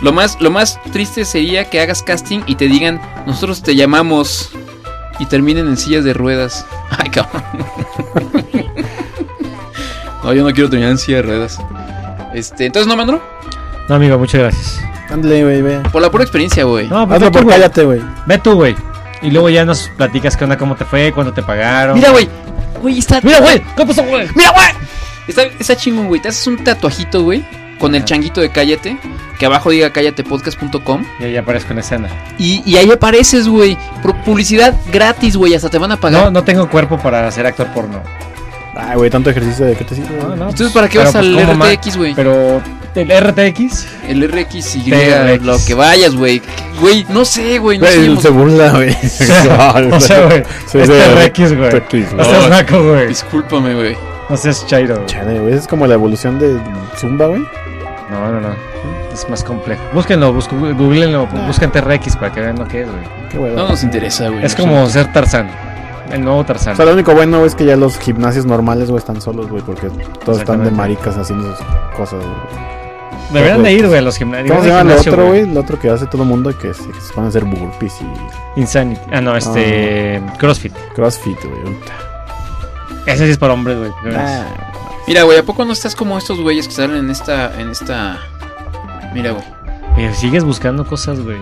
S2: lo, más, lo más triste sería que hagas casting y te digan, nosotros te llamamos y terminen en sillas de ruedas. Ay, cabrón. no, yo no quiero terminar en silla de ruedas. Este, entonces no, Manolo.
S1: No, amigo, muchas gracias.
S3: Ándale, güey, ve.
S2: Por la pura experiencia, güey.
S1: No, pues ve
S3: Hazlo
S1: tú,
S3: por
S1: güey.
S3: cállate, güey.
S1: Ve tú, güey. Y luego ya nos platicas qué onda, cómo te fue, cuándo te pagaron.
S2: Mira, güey. Güey, está.
S1: Mira, güey. ¿Qué pasó, güey?
S2: ¡Mira, güey! Está, está chingón, güey. Te haces un tatuajito, güey. Con el changuito de cállate. Que abajo diga cállatepodcast.com.
S1: Y ahí aparezco en escena.
S2: Y, y ahí apareces, güey. Pro- Publicidad gratis, güey. Hasta te van a pagar.
S1: No, no tengo cuerpo para ser actor porno.
S3: Ay, güey, tanto ejercicio de qué te sirve.
S1: No, no.
S2: Entonces, ¿para qué
S1: Pero,
S2: vas
S1: pues,
S2: al
S1: ¿cómo ma-
S2: RTX, güey?
S1: Pero el RTX,
S2: El RX y
S1: TRX.
S2: lo que vayas, güey. Güey, no sé, güey. No
S3: Güey,
S2: sé.
S3: se burla, güey.
S1: o sea, güey,
S3: Soy
S1: es
S3: de
S1: TRX, güey.
S3: TRX,
S1: No
S3: güey.
S1: seas naco, güey.
S2: Discúlpame, güey.
S1: No seas chairo. güey.
S3: Chale, güey, es como la evolución de Zumba, güey.
S1: No, no, no. Es más complejo. Búsquenlo, busco, googleenlo, busquen TRX para que vean lo que es, güey.
S3: Qué hueva.
S2: No nos interesa, güey.
S1: Es como ser Tarzán. El nuevo Tarzán.
S3: O sea, lo único bueno es que ya los gimnasios normales, güey, están solos, güey, porque todos están
S1: Exactamente.
S3: de maricas haciendo sus cosas, güey.
S1: Deberían de ir, güey, a los gimnasios.
S3: ¿Cómo se llama el
S1: Gimnasio,
S3: otro, güey? El otro que hace todo el mundo y que se que se van a hacer burpees y
S1: Insanity. Ah, no, este. CrossFit.
S3: crossfit, güey.
S1: Ese sí es para hombres, güey. de veras.
S3: Ah,
S2: Mira, güey, ¿a poco no estás como estos güeyes que salen en esta. En esta... Mira, güey.
S1: Pero Eh, sigues buscando cosas, güey.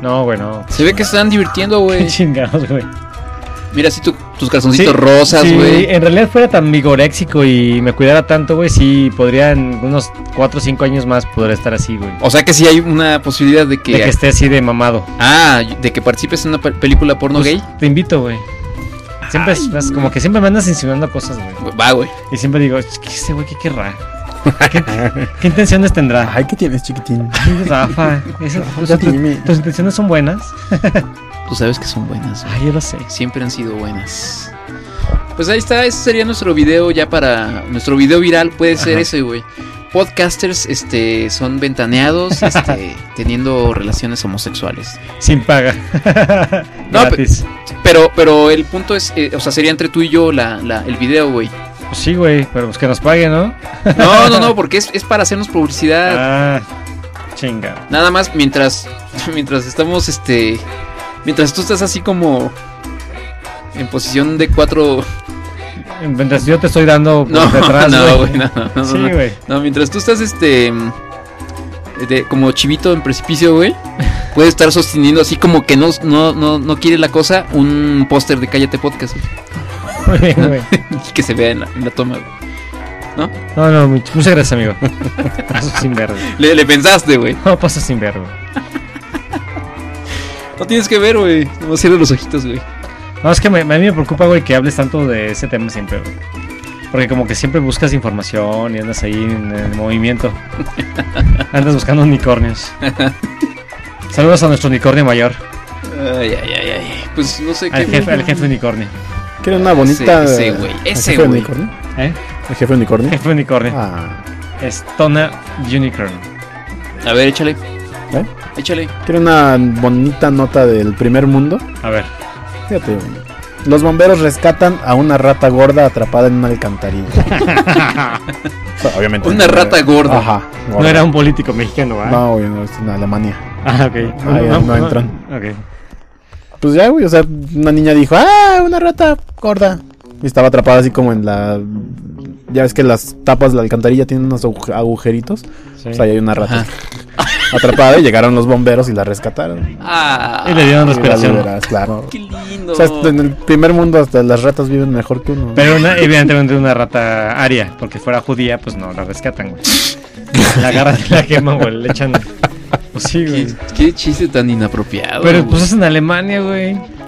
S1: No, güey, no.
S2: Se ve que se están divirtiendo,
S1: Qué
S2: güey.
S1: chingados, güey.
S2: Mira, así tu- tus calzoncitos
S1: Sí,
S2: rosas,
S1: Si
S2: güey.
S1: en realidad fuera tan vigoréxico y me cuidara tanto, güey, sí podría en unos 4 o 5 años más poder estar así, güey.
S2: O sea que sí hay una posibilidad de que.
S1: De que esté así de mamado.
S2: Ah, de que participes en una pe- película porno
S1: Pues,
S2: gay.
S1: Te invito, güey. Siempre estás- como que siempre me andas insinuando cosas, güey.
S2: Va, güey.
S1: Y siempre digo, "Ch- ¿qué este güey qué querrá? ¿Qué, qué intenciones tendrá?
S3: Ay, ¿qué tienes, chiquitín?
S1: Ay, Rafa, esa-
S3: Ya
S1: tus,
S3: dime.
S1: tus intenciones son buenas.
S2: Tú sabes que son buenas,
S1: Ay, yo lo sé.
S2: siempre han sido buenas. Pues ahí está, ese sería nuestro video ya para nuestro video viral, puede ser
S1: Ajá.
S2: ese, güey. Podcasters este son ventaneados este teniendo relaciones homosexuales.
S1: Sin paga.
S2: No,
S1: Gratis.
S2: Pero pero el punto es, eh, o sea, sería entre tú y yo la, la- el video, güey.
S1: Pues sí, güey, pero pues que nos paguen, ¿no?
S2: No, no, no, porque es, es para hacernos publicidad.
S1: Ah, chinga.
S2: Nada más mientras mientras estamos este mientras tú estás así como en posición de cuatro
S1: Mientras yo te estoy dando por
S2: no,
S1: detrás,
S2: no,
S1: güey.
S2: güey, no, no, no,
S1: Sí,
S2: no.
S1: güey.
S2: No, mientras tú estás este mm, de- como chivito en precipicio, güey, puedes estar sosteniendo así como que no, no, no, no quiere la cosa un póster de Cállate Podcast güey,
S1: Muy bien, güey.
S2: y que se vea en la, en la toma. güey.
S1: No, no, much- muchas gracias, amigo. Paso sin ver, güey.
S2: Le, le pensaste, güey.
S1: No, paso sin ver, güey.
S2: No tienes que ver, güey. No cierres los ojitos, güey.
S1: No, es que me- a mí me preocupa, güey, que hables tanto de ese tema siempre, güey. Porque como que siempre buscas información y andas ahí en el movimiento. Andas buscando unicornios. Saludos a nuestro unicornio mayor.
S2: Ay, ay, ay, ay. Pues no sé
S1: Al
S2: qué.
S1: jefe, al jefe unicornio.
S3: Quiero una bonita.
S2: Ese- ese güey,
S3: ¿al
S2: ese
S3: jefe
S2: güey.
S3: unicornio?
S1: ¿Eh?
S3: ¿El jefe unicornio?
S1: Jefe unicornio.
S3: Ah,
S1: Es Tona Unicorn.
S2: A ver, échale,
S3: ¿eh?
S2: échale.
S3: Quiero una bonita nota del primer mundo.
S1: A ver.
S3: Fíjate. güey. Los bomberos rescatan a una rata gorda atrapada en una alcantarilla. O sea, obviamente.
S2: Una
S3: no
S2: rata gorda.
S3: Ajá.
S1: No era un político mexicano, ¿verdad?
S3: No, güey, no, es en Alemania.
S1: Ah, ok.
S3: Ah, ya, no entran.
S1: Ok.
S3: Pues ya, güey, o sea, una niña dijo, ah, una rata gorda. Y estaba atrapada así como en la... Ya ves que las tapas de la alcantarilla tienen unos agu- agujeritos.
S1: Sí.
S3: Pues ahí hay una rata atrapada y llegaron los bomberos y la rescataron.
S2: Ah,
S1: Y le dieron
S3: Y la
S1: respiración.
S3: liberaron, claro.
S2: qué lindo.
S3: O sea, en el primer mundo hasta las ratas viven mejor que uno.
S1: Pero una, evidentemente una rata aria, porque fuera judía, pues no, la rescatan, güey. La agarran y la queman, güey, le echan... Pues sí,
S2: qué,
S1: güey.
S2: qué chiste tan inapropiado.
S1: Pero pues
S2: güey.
S1: es en Alemania, güey.
S2: No,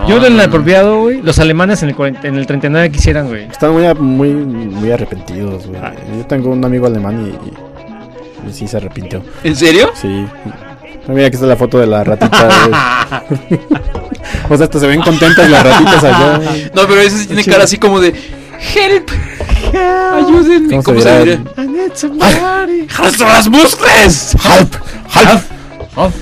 S3: Ah.
S1: Yo lo
S2: no, no.
S1: inapropiado, güey. Los alemanes en el, 40 en el 39 quisieran, güey.
S3: Están muy, muy, muy arrepentidos, güey. Yo tengo un amigo alemán y, y sí se arrepintió.
S2: ¿En serio?
S3: Sí. Mira, aquí está la foto de la ratita. güey. o sea, hasta se ven contentas las ratitas allá. güey.
S2: No, pero ese sí tiene cara así como de help. Ayúdenme.
S3: ¿Cómo se
S2: ¿Cómo se
S3: dirá?
S2: dirá? ¡Hasta las muscles!
S3: ¡Halp! ¡Halp!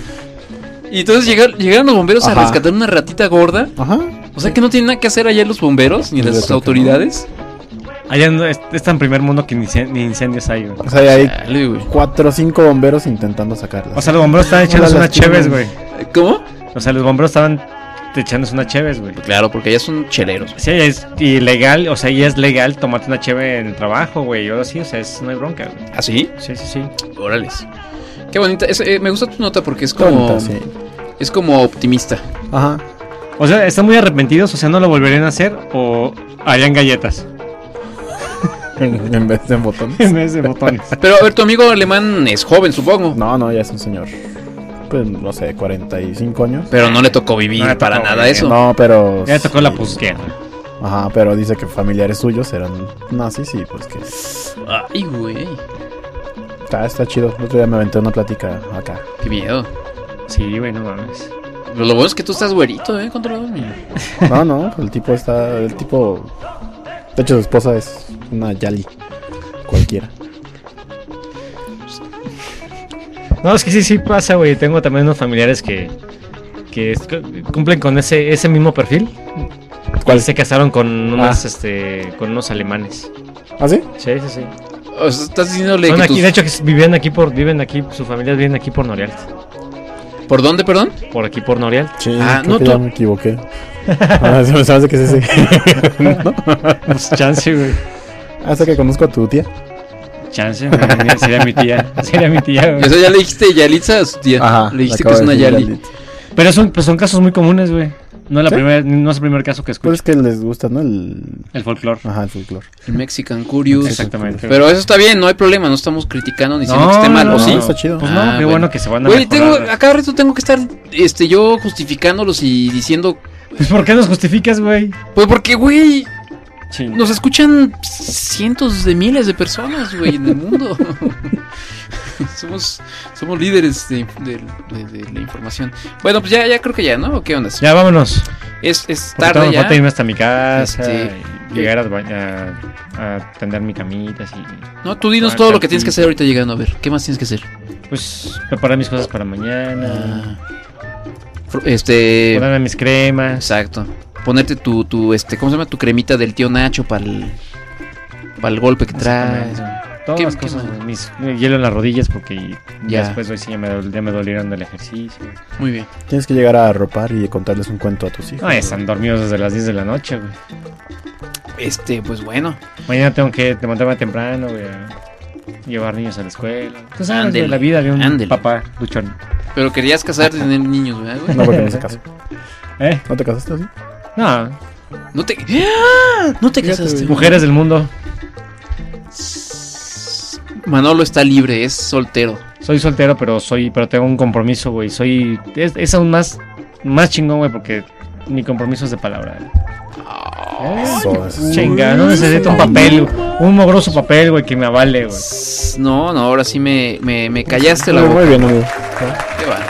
S2: Y entonces llegar- llegaron los bomberos a
S3: Ajá.
S2: rescatar una ratita gorda.
S3: Ajá.
S2: O sea que no tienen nada que hacer allá los bomberos ni
S3: Yo creo
S2: las
S3: que no.
S2: autoridades.
S1: Allá no, es, es tan primer mundo que ni, incen- ni incendios hay, güey.
S3: O sea, hay
S2: Dale, güey.
S3: cuatro o cinco bomberos intentando sacarla.
S1: O sea, los bomberos estaban echándose
S3: Hola,
S1: unas cheves, güey.
S3: lastimen.
S2: ¿Cómo?
S1: O sea, los bomberos estaban echándose unas cheves, güey.
S2: Claro, porque allá son cheleros.
S1: Sí, es ilegal, o sea, ya es legal tomarte una cheve en el trabajo, güey. Yo sí, o sea, es, no hay bronca, güey.
S2: ¿Ah, sí?
S1: Sí, sí, sí.
S2: Órales. Qué bonita. Es- eh, me gusta tu nota porque es como.
S3: Tonta, sí.
S2: Es como optimista.
S3: Ajá.
S1: O sea, están muy arrepentidos, o sea, no lo volverían a hacer o harían galletas
S3: En, en vez de en botones.
S1: en vez de botones.
S2: Pero a ver, tu amigo alemán es joven, supongo.
S3: No, no, ya es un señor. Pues no sé, 45 años.
S2: Pero no le tocó vivir
S1: No le tocó
S2: para nada
S1: vivir,
S2: eso.
S3: No, pero.
S1: Ya tocó la
S3: Pues sí.
S1: posguerra.
S3: Ajá, pero dice que familiares suyos eran nazis y pues que.
S2: Ay, güey.
S3: Está, está chido. El otro día me aventé una plática acá.
S2: Qué miedo.
S1: Sí, güey, no mames.
S2: Pero lo bueno es que tú estás güerito, ¿eh? Controlador. mira.
S3: No, no, el tipo está. El tipo. De hecho, su esposa es una Yali. Cualquiera.
S1: No, es que sí, sí pasa, güey. Tengo también unos familiares que, que es- cumplen con ese, ese mismo perfil. ¿Cuál? Se casaron con unas, este, con unos alemanes.
S3: ¿Ah, sí?
S1: Sí, sí, sí.
S2: O sea, estás diciéndole
S1: Son
S2: que
S1: aquí,
S2: tus-
S1: de hecho, que viven aquí por, viven aquí, sus familias viven aquí por Norialt.
S2: ¿Por dónde, perdón?
S1: Por aquí por Norialt.
S3: Sí,
S2: Ah,
S3: creo
S2: no,
S3: que
S2: tú-
S3: ya me equivoqué. Ah, se me se me hace que es ese. ¿No?
S1: Pues chance, güey.
S3: Hasta que conozco a tu tía.
S1: Chance, güey. Mira, Sería mi tía. Sería mi tía,
S2: O
S1: güey.
S2: sea, ya le dijiste Yalitza a su tía. le dijiste que
S3: acabo
S2: es
S3: de
S2: una
S3: decir
S2: Yali.
S1: Pero son, pues son casos muy comunes, güey. No, es la
S3: ¿Sí?
S1: primer- no es el primer caso que
S3: Pues
S1: escucho.
S3: es que les gusta, ¿no? El.
S1: El folclore.
S3: Ajá, el folclor.
S2: El Mexican Curious.
S1: Exactamente. güey.
S2: Ah, Pero eso está bien, no hay problema. No estamos criticando ni diciendo que esté mal,
S1: no,
S2: ¿o
S1: no,
S2: sí?
S1: no.
S3: Está chido.
S1: Pues no,
S2: Ah,
S1: qué bueno.
S2: bueno.
S1: que se van a
S2: Güey, tengo,
S1: mejorar.
S2: a cada rato tengo que estar este, yo justificándolos y diciendo.
S1: Pues, ¿Por qué nos justificas, güey?
S2: Pues porque, güey,
S1: Ching.
S2: nos escuchan cientos de miles de personas, güey, en el mundo. somos, somos líderes de, de- de- de la información. Bueno, pues ya, ya creo que ya, ¿no? ¿O ¿Qué onda?
S1: Ya vámonos.
S2: Es, es
S1: Porque todavía
S2: tarde
S1: me
S2: ya.
S1: falta irme hasta mi casa.
S2: Este,
S1: y llegar a, ba- a, a tender mi camita. Así.
S2: No, tú dinos
S1: Ah,
S2: todo lo que
S1: tranquilo.
S2: tienes que hacer ahorita llegando. A ver, ¿qué más tienes que hacer?
S1: Pues preparar mis cosas para
S2: Ah.
S1: mañana.
S2: Fr- Este.
S1: Ponerme mis cremas.
S2: Exacto. Ponerte tu, tu, este, ¿cómo se llama? Tu cremita del tío Nacho para el, para el golpe que traes.
S1: Todas
S2: ¿Qué-
S1: las
S2: qué
S1: cosas.
S2: más?
S1: güey. Mis hielo en las rodillas porque
S2: Ya.
S1: ya. después hoy sí ya me, dol- ya me dolieron del ejercicio.
S2: Muy bien.
S3: Tienes que llegar a arropar y contarles un cuento a tus hijos.
S1: No, ya están dormidos desde las 10 de la noche, güey.
S2: Este, pues bueno.
S1: Mañana tengo que levantarme temprano, güey. a Llevar niños a la escuela. Tú sabes,
S2: Ándele,
S1: güey, la vida de un
S2: ándele.
S1: papá luchón.
S2: Pero querías casarte y tener niños, ¿verdad, güey?
S3: No, porque no se casó.
S1: ¿Eh?
S3: ¿No te casaste así?
S1: No,
S2: No te. ¡Ah! No te
S3: Fíjate,
S2: casaste.
S1: mujeres del mundo.
S2: Manolo está libre, es soltero.
S1: Soy soltero, pero soy, pero tengo un compromiso, güey. Soy. Es, es aún más, más chingón, güey, porque mi compromiso es de palabra. güey.
S3: Eso
S2: pues,
S3: es.
S1: Chinga, no necesito un papel, güey, un mogroso papel, güey, que me avale, güey.
S2: No, no, ahora sí me, me, me callaste la
S3: Muy
S2: boca.
S3: bien, amigo.
S2: Qué va.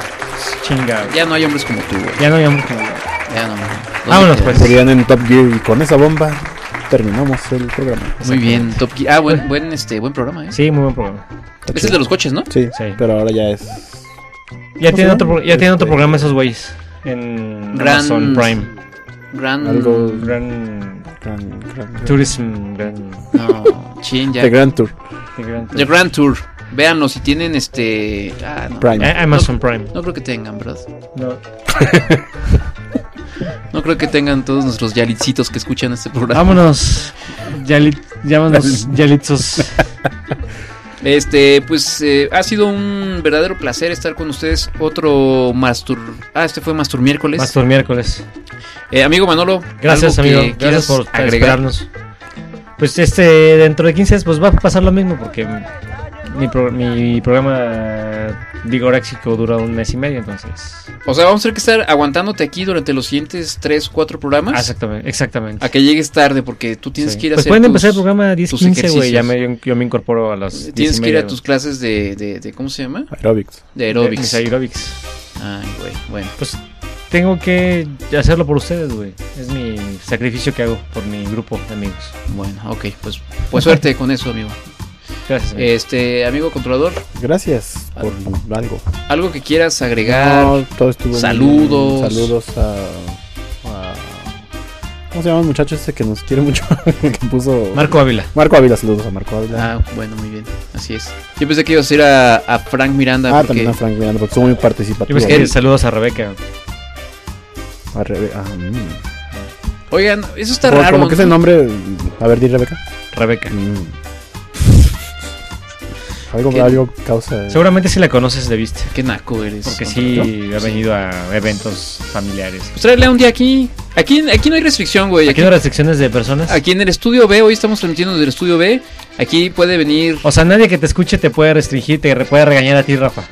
S1: Chinga, güey.
S2: Ya no hay hombres como tú, güey.
S1: Ya no habíamos comido.
S2: Ya no. ¿Dónde
S1: Vámonos,
S2: quedas?
S1: pues.
S3: Serían en Top Gear y con esa bomba terminamos el programa.
S2: Muy bien, Top Gear. Ah, buen, buen, este, buen programa, ¿eh?
S1: Sí, muy buen programa.
S2: Ese es de los coches, ¿no?
S3: Sí,
S1: Sí.
S3: pero ahora ya es
S1: Ya
S3: ¿Cómo
S1: tienen
S3: se
S1: otro,
S3: llama?
S1: pro- ya tienen otro
S3: Este-
S1: programa esos güeyes. En
S2: Gran-
S1: Amazon Prime.
S2: Gran.
S3: Algo-
S1: Gran
S3: Gran, gran,
S1: Tourism. Gran,
S2: No, chin, ya.
S3: The Grand Tour
S1: gran-
S2: The Grand Tour. Véanlo si tienen este. Ah, no.
S3: Prime.
S1: A- Eh, Amazon Prime.
S2: No creo que tengan, bro.
S1: No.
S2: No creo que tengan todos nuestros yalitzitos que escuchan este programa.
S1: Vámonos. Yalit, llámanos Yalitzos.
S2: Este, pues eh, ha sido un verdadero placer estar con ustedes. Otro Mastur. Ah, este fue Mastur miércoles.
S1: Más por miércoles.
S2: Eh, amigo Manolo.
S1: Gracias,
S2: algo que
S1: amigo. Gracias
S2: quieras
S1: por
S2: agregar.
S1: esperarnos. Pues este, dentro de 15 días, pues va a pasar lo mismo porque mi, pro- mi programa vigoráxico dura un mes y medio, entonces.
S2: O sea, vamos a tener que estar aguantándote aquí durante los siguientes 3, 4
S1: Ah,
S2: programas.
S1: Exactamente, exactamente.
S2: A que llegues tarde porque tú tienes
S1: Sí.
S2: que ir a
S1: pues
S2: hacer
S1: pueden
S2: tus-
S1: empezar el programa a 10,
S2: tus
S1: 15, güey. Ya
S2: ejercicios.
S1: me, yo me incorporo a las 10
S2: Tienes
S1: y
S2: que ir a
S1: media,
S2: tus clases de, de, de- ¿cómo se llama?
S3: Aerobics.
S2: De
S1: güey. De-
S2: aerobics.
S1: mis aerobics.
S2: Ay, güey, bueno.
S1: Pues tengo que hacerlo por ustedes, güey. Es mi sacrificio que hago por mi grupo de amigos.
S2: Bueno, ok, pues, pues suerte con eso, amigo.
S1: Gracias. amigo.
S2: Este, amigo controlador,
S3: Gracias por algo.
S2: algo que quieras agregar.
S3: No, todo estuvo muy
S2: Saludos.
S3: bien. Saludos a, a- ¿Cómo se llama el muchacho ese que nos quiere mucho? que
S2: Eh,
S3: puso...
S1: Marco Ávila.
S3: Marco Ávila, saludos a Marco Ávila.
S2: Ah, bueno, muy bien, así es. Yo pensé que ibas a ir a, a Frank Miranda
S3: Ah,
S2: porque
S3: también a Frank Miranda, porque son muy
S1: Yo
S3: participativos.
S1: pensé que saludos a Rebeca.
S3: Al revés, ah, mm.
S2: Oigan, eso está
S3: Como-
S2: raro.
S3: Como que ese
S2: ¿no?
S3: nombre... A ver, di Rebeca.
S1: Rebeca.
S3: Mm. Algo,
S2: ¿Qué?
S3: algo causa...
S1: Seguramente si la conoces de vista.
S2: Qué naco eres.
S1: Porque
S2: ¿no?
S1: sí ha venido a eventos familiares.
S2: Pues tráele un día aquí. Aquí, aquí no hay restricción, güey.
S1: Aquí
S2: Aquí,
S1: no hay restricciones de personas.
S2: aquí en el estudio B, hoy estamos transmitiendo desde el estudio B. Aquí puede venir.
S1: O sea, nadie que te escuche te puede restringir, te re- puede regañar a ti, Rafa.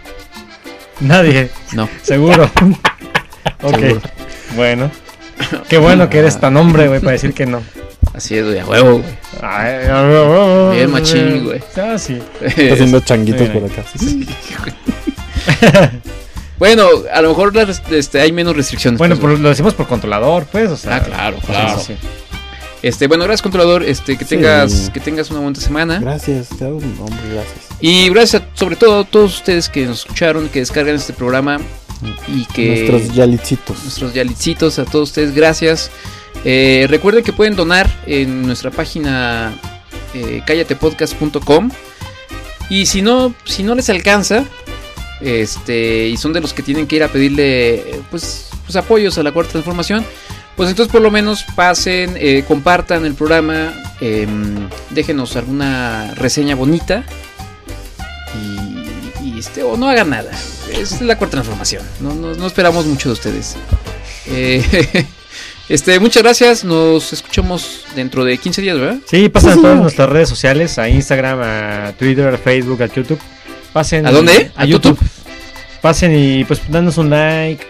S1: Nadie,
S2: No.
S1: seguro. ok.
S3: Seguro.
S1: Bueno. Qué bueno que eres tan hombre, güey, para decir que no.
S2: Así es, güey, a huevo, güey.
S1: Ay, ah, ah, ah,
S2: Bien machín, güey.
S1: Ah, sí.
S3: Está haciendo changuitos
S1: Mira.
S3: por acá.
S2: Bueno, a lo mejor las rest- este, hay menos restricciones.
S1: Bueno,
S2: pues,
S1: por- lo decimos por controlador, pues, o sea.
S2: Ah, claro,
S1: o sea,
S2: claro.
S1: sí.
S2: Este, bueno, gracias controlador, este, que
S3: Sí.
S2: tengas, que tengas una buena semana.
S3: Gracias, te hago un nombre, gracias.
S2: Y gracias a- sobre todo a todos ustedes que nos escucharon, que descargan este programa y que
S3: Nuestros yalitzitos.
S2: nuestros yalitzitos, a todos ustedes, gracias. Eh, recuerden que pueden donar en nuestra página eh, callatepodcast.com. Y si no, si no les alcanza, este, y son de los que tienen que ir a pedirle eh, pues, pues apoyos a la cuarta transformación, pues entonces por lo menos pasen, eh, compartan el programa, em, déjenos alguna reseña bonita y, y, este, o no hagan nada. Es la cuarta transformación. No, no- no esperamos mucho de ustedes. Eh, este, muchas gracias. Nos escuchamos dentro de 15 días, ¿verdad?
S1: Sí, pasen a todas nuestras redes sociales, a Instagram, a Twitter, a Facebook, a YouTube. Pasen
S2: ¿A dónde?
S1: A,
S2: ¿A
S1: YouTube. Pasen y pues danos un like,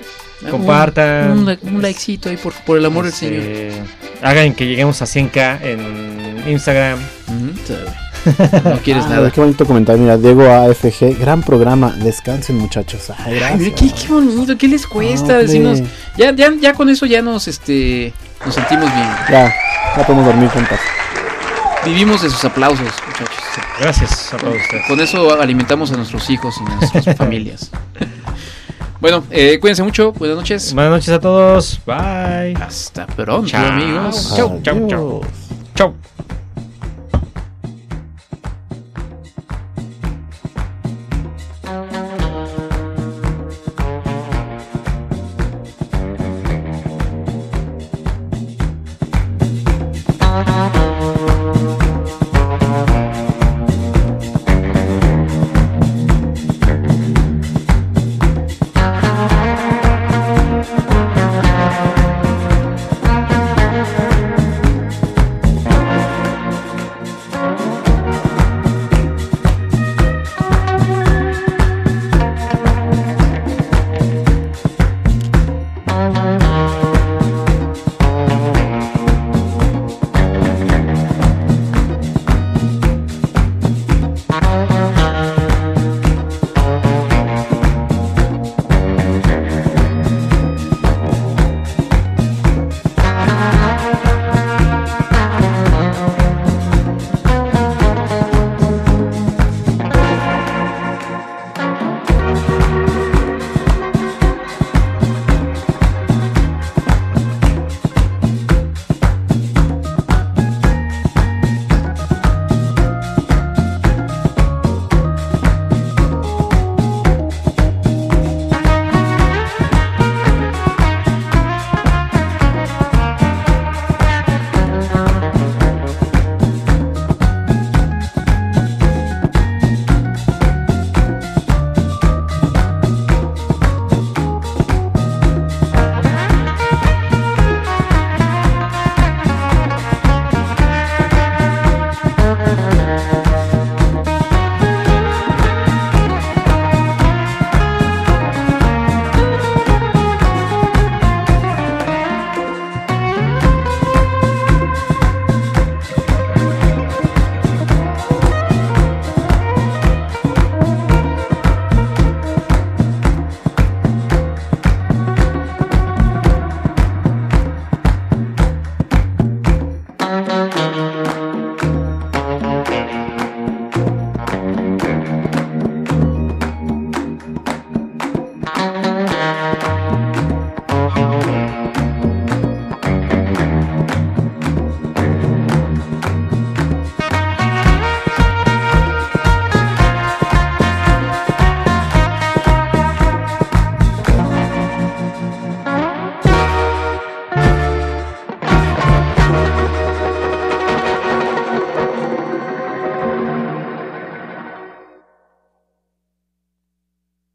S1: compartan.
S2: Ah, Un, un, like- un likecito ahí por, por el amor del
S1: Este,
S2: Señor.
S1: Hagan que lleguemos a 100k en Instagram.
S2: Ujú. No quieres
S3: Ah,
S2: nada.
S3: Qué bonito comentario, mira, Diego AFG, gran programa, descansen muchachos. Ay,
S2: Ay, mira,
S3: gracias.
S2: qué, qué bonito, ¿qué les cuesta
S3: Hombre.
S2: decirnos? Ya, ya, ya con eso ya nos, este, nos sentimos bien.
S3: Ya, ya podemos dormir con paz.
S2: Vivimos de sus aplausos, muchachos.
S1: Gracias a todos ustedes.
S2: Con eso alimentamos a nuestros hijos y a nuestras familias. Bueno, eh, cuídense mucho, buenas noches.
S1: Buenas noches a todos. Bye.
S2: Hasta pronto,
S1: Chao.
S2: amigos.
S1: Chau, chau, chau.
S3: Adiós.
S1: Chau.